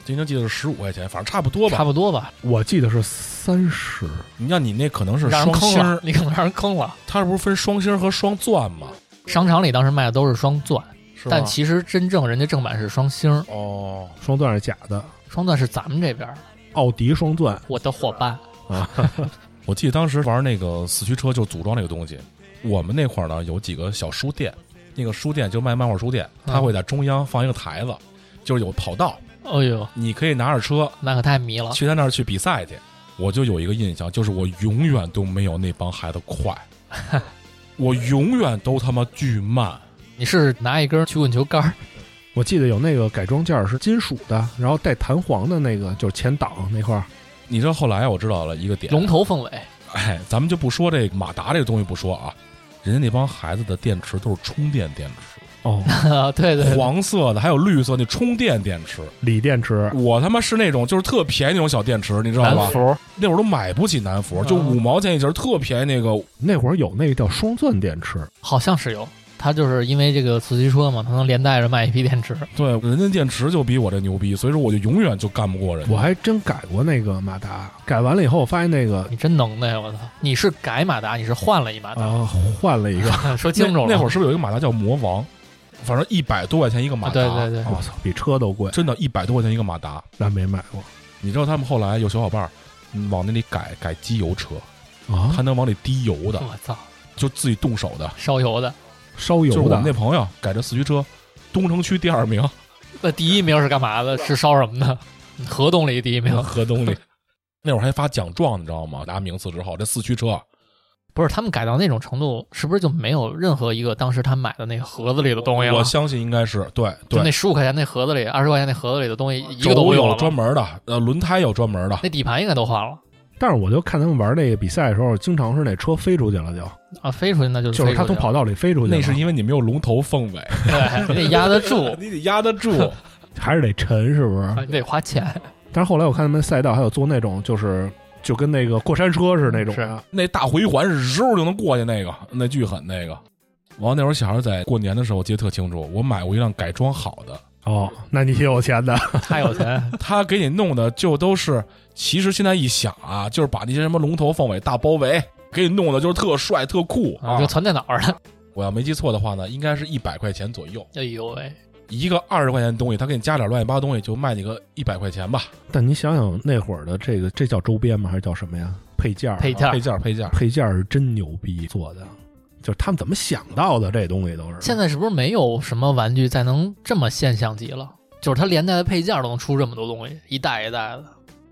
S3: 今天记得是十五块钱，反正差不多
S1: 差
S3: 吧。
S1: 不多吧，
S2: 我记得是三十，
S3: 你像你那可能是
S1: 让人
S3: 双
S1: 坑
S3: 星
S1: 了
S3: 儿，，
S1: 你可能让人坑了。
S3: 它不是分双星儿和双钻吗？
S1: 商场里当时卖的都是双钻，
S3: 是吗
S1: 但其实真正人家正版是双星儿，
S3: 哦，
S2: 双钻是假的，
S1: 双钻是咱们这边儿
S2: 奥迪双钻
S1: 我的伙伴，
S3: 我记得当时玩那个四驱车就组装那个东西，我们那块儿呢有几个小书店，那个书店就卖漫画书店，它
S1: 嗯
S3: 会在中央放一个台子，就是有跑道，
S1: 哎呦，
S3: 你可以拿着车
S1: 那可太迷了。
S3: 去他那儿去比赛去。我就有一个印象，就是我永远都没有那帮孩子
S1: [laughs]
S3: 快，我永远都他妈巨慢。
S1: 你试试拿一根曲棍球杆
S3: [laughs]
S1: 儿，
S2: 我记得有那个改装件是金属的，然后带弹簧的那个，就是前挡那块儿。
S3: 你知道后来我知道了一个点，
S1: 龙头凤尾， [laughs]
S3: 哎，咱们就不说这个马达这个东西不说啊，人家那帮孩子的电池都是充电电池， [laughs]
S2: 哦，
S1: 对对对，
S3: 黄色的还有绿色那充电电池。
S2: 锂电池，
S3: 我他妈是那种就是特便宜那种小电池，你知道吧
S1: 南？孚
S3: 那会儿都买不起南孚，就
S1: 嗯
S3: 五毛钱一节儿，特便宜那个。
S2: 那会儿有那个叫双钻电池，
S1: 好像是有，它就是因为这个四驱车嘛，它能连带着卖一批电池。
S3: 对，人家电池就比我这牛逼，所以说我就永远就干不过人家。
S2: 我还真改过那个马达，改完了以后我发现那个
S1: 你真能耐，我操！你是改马达，你是换了一马达，
S2: 啊、换了一个，
S1: [laughs] 说清楚了。
S3: 那那会儿是不是有一个马达叫魔王？反正一百多块钱一个马
S1: 啊，
S3: 达，
S1: 对对对，
S2: 我、操，比车都贵，
S3: 真的，一百多块钱一个马达。
S2: 咱没买过
S3: 你知道他们后来有小伙伴儿嗯往那里改改机油车，
S1: 嗯
S2: 啊
S3: 他能往里滴油的，
S1: 我操，
S3: 就自己动手的。
S1: 烧油的，
S2: 烧
S3: 就是
S2: 油
S3: 我
S2: 的
S3: 们那朋友改这四驱车，东城区第二名，
S1: 那第一名是干嘛的？是烧什么的？河东里第一名
S3: 河东里。那会儿还发奖状，你知道吗？拿名次之后，这四驱车啊
S1: 不是他们改到那种程度，是不是就没有任何一个当时他买的那个盒子里的东西了
S3: 我？相信应该是对
S1: 就那
S3: 对，
S1: 十五块钱那盒子里，二十块钱那盒子里的东西一个
S3: 轴
S1: 都不用
S3: 有
S1: 了
S3: 专
S1: 吧。
S3: 门的，呃，轮胎有专门的，
S1: 那底盘应该都换了
S2: 但是我就看他们玩那个比赛的时候，经常是那车飞出去了就，
S1: 啊，飞出去那就
S2: 就是他
S1: 飞出
S2: 从
S1: 去了
S2: 跑道里飞出去了，
S3: 那是因为你没有龙头凤尾，
S1: 对，你得压得
S3: [laughs]，
S1: 住
S3: 你得压得住。 [laughs]
S2: 还是得沉是不是？
S1: 啊你得花钱。
S2: 但是后来我看他们赛道还有做那种就是就跟那个过山车似的那种
S1: 是啊
S2: 的，
S3: 那大回环是嗖就能过去那个，那巨狠那个。完那会儿小孩儿在过年的时候，我记得特清楚，我买过一辆改装好的， [laughs]
S2: 哦，那你挺有
S1: [laughs]
S2: 钱的，
S1: 太有钱，
S3: 他给你弄的就都是，其实现在一想啊，就是把那些什么龙头凤尾大包围给你弄的，就是特帅特酷
S1: 啊
S3: 啊
S1: 就。传电脑似的。
S3: 我要没记错的话呢，应该是一百块钱左右，
S1: 哎呦喂，
S3: 一个二十块钱的东西，他给你加点乱七八糟东西，就卖你个一百块钱吧，
S2: 但你想想那会儿的这个，这叫周边吗？还是叫什么呀？配件儿啊
S1: 配件儿
S3: 配件儿配件儿。
S2: 配件儿是真牛逼做的，就是他们怎么想到的这东西都是。
S1: 现在是不是没有什么玩具再能这么现象级了？就是它连带的配件都能出这么多东西，一代一代的。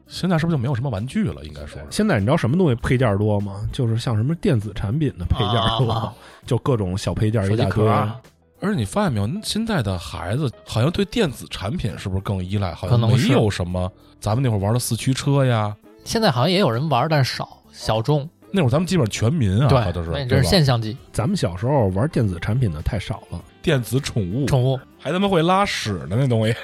S3: 现在是不是就没有什么玩具了？应该说是。
S2: 现在你知道什么东西配件儿多吗？就是像什么电子产品的配件儿多，
S1: 啊啊
S2: 就各种小配件儿
S1: 手
S2: 一
S1: 机
S2: 大堆
S1: 壳。啊，
S3: 而且你发现没有，现在的孩子好像对电子产品是不是更依赖？好像
S1: 可能
S3: 没
S1: 是
S3: 有什么咱们那会儿玩的四驱车呀，
S1: 现在好像也有人玩，但是少小众。
S3: 那会儿咱们基本上全民啊，
S1: 对，
S3: 都是
S1: 那你这
S3: 对
S1: 是
S3: 吧
S1: 现象级
S2: 咱们小时候玩电子产品的太少了，
S3: 电子宠物，
S1: 宠物，
S3: 还他妈会拉屎呢那东西，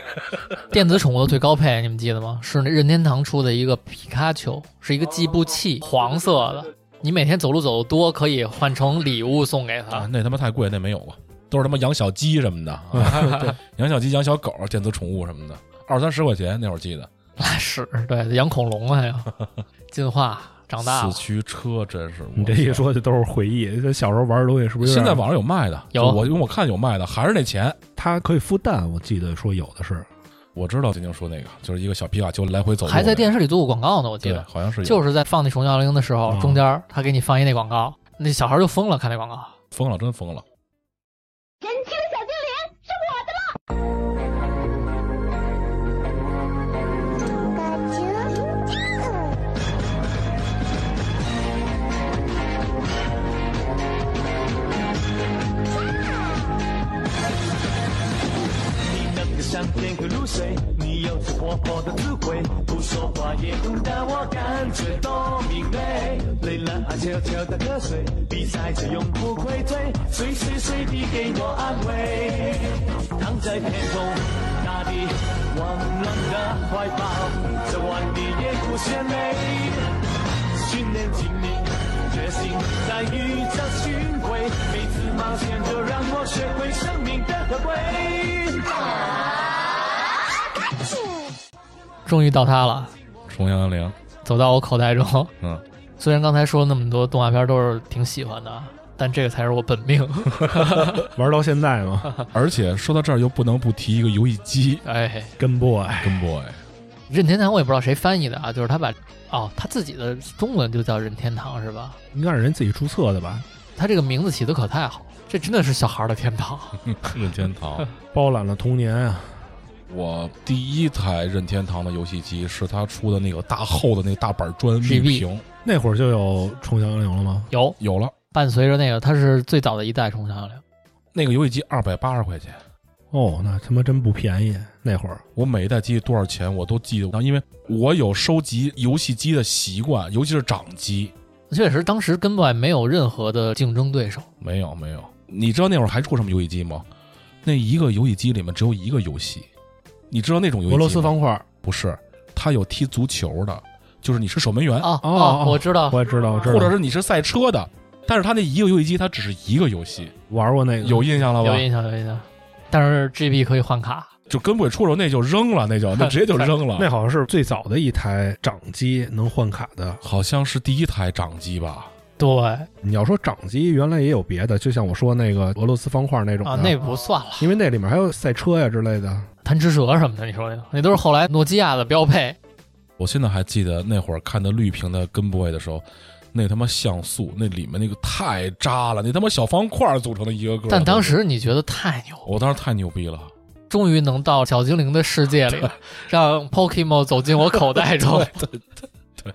S1: 电子宠物的最高配，你们记得吗？是那任天堂出的一个皮卡丘，是一个计步器，
S3: 哦
S1: 黄色的。你每天走路走的多，可以换成礼物送给
S3: 啊
S1: [laughs] 他，。
S3: 那他妈太贵，那没有啊，都是他妈养小鸡什 [laughs] 么的，啊养小鸡、养小狗、电子宠物什么的，二三十块钱那会儿记得。
S1: 拉屎，对，养恐龙了
S3: [laughs]
S1: 呀，进化长大了
S3: 四。驱车真是，
S2: 嗯你这一说就都是回忆。这小时候玩的东西是不
S3: 我操，
S2: 是有点
S3: 现在网上有卖的，
S1: 有
S3: 就我因为我看有卖的，还是那钱。
S2: 它可以孵蛋？我记得说有的是，
S3: 我知道晶晶说那个，就是一个小皮卡丘来回走路那个，
S1: 还在电视里做过广告呢，我记
S3: 对，
S1: 得，
S3: 好像是有
S1: 就是在放那《熊小铃》的时候
S2: 嗯，
S1: 中间儿他给你放一那广告，那小孩就疯了，看那广告。
S3: 疯了，真疯了。
S4: 人气的小精灵是我的了。
S7: 你那个香甜和露水，你有着活泼的智慧，不说话也能让我感觉到敏锐。累了啊，悄悄地喝水，比赛着永不愧对，随时随地给我安慰。躺在天空，大地汪洋的怀抱，这晚你也不嫌累。训练精灵，决心在宇宙巡回，每次冒险都让我学会生命的可贵。
S1: 终于到他了，
S3: 重阳零，
S1: 走到我口袋中。
S3: 嗯，
S1: [laughs] 虽然刚才说那么多动画片都是挺喜欢的，但这个才是我本命。
S2: 玩到现在嘛，
S3: 而且说到这儿又不能不提一个游戏机
S1: 哎，
S2: 跟 boy。
S1: [laughs]
S3: 跟 boy，
S1: 任天堂我也不知道谁翻译的啊，就是他把哦他自己的中文就叫任天堂是吧？
S2: 应该是人自己注册的吧？
S1: 他这个名字起的可太好，这真的是小孩儿的天
S2: [laughs]
S1: 堂。
S3: 任天堂。
S2: 包揽了童年啊！
S3: 我第一台任天堂的游戏机是他出的那个大厚的那个大板砖绿
S1: GB
S3: 屏，
S2: 那会儿就有《冲降零》了吗？
S1: 有
S3: 有了
S1: 伴随着那个，它是最早的一代冲向量，
S3: 那个游戏机二百八十块钱。
S2: 哦，那他妈真不便宜。那会儿
S3: 我每一代机多少钱我都记得，然后因为我有收集游戏机的习惯，尤其是掌机。
S1: 确实当时根本没有任何的竞争对手。
S3: 没有没有，你知道那会儿还出什么游戏机吗？那一个游戏机里面只有一个游戏，你知道那种游戏机吗
S2: 俄罗斯方块，
S3: 不是，它有踢足球的，就是你是守门员，
S1: 哦
S2: 哦哦
S1: 我知道，
S2: 我也知道，我知
S3: 或者
S2: 道，
S3: 是你是赛车的。但是它那一个游戏机，它只是一个游戏，
S2: 玩过那个。
S3: 有印象了吧
S1: 有？印象有印象。但是 GB 可以换卡，
S3: 就跟鬼出手那就扔了，那
S2: [laughs]
S3: 就那直接就扔
S2: 那
S3: 了。
S2: 好像是最早的一台掌机能换卡的。
S3: 好像是第一台掌机吧？
S1: 对啊
S2: 你要说掌机，原来也有别的，就像我说那个俄罗斯方块那种
S1: 啊
S2: 的，
S1: 那不算了。
S2: 因为那里面还有赛车呀之类的。
S1: 贪吃蛇什么的，你说那个，那都是后来诺基亚的标配。
S3: 我现在还记得那会儿看的绿屏的 Game Boy 的时候，那他妈像素，那里面那个太渣了，那他妈小方块组成的一个个。
S1: 但当，时你觉得太牛，
S3: 我当时太牛逼了，
S1: 终于能到小精灵的世界里，让 Pokemon 走进我口袋中。
S3: [laughs] 对对对，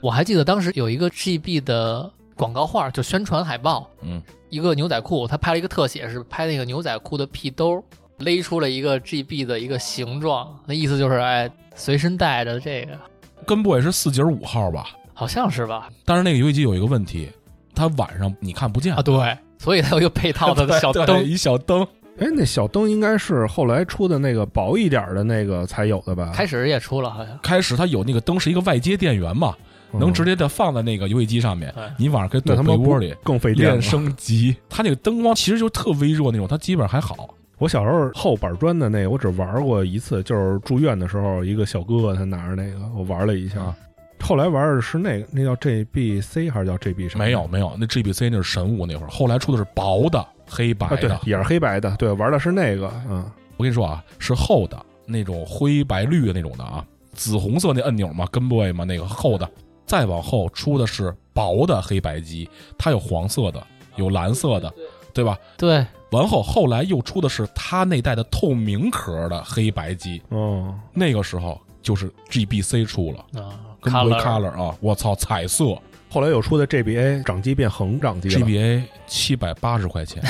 S1: 我还记得当时有一个 GB 的广告画，就宣传海报，
S3: 嗯，
S1: 一个牛仔裤，他拍了一个特写，是拍那个牛仔裤的屁兜，勒出了一个 GB 的一个形状，那意思就是哎，随身带着这个，
S3: 根 boy 是四节五号吧？
S1: 好像是吧？
S3: 但是那个游戏机有一个问题，它晚上你看不见
S1: 啊，，对，所以它有一个配套的
S3: [laughs] 对
S1: 小
S3: 对
S1: 灯，
S3: 一小灯，
S2: 哎，那小灯应该是后来出的那个薄一点的那个才有的吧？
S1: 开始也出了，好像
S3: 开始它有那个灯是一个外接电源嘛，能直
S2: 接
S3: 接的放在那个游戏机上面
S1: 对，
S3: 你晚上可以
S2: 嗯那
S3: 躲
S2: 他
S3: 被
S2: 妈不
S3: 窝里
S2: 更费电
S3: 练
S2: 了。
S3: 升级。它那个灯光其实就特微弱那种，它基本上还好。
S2: 我小时候厚板砖的那个，我只玩过一次，就是住院的时候，一个小哥哥他拿着那个，我玩了一下
S3: 啊。
S2: 后来玩的是那个，那叫 GBC 还是叫 GB 什么？
S3: 没有没有，那 GBC 那是神物那会儿，后来出的是薄的黑白
S2: 啊，对
S3: 的。，
S2: 也是黑白的，对，玩的是那个，嗯，
S3: 我跟你说啊，是厚的那种灰白绿的那种的啊，紫红色那按钮嘛，Game Boy 嘛，那个厚的。再往后出的是薄的黑白机，它有黄色的，有蓝色的，对吧？
S1: 对，
S3: 完后后来又出的是它那代的透明壳的黑白机，
S2: 哦，
S3: 那个时候就是 GBC 出了。
S1: 啊
S3: 跟
S1: c o
S3: Boy
S1: l o r
S3: Color 啊，我操，彩色
S2: 后来又出的 GBA 掌机变横掌机了。
S3: GBA 七百八十块 [laughs] 钱，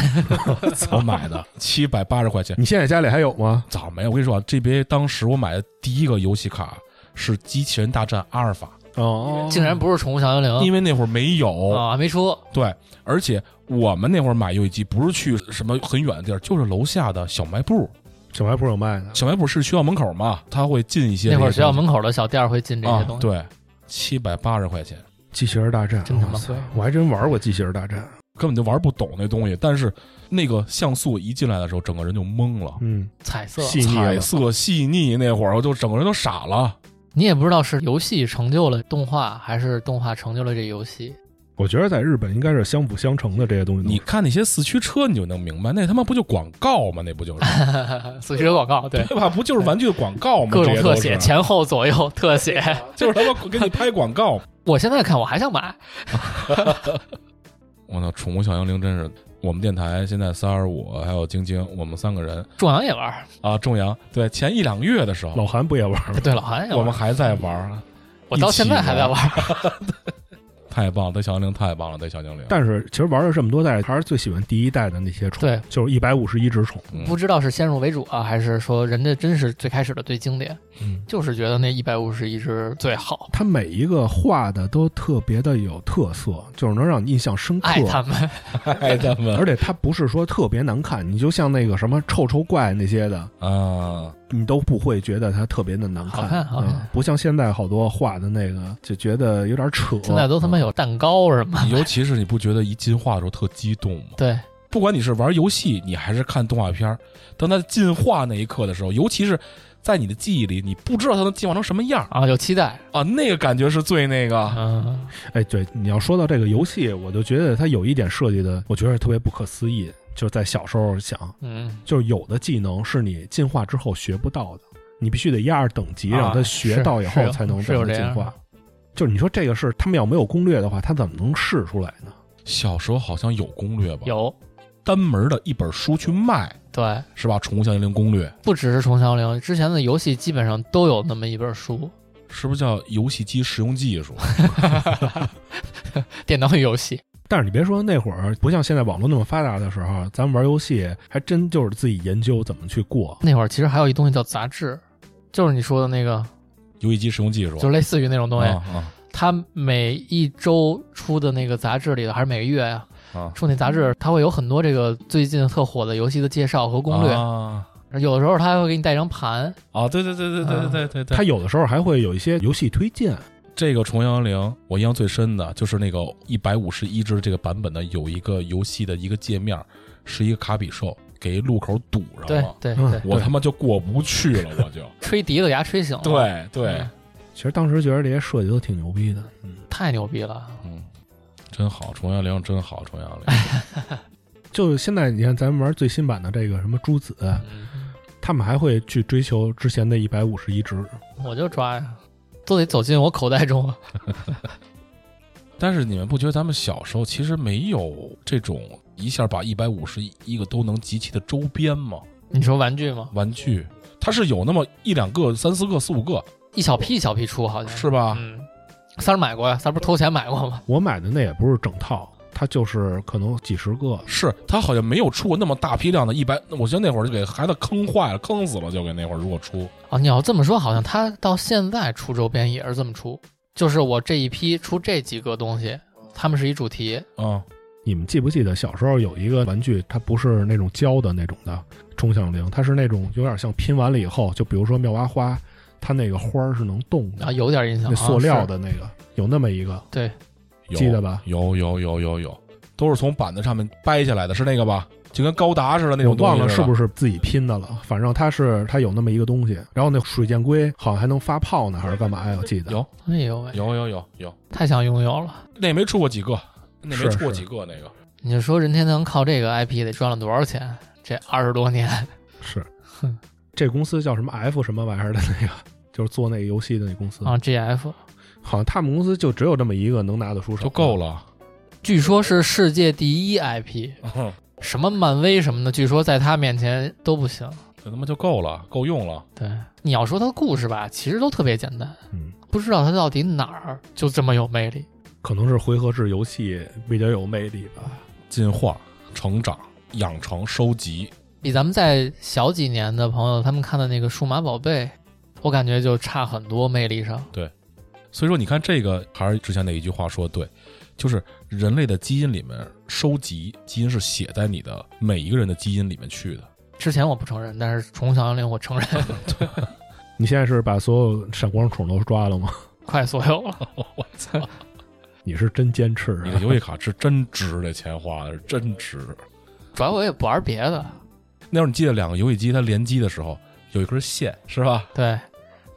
S3: 我买的七百八十块钱，
S2: 你现在家里还有吗？
S3: 早没有。我跟你说啊，GBA 当时我买的第一个游戏卡是《机器人大战阿尔法
S2: 哦，
S1: 竟然不是宠物小精》，灵
S3: 因为那会儿没有。
S1: 啊，还没出，
S3: 对，而且我们那会儿买游戏机不是去什么很远的地儿，就是楼下的小卖部。
S2: 小卖部有卖的。
S3: 小卖部是学校门口嘛，他会进一些
S1: 那会儿学校
S3: 口
S1: 门口的小店儿会进这些
S3: 啊
S1: 东，西，
S3: 对，七百八十块钱。
S2: 机器人大战，
S1: 真他妈
S2: 哇塞
S1: 贵
S2: 我还真玩过机器人大战。
S3: 根本就玩不懂那东西，但是那个像素一进来的时候，整个人就懵了，
S2: 嗯，
S1: 彩色，
S2: 细腻
S3: 彩
S2: 了。嗯
S3: 色细腻那会儿，我就整个人都傻了。
S1: 你也不知道是游戏成就了动画，还是动画成就了这游戏。
S2: 我觉得在日本应该是相辅相成的这些东西。
S3: 你看那些四驱车，你就能明白，那他妈不就广告吗？那不就是呃
S1: 四驱车广告，对，
S3: 对吧？不就是玩具的广告
S1: [laughs]
S3: 吗？
S1: 哎各种
S3: 这些
S1: 特
S3: 都是
S1: 写，前后左右特写。
S3: [laughs] 就是他妈给你拍广告。
S1: 我现在看我还想买，
S3: [laughs] 我操，宠物小精灵真是我们电台现在三儿我还有晶晶，我们三个人
S1: 壮阳也玩，
S3: 啊，仲阳对前一两个月的时候，
S2: 老韩不也玩
S1: [laughs]
S2: 吗？
S1: 对老韩也
S3: 嗯我
S1: 玩
S3: 们，还在玩，
S1: 我到现在还在
S3: 一 [laughs]
S1: 玩。
S3: 太棒了，对小精灵太棒了，对小精灵。
S2: 但是其实玩了这么多代，还是最喜欢第一代的那些宠，
S1: 对，
S2: 就是一百五十一只宠。
S3: 嗯
S1: 不知道是先入为主啊，还是说人家真是最开始的最经典，
S3: 嗯
S1: 就是觉得那一百五十一只最好，
S2: 它每一个画的都特别的有特色，就是能让你印象深刻。
S1: 爱他们。
S3: 爱他们
S2: 而且它不是说特别难看，你就像那个什么臭臭怪那些的，
S3: 啊，
S2: 你都不会觉得它特别的难看，
S1: 好看好看
S2: 嗯不像现在好多画的那个就觉得有点扯。
S1: 现在都他妈有蛋糕什么，
S3: 尤其是你不觉得一进化的时候特激动吗？
S1: 对，
S3: 不管你是玩游戏，你还是看动画片儿，当它进化那一刻的时候，尤其是在你的记忆里，你不知道它能进化成什么样儿
S1: 啊，有期待，
S3: 啊，那个感觉是最那个。
S1: 嗯，
S2: 哎，对，你要说到这个游戏，我就觉得它有一点设计的，我觉得特别不可思议。就是在小时候想，
S1: 嗯，
S2: 就是有的技能是你进化之后学不到的，你必须得压着等级，
S1: 啊
S2: 让它学到以
S1: 是是
S2: 后
S1: 有
S2: 才能
S1: 是有
S2: 让它
S1: 这
S2: 进
S1: 样
S2: 化。就是你说这个事儿，他们要没有攻略的话，他怎么能试出来呢？
S3: 小时候好像有攻略吧？
S1: 有，
S3: 单门的一本书去卖，
S1: 对，
S3: 是吧？《宠物小精灵攻略》
S1: 不只是《虫小灵》，之前的游戏基本上都有那么一本书，
S3: 是不是叫《游戏机实用技术》 [laughs]
S1: 电脑与游戏，
S2: 但是你别说那会儿不像现在网络那么发达的时候，啊咱们玩游戏还真就是自己研究怎么去过。
S1: 那会儿其实还有一东西叫杂志，就是你说的那个，
S3: 游戏机实用技术
S1: 就？类似于那种东西。
S3: 啊啊
S1: 它每一周出的那个杂志里头，还是每个月呀、
S3: 啊
S1: 出那杂志，它会有很多这个最近特火的游戏的介绍和攻略。
S3: 啊！
S1: 有的时候它还会给你带一张盘，
S3: 啊，对对对对对对对
S1: 啊
S3: 对
S2: 他有的时候还会有一些游戏推荐，
S3: 这个《重阳灵》，我印象最深的就是那个一百五十一只这个版本的有一个游戏的一个界面，是一个卡比兽给路口堵上
S1: 对
S3: 了， [laughs]
S1: 对
S2: 嗯
S1: 对，
S3: 我他妈就过不去了，
S1: [laughs]
S3: 我就
S1: 吹笛子给它吹醒了，
S3: 对对
S1: 嗯，，
S2: 其实当时觉得这些设计都挺牛逼的。嗯，
S1: 太牛逼了。
S3: 嗯，真好，《重阳灵》真好，《重阳灵》
S2: 就现在你看咱们玩最新版的这个什么朱子，
S1: 嗯
S2: 他们还会去追求之前的一百五十一只。
S1: 啊我就抓呀，都得走进我口袋中。
S3: 但是你们不觉得咱们小时候其实没有这种一下把一百五十一个都能集齐的周边吗？
S1: 你说玩具吗？
S3: 玩具，它是有那么一两个、三四个、四五个，
S1: 一小批一小批出，好像
S3: 是吧？
S1: 嗯，三儿买过呀，三儿不是偷钱买过吗？
S2: 我买的那也不是整套，它就是可能几十个。
S3: 是，它好像没有出过那么大批量的，一百，我觉得那会儿就给孩子坑坏了，坑死了，就给那会儿如果出，
S1: 哦，你要这么说，好像他到现在出周边也是这么出，就是我这一批出这几个东西，他们是一主题，
S3: 啊、
S2: 你们记不记得小时候有一个玩具，它不是那种胶的那种的冲向铃，它是那种有点像拼完了以后，就比如说妙蛙花，它那个花儿是能动的，
S1: 啊，有点印象。
S2: 那塑料
S1: 的
S2: 的那个、有那么一个，
S3: 有
S2: 记得吧？
S3: 有有有有有，都是从板子上面掰下来的，是那个吧？就跟高达似的那
S2: 我
S3: 种东西
S2: 忘了是
S3: 是？
S2: 不是自己拼的了，反正它是它有那么一个东西，然后那水箭龟好像还能发泡呢，还是干嘛呀？我记得
S3: 有
S1: 哎呦喂，
S3: 有有有有，
S1: 太想拥有了。
S3: 那没出过几个，那没
S2: 是
S3: 出过
S2: 是
S3: 几个那个。
S1: 你就说任天堂靠这个 IP 得赚了多少钱？这二十多年，
S2: 是
S1: 哼，
S2: 这公司叫什么 F 什么玩意儿的那个，就是做那个游戏的那公司，
S1: 啊，GF，
S2: 好像他们公司就只有这么一个能拿得出手，
S3: 就够
S2: 了。
S3: 了。
S1: 据说是世界第一 IP，
S3: 哼
S1: 什么漫威什么的，据说在他面前都不行。
S3: 这他妈就够了，够用了。
S1: 对，你要说它的故事吧，其实都特别简单，
S2: 嗯，
S1: 不知道它到底哪儿就这么有魅力。
S2: 可能是回合制游戏比较有魅力吧。
S3: 进化、成长、养成、收集，
S1: 比咱们在小几年的朋友，他们看的那个数码宝贝，我感觉就差很多魅力上。
S3: 所以说你看这个还是之前那一句话说的对，就是人类的基因里面收集基因是写在你的每一个人的基因里面去的。
S1: 之前我不承认，但是《宠物小精灵》我承
S3: [laughs]
S1: 认，
S2: 你现在是把所有闪光虫都抓了吗？
S1: 快所有了。
S3: 我操，
S2: 你是真坚持
S3: 你的
S2: 啊！
S3: 游戏卡是真值，这钱花的是真值。
S1: 主要我也不玩别的，
S3: 那会儿你记得两个游戏机它联机的时候有一根线是吧？
S1: 对，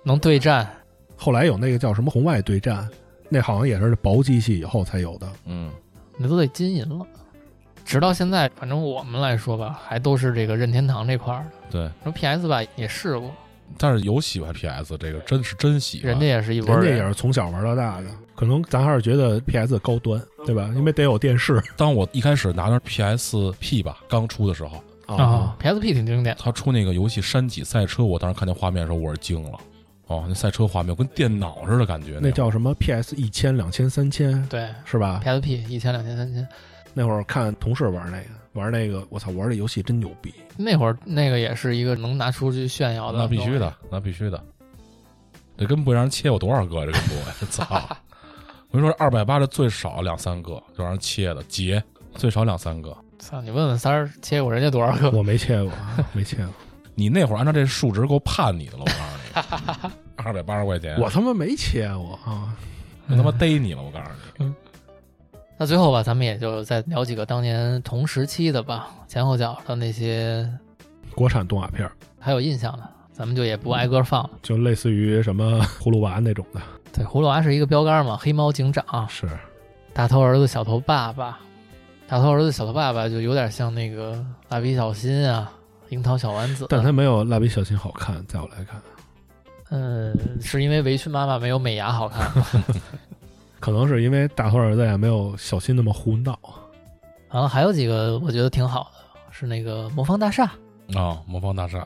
S1: 能对战，
S2: 后来有那个叫什么红外对战，那好像也是薄机器以后才有的。
S3: 嗯，
S1: 你都得金银了。直到现在，反正我们来说吧，还都是这个任天堂这块儿的。
S3: 对。
S1: 什么 PS 吧也试过，
S3: 但是有喜欢 PS 这个，真是真喜欢。
S1: 人家也是一波
S2: 人家也
S1: 人。
S2: 是从小玩到大的，可能咱还是觉得 PS 高端，对吧？因为得有电视
S3: 当我一开始拿着 PSP 吧刚出的时候，
S1: 啊、PSP 挺经典的，
S3: 他出那个游戏《山脊赛车》，我当时看见画面的时候，我是惊了。哦，那赛车画面跟电脑似的感觉，
S2: 那
S3: 那
S2: 叫什么 PS 一千、两千、三千，
S1: 对
S2: 是吧？
S1: PSP 一千、两千、三千，
S2: 那会儿看同事玩那个，玩那个，我操，玩这游戏真牛逼！
S1: 那会儿那个也是一个能拿出去炫耀的。
S3: 那必须的，那必须的。这根本让人切我多少个？这根本， [laughs] 操！我跟你说，二百八的最少两三个就让人切的，截最少两三个。
S1: 操，你问问三儿切过人家多少个？
S3: [laughs]
S2: 我没切过，没切
S1: [laughs]
S2: 过，
S3: 你那会儿按照这数值够判你的了，我告诉 [laughs] 你，二百八十块钱，
S2: 我他妈没切过啊！
S3: 我他妈逮你了，我告诉你。
S1: 嗯那最后吧，咱们也就再聊几个当年同时期的吧，前后脚的那些
S2: 国产动画片儿
S1: 还有印象的，咱们就也不挨个放了。
S2: 就类似于什么葫芦娃那种的，
S1: 对，葫芦娃是一个标杆嘛，黑猫警长、
S2: 是
S1: 大头儿子、小头爸爸，大头儿子、小头爸爸就有点像那个蜡笔小新啊，樱桃小丸子。
S2: 但它没有蜡笔小新好看，在我来看，
S1: 嗯，是因为围裙妈妈没有美伢好看
S2: 可能是因为大头儿子也没有小新那么胡闹。
S1: 啊然后还有几个我觉得挺好的，是那个魔方大厦，
S3: 啊、魔方大 [laughs] 厦，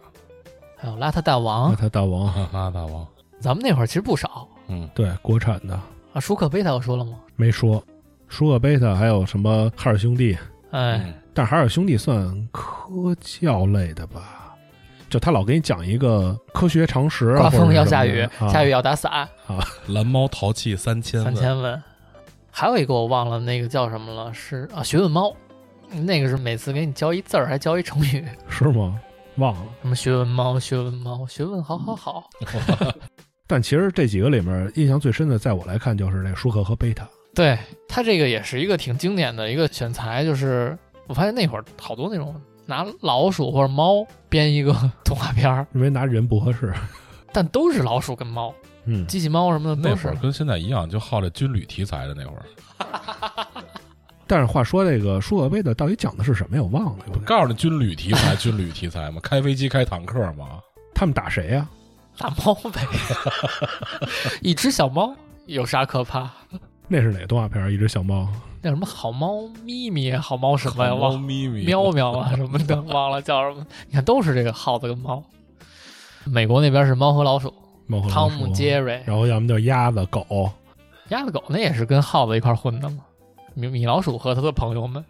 S1: 还有邋遢大
S2: 那
S1: 王。
S3: 嗯
S2: 他大王，
S3: 哈哈，大王，
S1: 咱们那会儿其实不少
S3: 嗯，
S2: 对国产的
S1: 啊。舒克贝塔我说了吗？
S2: 没说，舒克贝塔还有什么海尔兄弟，
S1: 哎，
S3: 嗯
S2: 但海尔兄弟算科教类的吧？就他老给你讲一个科学常识啊，
S1: 刮
S2: 或者
S1: 风
S2: 是
S1: 要
S2: 什么
S1: 下
S2: 的
S1: 雨，
S2: 啊
S1: 下雨要打伞，
S3: 蓝猫淘气三千
S1: 三
S3: 问，
S1: 千问。还有一个我忘了那个叫什么了，是啊学问猫，那个是每次给你教一字儿，还教一成语，
S2: 是吗？忘了。
S1: 什么学问猫、学问猫、学问好好好。
S3: 嗯
S2: 但其实这几个里面，印象最深的，在我来看就是那舒克和贝塔。
S1: 对它这个也是一个挺经典的一个选材，就是我发现那会儿好多那种拿老鼠或者猫编一个 [laughs] 动画片儿，
S2: 因为拿人不合适。
S1: 但都是老鼠跟猫，
S2: 嗯，
S1: 机器猫什么的
S3: [laughs] 那
S1: 都
S3: 会
S1: 是
S3: 儿。跟现在一样，就好这军旅题材的那会儿。
S2: [laughs] 但是话说，这个舒克贝塔到底讲的是什么呀？我忘了。有点
S3: 告诉你，军旅题材，军旅题材嘛，开飞机，开坦克嘛，
S2: 他们打谁呀、
S1: [laughs] 大猫呗，一只小猫有啥可怕？
S2: 那是哪个动画片儿？一只小猫，
S1: 那什么好猫咪咪、好猫什么呀，
S3: 猫
S1: 忘
S3: 咪咪
S1: 喵喵啊什么
S2: [laughs]
S1: 的，忘了叫什么。你看，都是这个耗子跟猫。美国那边是猫和老鼠，
S2: 猫和老
S1: 汤
S2: 鼠
S1: 姆、杰瑞、
S2: 然后要么叫鸭子、狗，
S1: 鸭子、狗，那也是跟耗子一块混的嘛。米米老鼠和他的朋友们，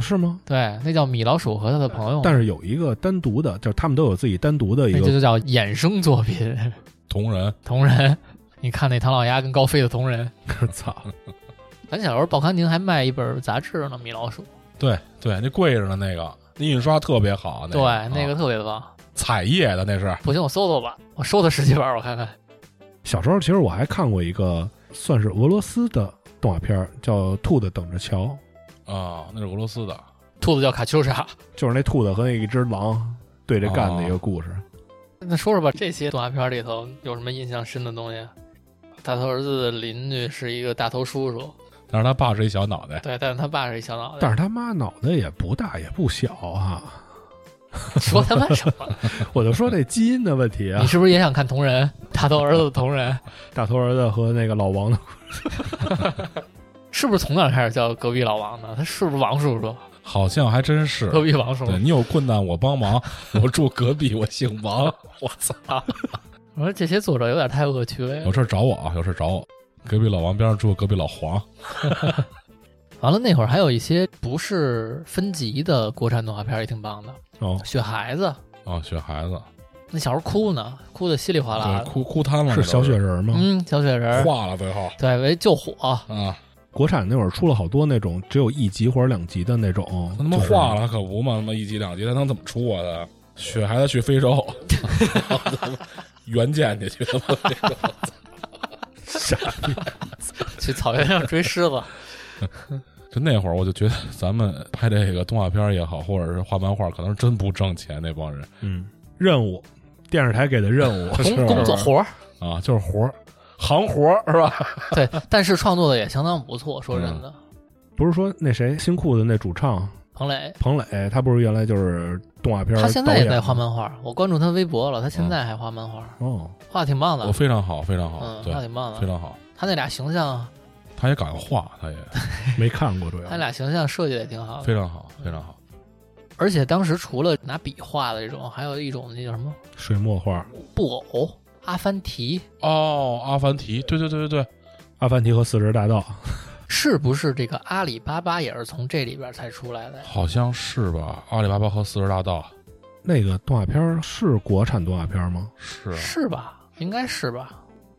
S2: 是吗？
S1: 对，那叫米老鼠和他的朋友们，
S2: 但是有一个单独的，就是他们都有自己单独的一
S1: 哦那
S2: 个
S1: 就叫衍生作品。
S3: [laughs] 同人
S1: 同人，你看那唐老鸭跟高飞的同人，
S2: 操，
S1: 咱小时候报刊亭还卖一本杂志呢，《米老鼠》
S3: 对对，那贵着呢，那个那印刷特别好，那
S1: 对，
S3: 那
S2: 啊
S1: 那个特别棒。
S3: 彩页的那是
S1: 不信我搜搜吧，我收他十几本儿我看看。
S2: 小时候其实我还看过一个算是俄罗斯的动画片儿，叫《兔子等着瞧》，
S3: 啊，那是俄罗斯的，
S1: 兔子叫卡秋莎。
S2: 就是那兔子和那一只狼对着
S1: 哦
S2: 干的一个故事。
S1: 那说说吧，这些动画片里头有什么印象深的东西？啊大头儿子的邻居是一个大头叔叔，
S3: 但是他爸是一小脑袋，
S1: 对，但是他爸是一小脑袋
S2: 但。是他妈脑袋也不大也不小啊，
S1: 说他妈什么？
S3: 嗯
S2: 我就说这基因的问题啊
S1: 你，是不是也想看同人？大头儿子的同人
S2: 大头儿子和那个老王的，
S1: 是不是从哪开始叫隔壁老王的？他是不是王叔叔？
S3: 好像还真是。
S1: 隔壁王叔叔
S3: 对。你有困难我帮忙， [laughs] 我住隔壁，我姓王， [laughs] 我操，
S1: 我说这些作者有点太恶趣味了
S3: 有。事儿找我啊，有事儿找我。隔壁老王边上住隔壁老黄，
S1: 完了那会儿还有一些不是分级的国产动画片也挺棒的，
S2: 哦
S1: 《雪孩子》。
S3: 啊，雪孩子，
S1: 那小时候哭呢，哭的稀里哗啦
S3: 对，
S1: 的。
S3: 哭哭瘫了，
S2: 是
S3: 那都
S2: 小雪人吗？
S1: 嗯，小雪人儿，
S3: 化了最后
S1: 对，为救火，
S3: 啊，
S2: 国产那会儿出了好多那种只有一集或者两集的那种，
S3: 他妈
S2: 就是
S3: 化了，他可不嘛，他妈一集两集，他能怎么出啊？他雪孩子去非洲， [laughs] 援建去去了，
S1: 去草原上追狮子。
S3: 就那会儿，我就觉得咱们拍这个动画片儿也好，或者是画漫画，可能真不挣钱那帮人
S2: 嗯，任务，电视台给的任
S3: [laughs]
S2: 务，
S1: 工工作活儿，
S3: 啊，就是活儿，行活儿是吧？
S1: [laughs] 对，但是创作的也相当不错。说真
S3: 嗯
S1: 的，
S2: 不是说那谁新裤子那主唱
S1: 彭磊
S2: 彭磊，他不是原来就是动画片儿导
S1: 他
S2: 演
S1: 现
S2: 吗，
S1: 在也在画漫画，我关注他微博了，他现在还画漫画，
S2: 哦，
S1: 画得挺棒
S3: 嗯我
S1: 的，
S3: 非常好，非常好，
S1: 嗯，
S3: 对
S1: 画，得挺棒的。
S3: 非常好。
S1: 他那俩形象，
S3: 他也敢画，他也
S2: 没看过主要
S1: 他俩形象设计的也挺好的。
S3: 非常好，非常好。
S1: 而且当时除了拿笔画的这种，还有一种那叫什么
S2: 水墨画，
S1: 布偶阿凡提，
S3: 哦，阿凡提，对对对对对，
S2: 阿凡提和四十大盗，
S1: 是不是这个阿里巴巴也是从这里边才出来的？
S3: 好像是吧？阿里巴巴和四十大盗
S2: 那个动画片儿是国产动画片儿吗？
S3: 是啊
S1: 是吧？应该是吧？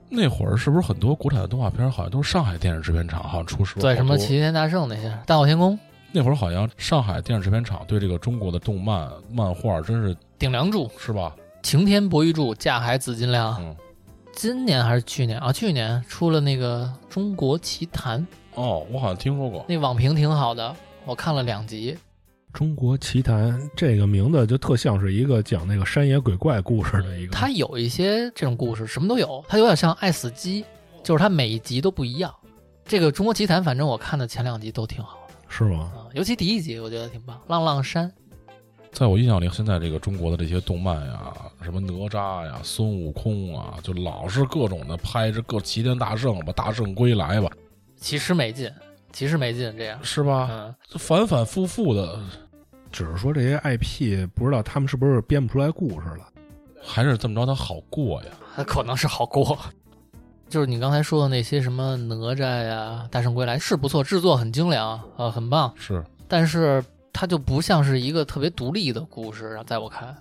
S3: 那会儿是不是很多国产的动画片儿好像都是上海电影制片厂好像出是不是
S1: 对，
S3: 好
S1: 什么
S3: 多
S1: 齐天大圣那些，大闹天宫、
S3: 那会儿好像上海电影制片厂对这个中国的动漫漫画真是
S1: 顶梁柱、
S3: 是吧？
S1: 擎天博玉柱、架海紫金梁。
S3: 嗯
S1: 今年还是去年啊？去年出了那个《中国奇谭》，
S3: 哦，我好像听说过。
S1: 那网评挺好的，我看了两集。
S2: 中国奇谭这个名字就特像是一个讲那个山野鬼怪故事的一
S3: 嗯
S2: 个，
S1: 它有一些这种故事，什么都有。它有点像《爱死机》，就是它每一集都不一样。这个《中国奇谭》，反正我看的前两集都挺好
S2: 是吗？
S1: 啊，尤其第一集我觉得挺棒，《浪浪山》。
S3: 在我印象里，现在这个中国的这些动漫呀，什么哪吒呀、孙悟空啊，就老是各种的拍着各齐天大圣吧、大圣归来吧，
S1: 其实没劲，其实没劲，这样，
S3: 是吧？
S2: 啊
S1: 嗯，
S3: 反反复复的，
S2: 只是说这些 IP 不知道他们是不是编不出来故事了。
S3: 还是这么着，它好过呀。
S1: 它可能是好过。就是你刚才说的那些什么哪吒呀、大圣归来是不错，制作很精良，呃，很棒，
S3: 是
S1: 但是它就不像是一个特别独立的故事，在我看，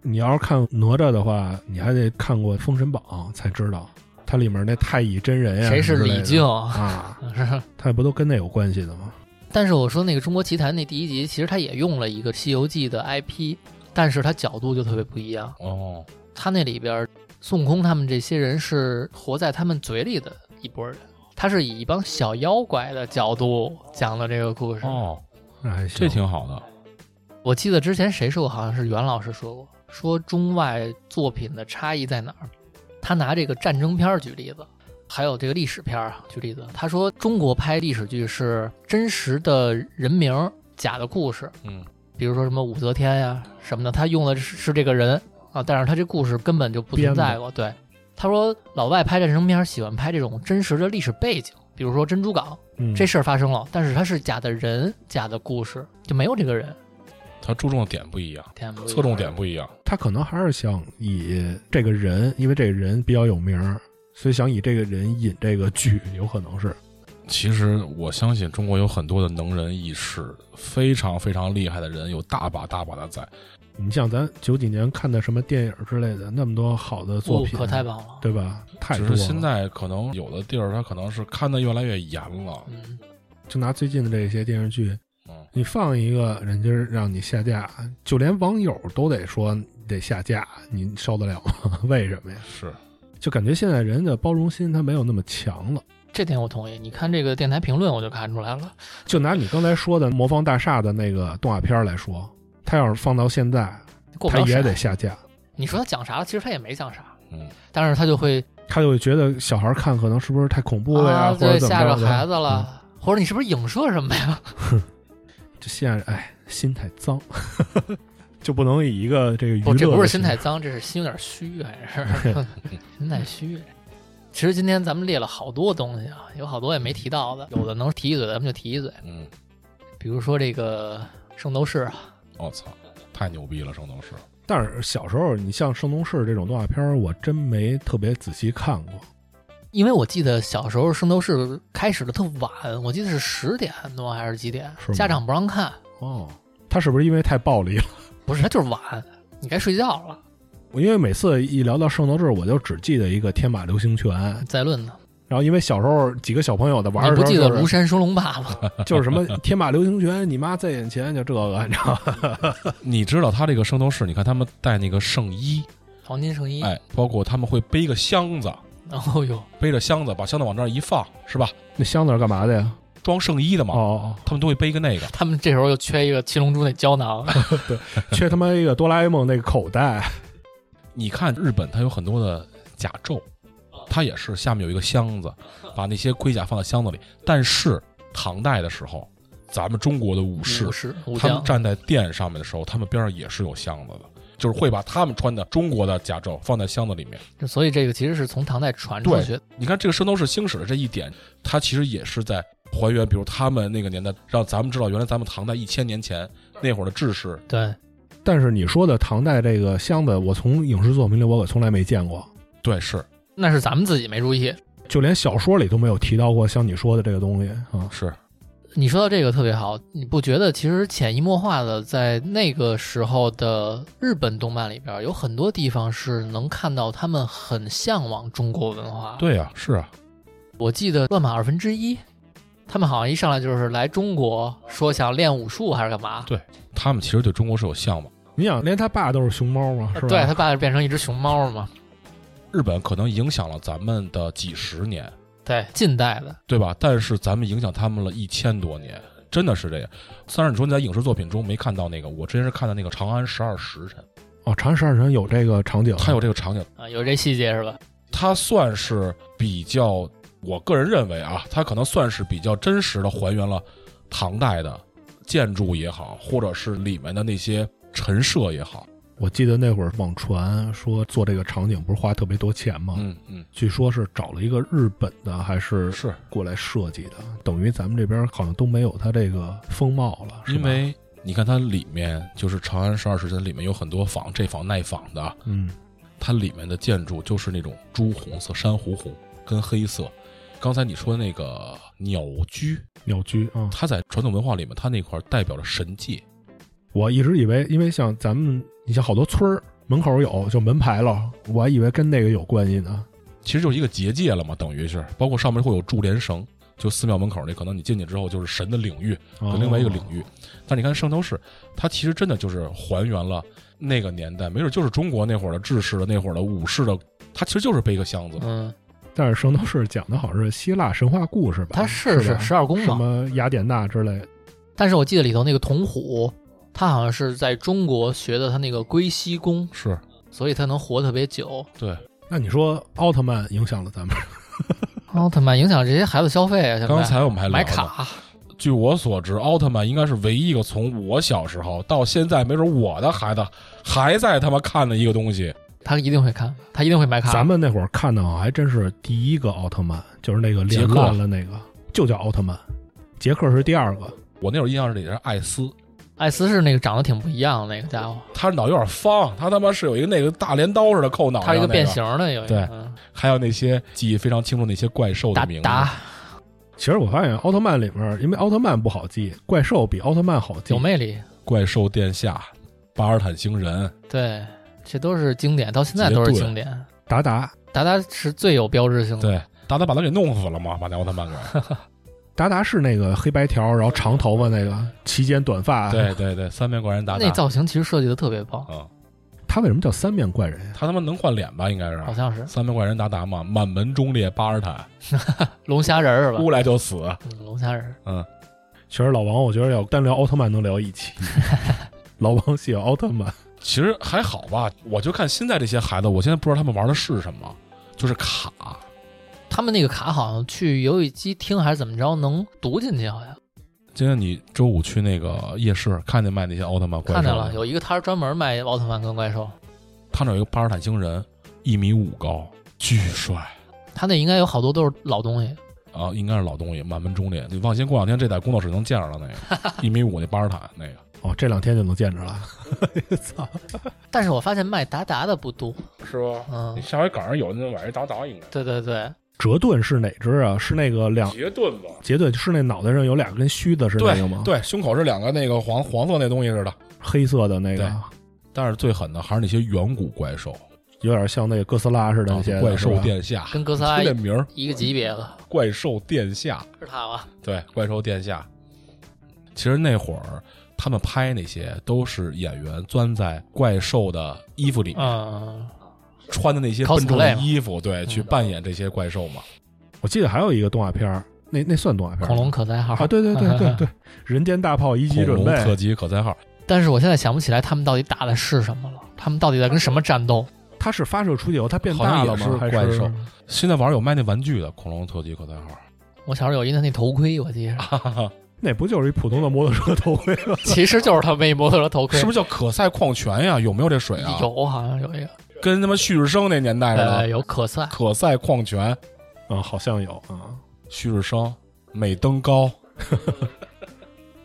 S2: 你要是看哪吒的话，你还得看过《封神榜》才知道，它里面那太乙真人呀，
S1: 谁是
S2: 之类的
S1: 李靖？
S2: 啊？
S1: [laughs] 是
S2: 它不都跟那有关系的吗？
S1: 但是我说那个《中国奇谭》那第一集，其实它也用了一个《西游记》的 IP，但是它角度就特别不一样。
S3: 哦，
S1: 它那里边孙悟空他们这些人是活在他们嘴里的一波人，他是以一帮小妖怪的角度讲的这个故事。
S3: 哦，
S2: 那
S1: 哎
S2: 还行，
S3: 这挺好的。
S1: 我记得之前谁说过，好像是袁老师说过，说中外作品的差异在哪儿？他拿这个战争片儿举例子，还有这个历史片儿啊举例子。他说中国拍历史剧是真实的人名儿，假的故事，
S3: 嗯，
S1: 比如说什么武则天呀、什么的，他用的是是这个人啊，但是他这故事根本就不存在过。对，他说老外拍战争片儿喜欢拍这种真实的历史背景，比如说珍珠港
S2: 嗯，
S1: 这事儿发生了，但是它是假的人、假的故事，就没有这个人。
S3: 他注重的点不一样，
S1: 天不一样
S3: 侧重点不一样。
S2: 他嗯可能还是想以这个人，因为这个人比较有名儿，所以想以这个人引这个剧，有可能是。
S3: 其实我相信中国有很多的能人异士，非常非常厉害的人，有大把大把的在。
S2: 你像咱九几年看的什么电影之类的，那么多好的作
S1: 哦
S2: 品，嗯
S1: 可太棒了。
S2: 对吧？太
S3: 只
S2: 多
S3: 是
S2: 了。
S3: 现在可能有的地儿，他可能是看的越来越严了。
S1: 嗯，
S2: 就拿最近的这些电视剧，
S3: 嗯，
S2: 你放一个，人家让你下架，就连网友都得说你得下架，你受得了吗？ [laughs] 为什么呀？
S3: 是
S2: 就感觉现在人的包容心他没有那么强了。
S1: 这点我同意。你看这个电台评论，我就看出来了。
S2: 就拿你刚才说的《魔方大厦》的那个动画片儿来说，他要是放到现在，
S1: 过不
S2: 他
S1: 了
S2: 也
S1: 审
S2: 得下架，
S1: 你说他讲啥了？其实他也没讲啥，
S3: 嗯，
S1: 但是他就会
S2: 他就会觉得小孩儿看可能是不是太恐怖了呀，
S1: 啊，
S2: 或者
S1: 对，
S2: 怎么
S1: 吓
S2: 着
S1: 着
S2: 的嗯
S1: 孩子了，或者你是不是影射什么呀？
S2: 就现在哎，心太
S1: [laughs]
S2: 脏， [laughs] 就不能以一个这个娱
S1: 不，
S2: 乐，
S1: 这不是心态，脏，这是心有点虚，啊还是心太虚。其实今天咱们列了好多东西啊，有好多也没提到的，有的能提一嘴咱们就提一嘴，
S3: 嗯，
S1: 比如说这个圣斗士啊，
S3: 我、操，太牛逼了，圣斗
S2: [laughs]
S3: 士。
S2: 但是小时候，你像《圣斗士》这种动画片儿，我真没特别仔细看过。
S1: 因为我记得小时候圣斗士开始的特晚，我记得是十点多还是几点
S2: 是，吗
S1: 家长不让看，
S2: 哦，他是不是因为太暴力了？
S1: 不是，他就是晚，你该睡觉了。
S2: 我因为每次一聊到《圣斗士》，我就只记得一个天马流星拳。
S1: 再论呢，
S2: 然后因为小时候几个小朋友的玩
S1: 你
S2: 儿
S1: 不
S2: 的时
S1: 记
S2: 候
S1: 得
S2: 就是、嗯
S1: 庐山升龙霸吗？
S2: 就是什么天马流星拳，你妈在眼前，就这个，你知道吧？
S3: 你知道他这个圣斗士，你看他们带那个圣衣，
S1: 黄金圣衣，
S3: 哎，包括他们会背一个箱子，
S1: 哦呦，
S3: 背着箱子把箱子往那儿一放，是吧？
S2: 那箱子是干嘛的呀？
S3: 装圣衣的嘛，
S2: 哦，
S3: 他们都会背一个那个。
S1: 他们这时候又缺一个七龙珠那胶
S2: [laughs]
S1: 囊，
S2: 缺他妈一个哆啦 A 梦那个口袋。
S3: 你看日本，它有很多的甲胄，
S1: 啊
S3: 它也是下面有一个箱
S1: [laughs]
S3: 子，把那些盔甲放在箱子里。但是唐代的时候，咱们中国的武士
S1: 嗯武，士武
S3: 他们
S1: 将，
S3: 站在殿上面的时候，他们边上也是有箱子的，就是会把他们穿的中国的甲胄放在箱子里面。
S1: 就所以这个其实是从唐代传出
S3: 对
S1: 去的。
S3: 你看这个《圣斗士星矢》的这一点，它其实也是在还原，比如他们那个年代，让咱们知道原来咱们唐代一千年前那会儿的志士。
S1: 对，
S2: 但是你说的唐代这个箱子，我从影视作品里我可从来没见过，
S3: 对，是
S1: 那是咱们自己没注意。
S2: 就连小说里都没有提到过像你说的这个东西啊。
S3: 是，
S1: 你说到这个特别好，你不觉得其实潜移默化的在那个时候的日本动漫里边，有很多地方是能看到他们很向往中国文化。，
S3: 对呀、是啊，
S1: 我记得《乱马二分之一》，他们好像一上来就是来中国说想练武术还是干嘛？
S3: 他们其实对中国是有向往。
S2: 你想，连他爸都是熊猫嘛，是吧？
S1: 对他爸就变成一只熊猫嘛。
S3: 日本可能影响了咱们的几十年，
S1: 对，近代的
S3: 对吧？但是咱们影响他们了一千多年，真的是这样。三儿，你说你在影视作品中没看到那个？我之前是看的那个《长安十二时辰》，
S2: 哦，《长安十二时辰》有这个场景，
S3: 它有这个场景。
S1: 啊，有这细节是吧？
S3: 它算是比较，我个人认为啊，它可能算是比较真实的还原了唐代的建筑也好，或者是里面的那些陈设也好。
S2: 我记得那会儿网传说做这个场景不是花特别多钱吗？
S3: 嗯嗯，
S2: 据说是找了一个日本的，还啊是
S3: 是
S2: 过来设计的，等于咱们这边好像都没有它这个风貌了，是吧
S3: 因为你看它里面就是《长安十二时辰》里面有很多仿这仿那仿的，
S2: 嗯，
S3: 它里面的建筑就是那种朱红色、珊瑚红跟黑色。刚才你说那个鸟居，
S2: 鸟居啊、
S3: 它在传统文化里面，它那块儿代表着神界。
S2: 我一直以为，因为像咱们，你像好多村儿门口有就门牌了，我还以为跟那个有关系呢。
S3: 其实就是一个结界了嘛，等于是，包括上面会有珠帘绳，就寺庙门口那，可能你进去之后就是神的领域，
S2: 哦
S1: 啊
S3: 就另外一个领域。但你看圣斗士，它其实真的就是还原了那个年代，没准就是中国那会儿的志士的那会儿的武士的，它其实就是背一个箱子。
S1: 嗯，
S2: 哦但是圣斗士讲的好像是希腊神话故事吧？
S1: 他是
S2: 嗯是吧
S1: 十二宫嘛
S2: 什，么雅典娜之类的。
S1: 但是我记得里头那个童虎，他好像是在中国学的他那个归西功，
S3: 是
S1: 所以他能活特别久。
S3: 对，
S2: 那你说奥特曼影响了咱们？
S1: 奥特哦曼影响这些孩子消费啊！现在
S3: 刚才我们还聊
S1: 买
S3: 呢
S1: 卡，
S3: 据我所知，奥特曼应该是唯一一个从我小时候到现在，没准我的孩子还在他妈看的一个东西，
S1: 他一定会看，他一定会买卡。
S2: 咱们那会儿看的啊，还真是第一个奥特曼，就是那个连烂了那个，就叫奥特曼。杰克是第二个，
S3: 我那会儿印象里是艾斯，
S1: 艾斯是那个长得挺不一样的那个家伙，
S3: 他脑有点方，他他妈是有一个那个大镰刀似的扣脑袋，
S1: 他一个变，形的有一
S3: 对
S1: 个嗯
S3: 还有那些记忆非常清楚那些怪兽的
S1: 达
S3: 名字，
S1: 达
S2: 其实我发现奥特曼里面，因为奥特曼不好记，怪兽比奥特曼好记
S1: 有。魅力，
S3: 怪兽殿下、巴尔坦星人，
S1: 对，这都是经典，到现在都是
S3: 杰顿
S1: 经典。
S2: 达达
S1: 达达是最有标志性的，
S3: 对，达达把他给弄死了嘛，把那奥特曼
S1: 啊
S3: 给，
S2: 达达是那个黑白条，然后长头发那个，齐肩短发。
S3: 对，对对，三面怪人达
S1: 那
S3: 达，
S1: 造型其实设计的特别棒，
S3: 嗯，
S2: 他为什么叫三面怪人呀？
S3: 他他妈能换脸吧？应该是
S1: 好像是
S3: 三面怪人达达嘛，满门忠烈巴尔坦，
S1: 龙虾人儿是吧
S3: 出？来就死，
S1: 嗯龙虾人儿，
S2: 其实老王，我觉得要单聊奥特曼能聊一 [laughs] 期。老王喜欢奥特曼，
S3: 其实还好吧，我就看现在这些孩子，我现在不知道他们玩的是什么，就是卡，
S1: 他们那个卡好像去游戏机厅还是怎么着，能读进去，好像
S3: 今天你周五去那个夜市，看见卖那些奥特曼怪兽
S1: 看见了，有一个摊儿专门卖奥特曼跟怪兽，
S3: 他那有一个巴尔坦星人，一米五高，巨帅
S1: 他那应该有好多都是老东西，
S3: 啊，应该是老东西，满门忠烈。你放心，过两天这在工作室能见着了那
S1: [laughs]
S3: 个一米五那巴尔坦那个。
S2: 哦，这两天就能见着了。操！
S1: 但是我发现卖达达的不多，
S3: 是吧？
S1: 嗯，
S3: 下回赶上有那玩意儿打打应该
S1: 对对对，
S2: 折盾是哪只啊？是那个两
S3: 杰顿吧？
S2: 杰顿是那脑袋上有俩跟须子似的那个吗？，
S3: 对，胸口是两个那个黄黄色那东西似的。
S2: 黑色的那个
S3: 对，但是最狠的还是那些远古怪兽，啊
S2: 有点像那个哥斯拉似的那些
S3: 怪兽
S2: 店。
S3: 殿下，
S1: 跟哥斯拉
S3: 听这名儿，
S1: 一个级别的，
S3: 怪兽殿下，
S1: 是他吧？
S3: 对，怪兽殿下。其实那会儿他们拍那些都是演员钻在怪兽的衣服
S2: 啊
S3: 里面，
S1: 嗯，
S3: 穿的那些笨重
S1: cosplay
S3: 的
S1: 嘛
S3: 衣服，
S2: 嗯
S3: 对，去扮演这些怪兽嘛。
S2: 我记得还有一个动画片儿，那那算动画片儿吗
S1: 恐龙可赛号
S2: 啊？对对对
S3: [laughs]
S2: 对对，人间大炮一级
S3: 恐
S2: 准
S3: 龙
S2: 备。
S3: 特级可赛号，
S1: 但是我现在想不起来他们到底打的是什么了，他们到底在跟什么战斗？
S2: 它是发射出去以后，它变
S3: 好
S2: 大
S3: 像
S2: 了
S3: 也
S2: 吗？
S3: 是
S2: 还
S3: 怪
S2: 是
S3: 兽现在网上有卖那玩具的恐龙特级可赛号。
S1: 我小时候有一个那头盔，我记
S3: 啊
S1: 着，
S2: [laughs] 那不就是一普通的摩托车头盔
S3: [laughs]
S2: 吗？
S1: 其实就是他们一摩托车头盔，
S3: 是不是叫可赛矿泉呀？有没有这水啊？，
S1: 有好像有一个，
S3: 跟他妈旭日升那年代似
S1: 呃，
S2: 哎
S3: 的。
S1: 有可赛，
S3: 可赛矿泉、
S2: 啊，好像有啊。
S3: 旭日升、美登高，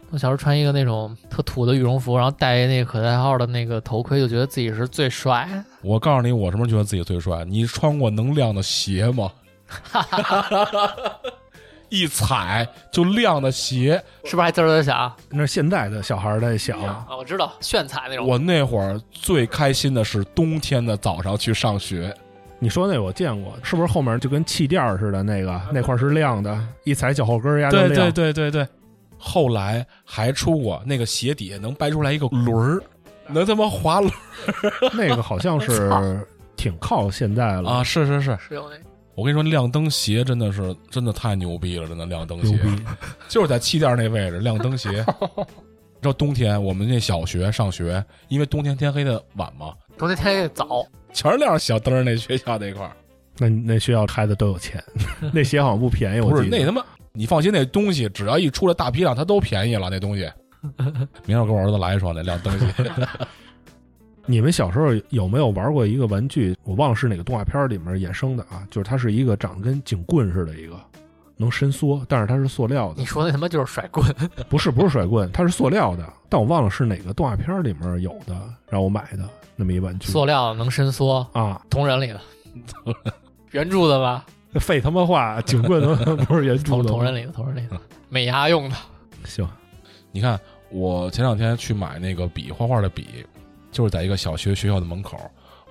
S1: 我小时候穿一个那种特土的羽绒服，然后戴一那个可赛号的那个头盔，就觉得自己是最帅。
S3: 我告诉你，我什么时候觉得自己最帅？你穿过能亮的鞋吗？ [laughs] 一踩就亮的鞋，
S1: 是不是还滋儿滋儿响
S2: 那是现在的小孩儿在想，
S3: 哎
S1: 啊？我知道，炫彩那种。
S3: 我那会儿最开心的是冬天的早上去上学，
S2: 你说那我见过，是不是后面就跟气垫儿似的那
S3: [laughs]
S2: 个那块儿是亮的，一踩脚后跟儿呀就
S3: 对
S2: 亮。
S3: 对对对对，后来还出过那个鞋底下能掰出来一个轮儿，能他妈滑轮
S2: 那个好
S3: [laughs]
S2: 像是挺靠现在
S3: 儿
S2: 了
S3: 啊！，是是是，
S1: 是有那个
S3: 我跟你说，亮灯鞋真的是真的太牛逼了，真的亮灯
S2: 牛
S3: 鞋
S2: 逼。
S3: 就是在气垫那位置，亮
S2: [laughs]
S3: 灯鞋。你知道冬天我们那小学上学，因为冬天天黑的晚嘛，
S1: 昨天天也早，
S3: 全是亮小灯儿那学校那块儿，
S2: 那 [laughs] 那学校孩子都有钱， [laughs] 那鞋好像不便宜，
S3: 不
S2: 我记
S3: 是那
S2: 得。
S3: 他妈，你放心，那东西只要一出来大批量，它都便宜了。那东
S2: [laughs]
S3: 西，明天我给我儿子来一双那亮灯鞋。
S2: 你们小时候 [laughs] 有没有玩过一个玩具？我忘了是哪个动画片里面衍生的啊，就是它是一个长得跟警棍似的，一个能伸缩，但是它是塑料的
S1: 你，说那他妈就是甩棍，
S2: 不是不是甩棍，它是塑料的，但我忘了是哪个动画片里面有的，让我买的那么一玩具
S1: 塑料能伸缩，
S2: 啊。
S1: 同人里的， [laughs] 原著的吧？
S2: 废他妈话，警棍他妈不是原著
S1: 同
S2: 的
S1: 同
S2: 吗
S1: 人里的，同人里的，美牙用的。
S2: 行，
S3: 你看，我前两天去买那个笔，画画的笔，就是在一个小学学校的门口，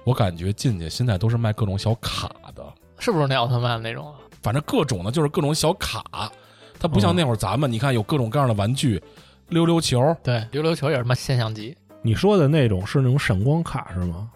S3: 我感觉进去现在都是卖各种小卡的，
S1: 是不是那奥特曼那种啊？
S3: 反正各种的，就是各种小卡，它不像
S1: 嗯
S3: 那会儿咱们，你看有各种各样的玩具，溜溜球，
S1: 对，溜溜球也是他妈现象级，
S2: 你说的那种是那种闪光卡是吗？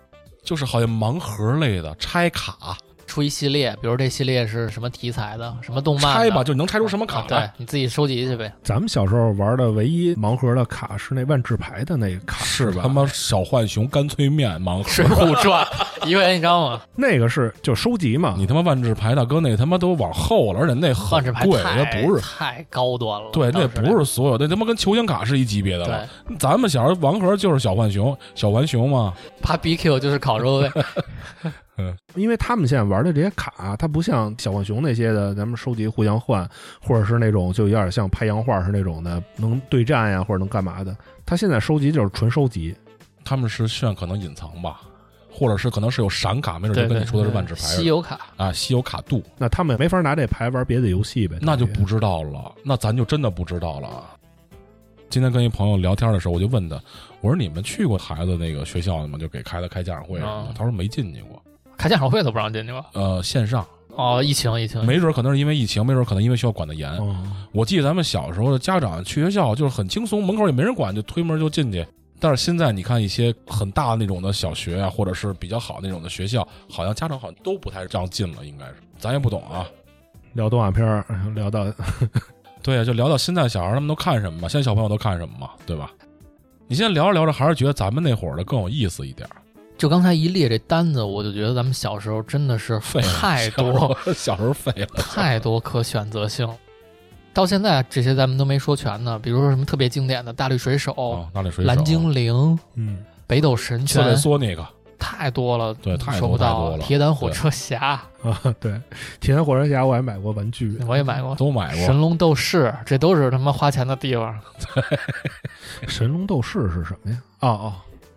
S3: 就是好像盲盒类的拆卡，
S1: 出一系列，比如这系列是什么题材的，什么动漫的，
S3: 拆吧，就能拆出什么卡
S1: 啊对
S3: 来。，
S1: 你自己收集去呗。 [laughs]
S2: 咱们小时候玩的唯一盲盒的卡是那万智牌的那个卡，
S3: 是他妈小浣熊干脆面盲
S1: 水
S3: 盒，
S1: 浒传 [laughs] 一块钱一张嘛，
S2: 那个是就收集嘛。
S3: 你他妈万智牌大哥那他妈都往后了，而且那
S1: 万
S3: 很
S1: 智牌
S3: 贵，
S1: 太
S3: 那不是
S1: 太高端了，
S3: 对，那
S1: 当时
S3: 不是所有，那他妈跟球星卡是一级别的了
S1: 对。，
S3: 咱们小时候盲盒就是小浣熊，小浣熊嘛，
S1: 扒 BQ 就是烤肉
S3: [laughs]
S1: 呗，
S2: 因为他们现在玩的这些卡，啊它不像小浣熊那些的，咱们收集互相换，或者是那种就有点像拍洋画是那种的，能对战呀或者能干嘛的。他现在收集就是纯收集，
S3: 他们是炫可能隐藏吧，或者是可能是有闪卡，没准
S1: 对
S3: 就跟
S1: 对，
S3: 你说的是
S1: 对
S3: 万智牌
S1: 稀有卡，
S3: 啊，稀有卡度，
S2: 那他们没法拿这牌玩别的游戏呗，
S3: 那就
S2: 等于
S3: 不知道了，那咱就真的不知道了。今天跟一朋友聊天的时候，我就问他，我说你们去过孩子那个学校吗？就给孩子开家长会什么
S1: 啊
S3: 的他说没进去过，
S1: 开家长会都不让进去吧？
S3: 呃，线上，
S1: 哦，疫情疫情，
S3: 没准可能是因为疫情，没准可能因为学校管得严。
S2: 嗯
S3: 我记得咱们小时候的家长去学校就是很轻松，门口也没人管，就推门就进去。但是现在你看一些很大的那种的小学啊，或者是比较好那种的学校，好像家长好像都不太让进了，应该是咱也不懂啊。
S2: 聊动画片儿，
S3: [laughs]
S2: 聊到
S3: 对啊呀，就聊到现在小孩他们都看什么嘛，现在小朋友都看什么嘛，对吧？你现在聊着聊着，还是觉得咱们那会儿的更有意思一点儿。
S1: 就刚才一列这单子，我就觉得咱们小时候真的是
S3: 废了
S1: 太
S3: 小时
S1: 多
S3: 候 [laughs] 小时候废了，
S1: 太多可选择性了，到现在这些咱们都没说全呢。比如说什么特别经典的《大力水手》
S3: 啊，那里水手、
S1: 蓝精灵、
S2: 嗯，
S1: 北斗神
S3: 刺猬
S1: 拳，
S3: 索那个，
S1: 太多了，
S3: 对太多
S1: 说不
S3: 太
S1: 到
S3: 多了
S1: 铁胆火车侠，
S2: 啊，对，《铁拳火车侠》我还买过玩具，
S3: [laughs]
S1: 我也买过。
S3: 都买过啊
S1: 神。龙斗士，这都是他妈花钱的地方。
S2: 神龙斗士是什么呀？哦哦，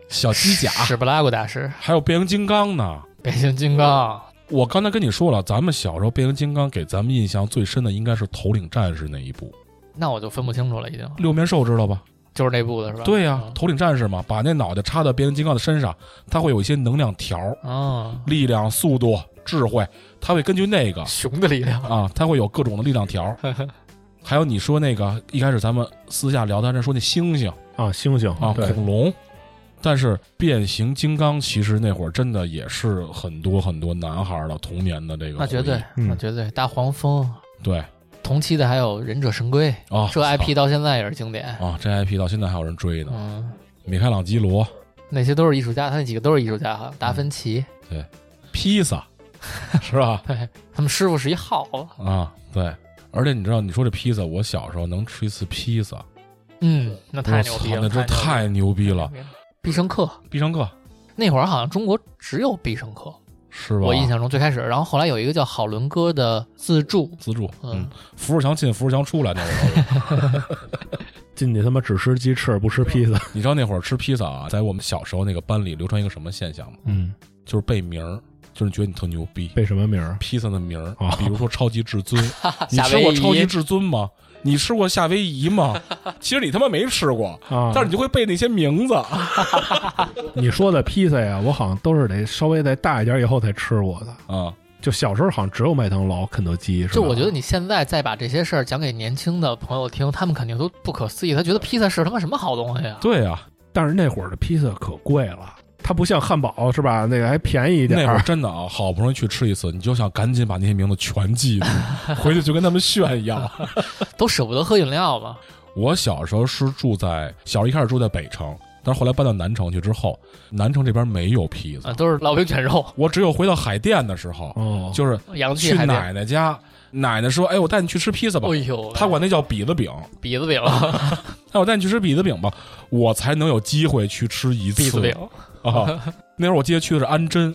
S3: 小机甲，
S1: 史布拉古大师、
S3: 还有变形金刚呢。
S1: 变形金刚，
S3: 我刚才跟你说了，咱们小时候变形金刚给咱们印象最深的应该是《头领战士》那一部，
S1: 那我就分不清楚了，已经
S3: 六面兽知道吧？啊
S1: 就是那部的是吧？
S3: 对呀、
S1: 嗯
S3: 头领战士嘛，把那脑袋插到变形金刚的身上，它会有一些能量条，
S1: 啊，
S3: 力量、速度、智慧，它会根据那 [laughs] 个
S1: 熊的力量，
S3: 啊，它会有各种的力量 [laughs] 条。还有你说那个一开始咱们私下聊的时候说那猩猩
S2: 啊，猩猩
S3: 啊、
S2: 对，
S3: 恐龙，但是变形金刚其实那会儿真的也是很多很多男孩儿的童年的这个
S1: 那绝
S3: 回
S1: 对
S3: 忆，
S2: 嗯
S1: 那绝对。大黄蜂，
S3: 对
S1: 同期的还有忍者神龟，
S3: 啊，
S1: 这
S3: 操
S1: IP 到现在也是经典。
S3: 啊，这 IP 到现在还有人追呢。
S1: 嗯，
S3: 米开朗基罗、
S1: 那些都是艺术家，他那几个都是艺术家哈。达芬奇，
S3: 披萨，是吧？
S1: 对他们师傅是一耗子。
S3: 啊，对。而且你知道，你说这披萨，我小时候能吃一次披萨，
S1: 嗯，那太牛
S3: 我
S1: 逼
S3: 操
S1: 了，
S3: 那真太牛逼了！
S1: 逼了。必胜客
S3: 必胜客
S1: 那会儿好像中国只有必胜客，
S3: 是吧？
S1: 我印象中最开始，然后后来有一个叫好伦哥的自助，
S3: 自助，
S1: 嗯
S3: 嗯，扶着墙进，扶着墙出来那会儿，
S2: 进去他妈只吃鸡翅不吃披萨，
S3: 你知道那会儿吃披萨啊，在我们小时候那个班里流传一个什么现象吗？
S2: 嗯，
S3: 就是背名儿，就是觉得你特牛逼，
S2: 背什么名儿？
S3: 披萨的名儿
S2: 哦，
S3: 比如说超级至尊，你
S1: 夏
S3: 吃
S1: 威
S3: 过超级
S1: 夷，
S3: 至尊吗？你吃过夏威
S1: [laughs]
S3: 夷吗？其实你他妈没吃过，
S2: 啊，
S3: 但是你就会背那些名字。
S2: [laughs] 你说的披萨呀，我好像都是得稍微再大一点以后才吃过的。
S3: 啊，
S2: 就小时候好像只有麦当劳、肯德基，是
S1: 就
S2: 吧
S1: 我觉得你现在再把这些事儿讲给年轻的朋友听，他们肯定都不可思议，他觉得披萨是他妈什么好东西啊？
S3: 对呀，
S2: 但是那会儿的披萨可贵了，它不像汉堡是吧？那个还便宜一
S3: 那
S2: 点
S3: 会儿
S2: 儿。
S3: 真的啊，好不容易去吃一次，你就想赶紧把那些名字全记 [laughs] 住，回去就跟他们炫耀。
S1: 都舍不得喝饮料嘛。
S3: 我小时候是住在小时候一开始住在北城，但是后来搬到南城去之后，南城这边没有披
S1: 啊，
S3: 萨，
S1: 都是烙饼卷肉、
S3: 我只有回到海淀的时候，
S2: 哦，
S3: 就是
S1: 洋气
S3: 去
S1: 海
S3: 奶
S1: 淀。
S3: 奶家，奶奶说：“哎，我带你去吃披萨吧
S1: 哎。呦”，
S3: 她管那叫比子饼，
S1: 鼻子饼，
S3: [laughs] 哎，我带你去吃比子饼吧，我才能有机会去吃一次
S1: 鼻子饼，
S3: 啊。那时候我记得去的是安贞，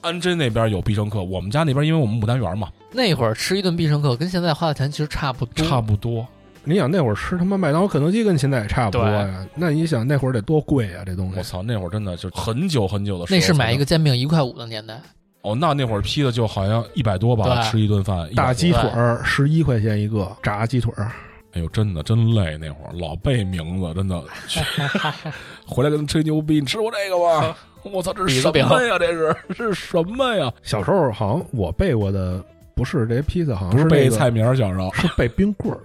S3: 安贞那边有必胜客，我们家那边因为我们牡丹园嘛，
S1: 那会儿吃一顿必胜客跟现在花的钱其实差不多，
S3: 差不多。
S2: 你想那会儿吃他妈麦当劳、肯德基跟现在也差不多呀。那你想那会儿得多贵呀、这东
S3: 我
S2: 西。
S3: 操，那会儿真的就是很久很久的时候
S1: 那是
S3: 才
S1: 买
S3: 能
S1: 一个煎饼一块五的年代，
S3: 哦，那那会儿披的就好像一百多吧，
S1: 对
S3: 吃一顿饭。
S2: 大
S3: 鸡，
S2: 鸡腿儿十一块钱一个，炸鸡腿儿。
S3: 哎呦，真的真累，那会儿老背名字，真的。
S1: [laughs]
S3: 回来跟他们吹牛逼，你吃过这个吗？我操，这是
S1: 比
S3: 什
S1: 子饼
S3: 么呀？这是这是什么呀？
S2: 小时候好像我背过的不是这些披萨，好像
S3: 不是
S2: 那
S3: 背
S2: 个
S3: 菜名儿，小时候
S2: 是背冰棍儿，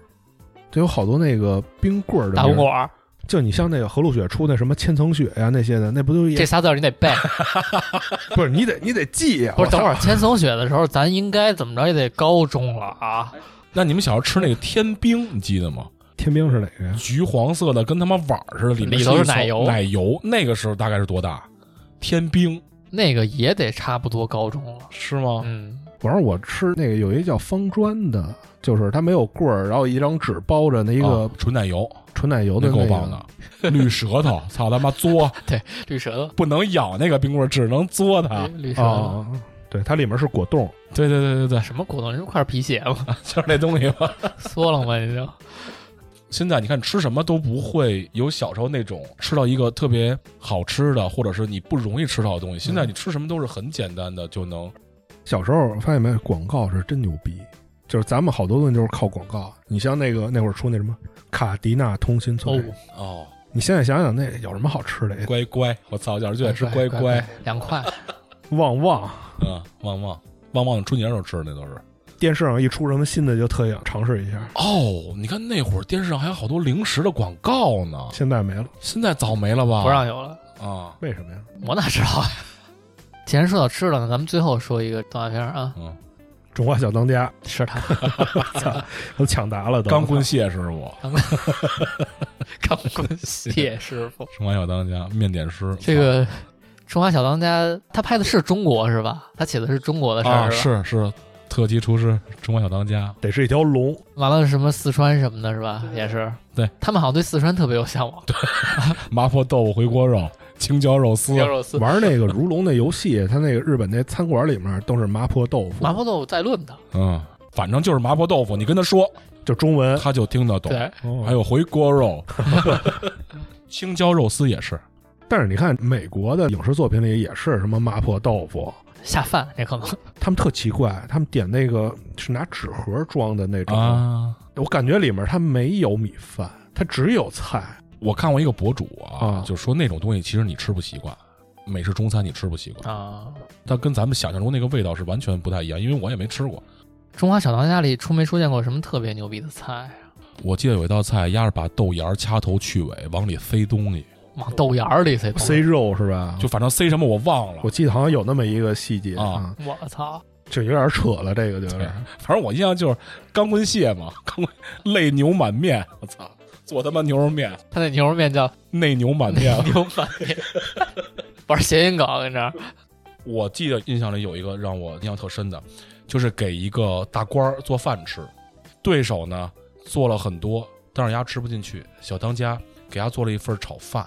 S2: 就有好多那个冰棍儿的
S1: 大
S2: 名
S1: 红
S2: 儿
S1: 果儿
S2: 就你像那个何路雪出那什么千层雪呀、那些的，那不都
S1: 这
S2: 也
S1: 仨字儿你得 [laughs] 背。
S2: 不是你得你得记呀、
S1: 不是，
S2: 我操
S1: 等会儿千层雪的时候，咱应该怎么着也得高中了啊？
S3: 那你们小时候吃那个天冰，你记得吗？
S2: 天兵是哪个呀？
S3: 橘黄色的，跟他妈碗儿似的，里面
S1: 里头
S3: 是
S1: 是
S3: 一层
S1: 奶油
S3: 奶油那个时候大概是多大？天冰
S1: 那个也得差不多高中了。
S3: 是吗？
S1: 嗯，
S2: 反正我吃那个有一叫方砖的，就是它没有棍儿，然后一张纸包着那一个
S3: 啊纯奶油，
S2: 纯奶油的
S3: 那
S2: 那
S3: 够
S2: 个。
S3: 棒的，绿舌头，操他妈作，
S1: 绿舌
S3: 不能咬那个冰棍儿，只能作
S1: 头
S3: 它。，
S1: 绿舌头，
S2: 啊！对，它里面是果冻，
S3: 对对对对 [laughs] 对，
S1: 什么果冻？这不块皮鞋吗？
S3: 就是那东西吧。
S1: 缩楞吧，你 [laughs] 就
S3: 现在你看吃什么都不会有小时候那种吃到一个特别好吃的，或者是你不容易吃到的东西。现在你吃什么都是很简单的就能。
S2: 小时候发现没，广告是真牛逼，就是咱们好多东西就是靠广告。你像那个那会儿出那什么卡迪娜通心脆，
S1: 哦，
S3: 哦，
S2: 你现在想想那有什么好吃的？
S3: 乖乖，我操，小时候就爱吃乖
S1: 乖，啊两块，
S2: 旺旺，
S3: 嗯，旺旺，旺旺春节时候吃的那都是。
S2: 电视上一出什么新的就特想尝试一下，
S3: 哦，你看那会儿电视上还有好多零食的广告呢，
S2: 现在没了，
S3: 现在早没了吧？
S1: 不让有了。
S3: 啊，
S2: 为什么呀？
S1: 我哪知道呀？既然说到吃的呢，咱们最后说一个动画片儿啊，
S3: 嗯，
S2: 中华小当家
S1: 是它
S2: [laughs] 都抢答了都，
S3: 钢棍蟹师傅，
S1: 钢棍蟹师 [laughs] 傅。
S3: 中华小当家，面点师，
S1: 这个《中华小当家》，他拍的是中国是吧？他写的是中国的事儿、
S3: 啊
S1: 是吧？
S3: 是是特级厨师，中华小当家，
S2: 得是一条龙，
S1: 完了什么四川什么的是吧？也是，
S3: 对
S1: 他们好像对四川特别有
S3: [laughs]
S1: 向往。
S3: 麻婆豆腐回锅肉，青椒肉丝，
S1: 牛肉丝、
S2: 玩那个如龙那游戏，他那个日本那餐馆里面都是麻婆豆腐，
S1: 麻婆豆腐再论的，
S3: 嗯，反正就是麻婆豆腐，你跟他说，
S2: 就中文，
S3: 他就听得
S1: 嗯
S3: 懂。
S1: 对，
S2: 哦
S3: 还有回锅肉，
S1: [laughs]
S3: 青椒肉丝也是，
S2: 但是你看美国的影视作品里也是什么麻婆豆腐，
S1: 下饭也
S3: [laughs]
S1: 可能。
S2: 他们特奇怪，他们点那个是拿纸盒装的那种，
S3: 啊。
S2: 我感觉里面它没有米饭，它只有菜。
S3: 我看过一个博主啊
S2: 啊，
S3: 就说那种东西其实你吃不习惯，美式中餐你吃不习惯，
S1: 啊，
S3: 它跟咱们想象中那个味道是完全不太一样。因为我也没吃过，
S1: 《中华小当家》里出没出现过什么特别牛逼的菜啊？
S3: 我记得有一道菜，压着把豆芽儿掐头去尾往里塞东西，
S1: 往豆芽儿里塞东
S2: 塞
S1: 西，
S2: 肉是吧？
S3: 哦就反正塞什么我忘了
S2: 我，记得好像有那么一个细节
S3: 啊，
S1: 我操！
S2: 就有点扯了，这个就
S3: 对
S2: 是。
S3: 反正我印象就是钢棍蟹嘛，钢棍泪牛满面，我操，做他妈牛肉面，
S1: 他那牛肉面叫
S3: 内牛满面。
S1: [laughs] 牛板
S3: [laughs]
S1: 面，玩谐音梗跟这儿
S3: 我记得印象里有一个让我印象特深的，就是给一个大官儿做饭吃，对手呢做了很多，但是丫吃不进去。小当家给丫做了一份炒饭，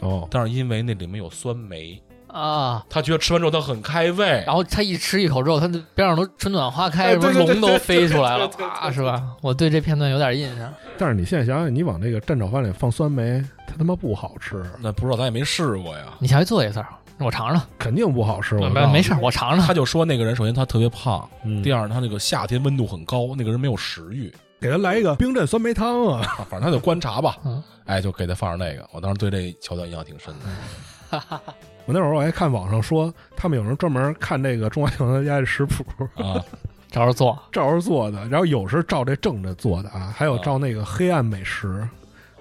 S2: 哦，
S3: 但是因为那里面有酸梅，
S1: 啊。
S3: 他觉得吃完之后他很开胃
S1: 然。后他一吃一口肉，他那边上都春暖花开，
S3: 哎
S1: 什么
S3: 对对对
S1: 龙都
S3: 对
S1: 飞出来了
S3: 对对对对，
S1: 啊，是吧？我对这片段有点印象。
S2: 但是你现在想想，你往那个蘸炒饭里放酸梅，它他妈不好吃，
S3: 那不知道咱也没试过呀。
S1: 你下回做一次，我尝尝。
S2: 肯定不好吃。我
S1: 没没事儿，啊我尝尝。
S3: 他就说那个人首先他特别胖，
S2: 嗯
S3: 第二他那个夏天温度很高，那个人没有食欲，
S2: 给他来一个冰镇酸梅汤啊！
S3: 啊反正他得观察吧。
S1: 嗯
S3: 哎，就给他放上那个。我当时对这桥段印象挺深的。
S2: 我那会儿我还看网上说，他们有人专门看这个《中华小当家》的食谱，
S1: 嗯
S3: 啊，
S1: 照着做。
S2: 照着做的，然后有时照这正着做的啊，还有照那个黑暗美食，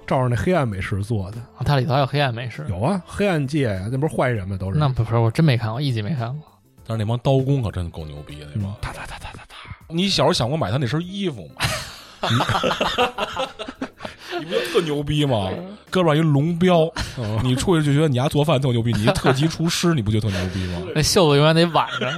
S2: 照着那黑暗美食做的。
S1: 啊它里头还有黑暗美食。
S2: 有啊，黑暗界呀，那不是坏人吗？都是嗯
S1: 那不是我真没看过，一集没看过。
S3: 但是那帮刀工可真够牛逼的，那帮
S2: 嗯，哒哒哒哒哒哒，
S1: 嗯
S3: 你小时候想过买他那身衣服
S1: [laughs]
S3: 吗？你你不就特牛逼吗？
S1: 嗯
S3: 胳膊上一龙标， [laughs] 你出去就觉得你家做饭特牛逼，你一特级厨师，你不就特牛逼吗？
S1: 那袖子永远得挽着。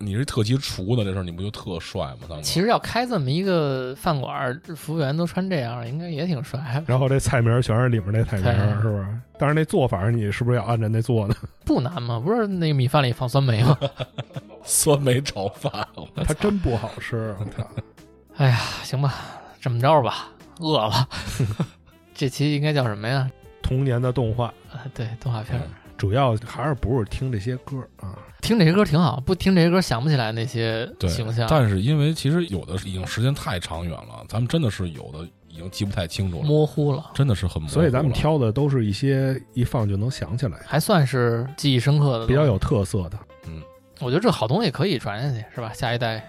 S3: 你是特级厨子这事儿，你不就特帅吗？当时
S1: 其实要开这么一个饭馆儿，服务员都穿这样，应该也挺帅的。
S2: 然后这菜名全是里面那菜
S1: 菜啊
S2: 名，
S1: 名
S2: 是不是？但是那做法你是不是要按照那做呢？
S1: 不难嘛，不是那个米饭里放酸梅吗？ [laughs]
S3: 酸梅炒饭，
S2: 它真不好吃，我
S1: [laughs]
S2: 操！
S1: 哎呀，行吧，这么着吧，饿了。 [laughs] 这期应该叫什么呀？
S2: 童年的动画
S1: 啊，对，动画片儿。
S2: 主要还是不是听这些歌啊？
S1: 听这些歌挺好，不听这些歌想不起来那些
S3: 对
S1: [laughs] 形象。。
S3: 但是因为其实有的已经时间太长远了，咱们真的是有的已经记不太清楚了，
S1: 模糊了，
S3: 真的是嗯很模糊了
S2: 所以咱们挑的都是一些一放就能想起来、
S1: 还算是记忆深刻的东西。
S2: 比较有特色的。
S1: 我觉得这好东西可以传下去，是吧？下一代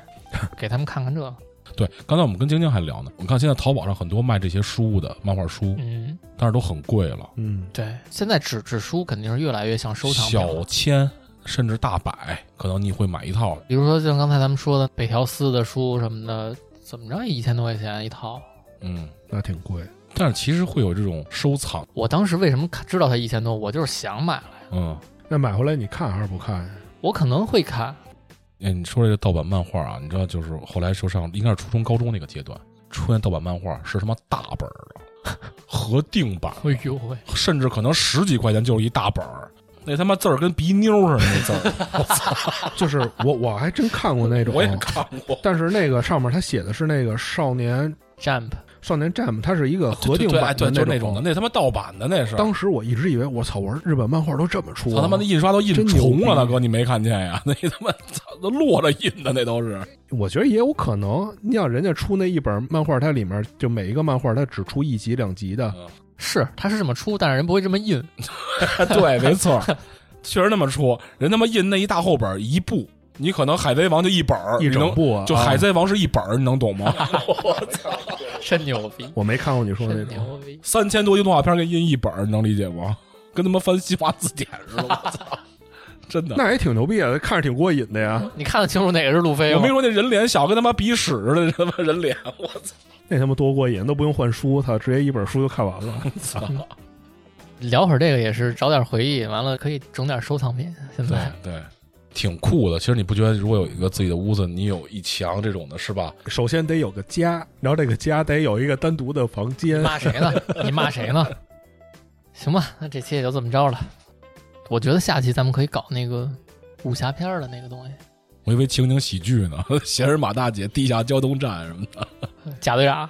S1: 给他们看看这个。
S3: 对，刚才我们跟晶晶还聊呢，我看现在淘宝上很多卖这些书的漫画书，
S1: 嗯，
S3: 但是都很贵了，
S2: 嗯，
S1: 对，现在纸纸书肯定是越来越像收藏品
S3: 小
S1: 了。
S3: 千甚至大百，可能你会买一套。
S1: 比如说，像刚才咱们说的北条司的书什么的，怎么着也一千多块钱一套。
S3: 嗯，
S2: 那挺贵。
S3: 但是其实会有这种收藏，
S1: 我当时为什么看知道它一千多？我就是想买来，
S3: 嗯。
S2: 那买回来你看还是不看
S3: [laughs]
S2: 呀？
S1: 我可能会看。
S3: 哎，你说这个盗版漫画啊，你知道，就是后来说上应该是初中、高中那个阶段，出现盗版漫画是他妈大本儿 [laughs] 的，合订版，
S1: 哎呦喂，
S3: 甚至可能十几块钱就是一大本儿，那他妈字儿跟鼻妞似的，那字
S2: [laughs]
S3: 儿
S2: 就是我我还真看过那种，嗯
S3: 我也看过。
S2: 但是那个上面他写的是那个少年
S1: Jump，
S2: 少年 Jump，它是一个呃合订
S3: 对
S2: 版
S3: 对
S2: 的
S3: 哎对，就是
S2: 那
S3: 那种的，那他妈盗版的那是。
S2: 当时我一直以为我操，我说日本漫画都这么出、
S3: 操
S2: 啊，
S3: 他妈的印刷都印
S2: 真牛
S3: 重
S2: 逼
S3: 了，大哥你没看见呀？ [laughs] 那他妈操都落着印的那都
S2: [laughs]
S3: 是。
S2: 我觉得也有可能。你想人家出那一本漫画，它里面就每一个漫画它只出一集两集的，
S1: 是它是这么出，但是人不会这么印。
S3: 对，没错儿，确实那么出。人他妈印那一大厚本儿一部，你可能海贼王就一本儿，
S2: 一
S3: 嗯你能
S2: 整部啊
S3: 就海贼王是一本儿，你能懂吗？
S2: [laughs]
S1: 真牛逼，
S2: 我没看过你说的那
S1: 真
S2: 种。
S1: 牛逼！
S3: 三千多集动画片给印一本儿，你能理解吗？跟他妈翻西华字典似的，我操！
S2: [laughs]
S3: 真的，
S2: 那也挺牛逼啊，看着挺过瘾的呀。
S1: 你看得清楚哪个是路飞
S3: 我
S1: 吗
S3: 没？说那人脸小，跟他妈鼻屎似的， [laughs] 他妈人脸，我
S2: 那他妈多过瘾，都不用换书，他直接一本书就看完 [laughs] 了。
S3: 操！
S1: 聊会儿这个也是找点回忆，完了可以整点收藏品。现
S3: 对
S1: 在
S3: 对，挺酷的。其实你不觉得，如果有一个自己的屋子，你有一墙这种的，是吧？
S2: 首先得有个家，然后这个家得有一个单独的房间。
S1: 骂谁呢？你骂谁呢？行吧，那这期也就这么着了。我觉得下期咱们可以搞那个武侠片儿的那个东西，
S3: 我以为情景喜剧呢， [laughs] 闲人马大姐、地下交通站什么的。
S1: 贾队长。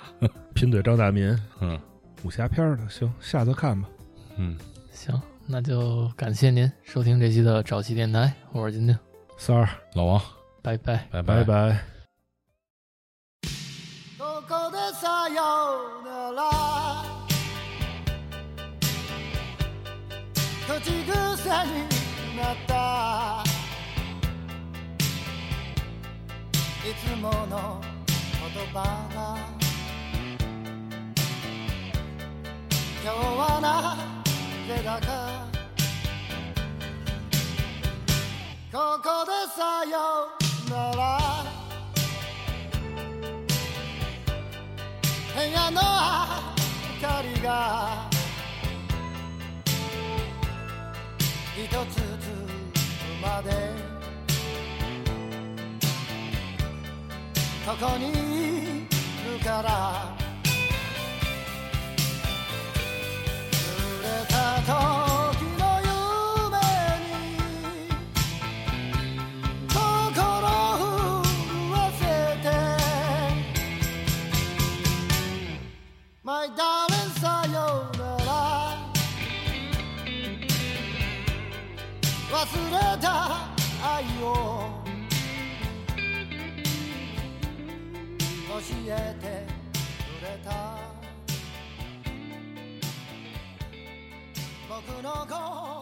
S2: 贫嘴张大民，
S3: 嗯
S2: 武侠片儿的，行，下次看吧。
S3: 嗯。
S1: 行，那就感谢您收听这期的早期电台，我是金靖，
S2: 三儿，
S3: 老王，
S1: 拜拜。
S3: 拜
S2: 拜拜。
S8: どこでさようなら口癖になったいつもの言葉が今日はなぜだかここでさようなら部屋の明かりが一つずつまでここにいるから濡れた時の夢に心震わせて My darling さようなら忘れた愛を教えてくれた僕の子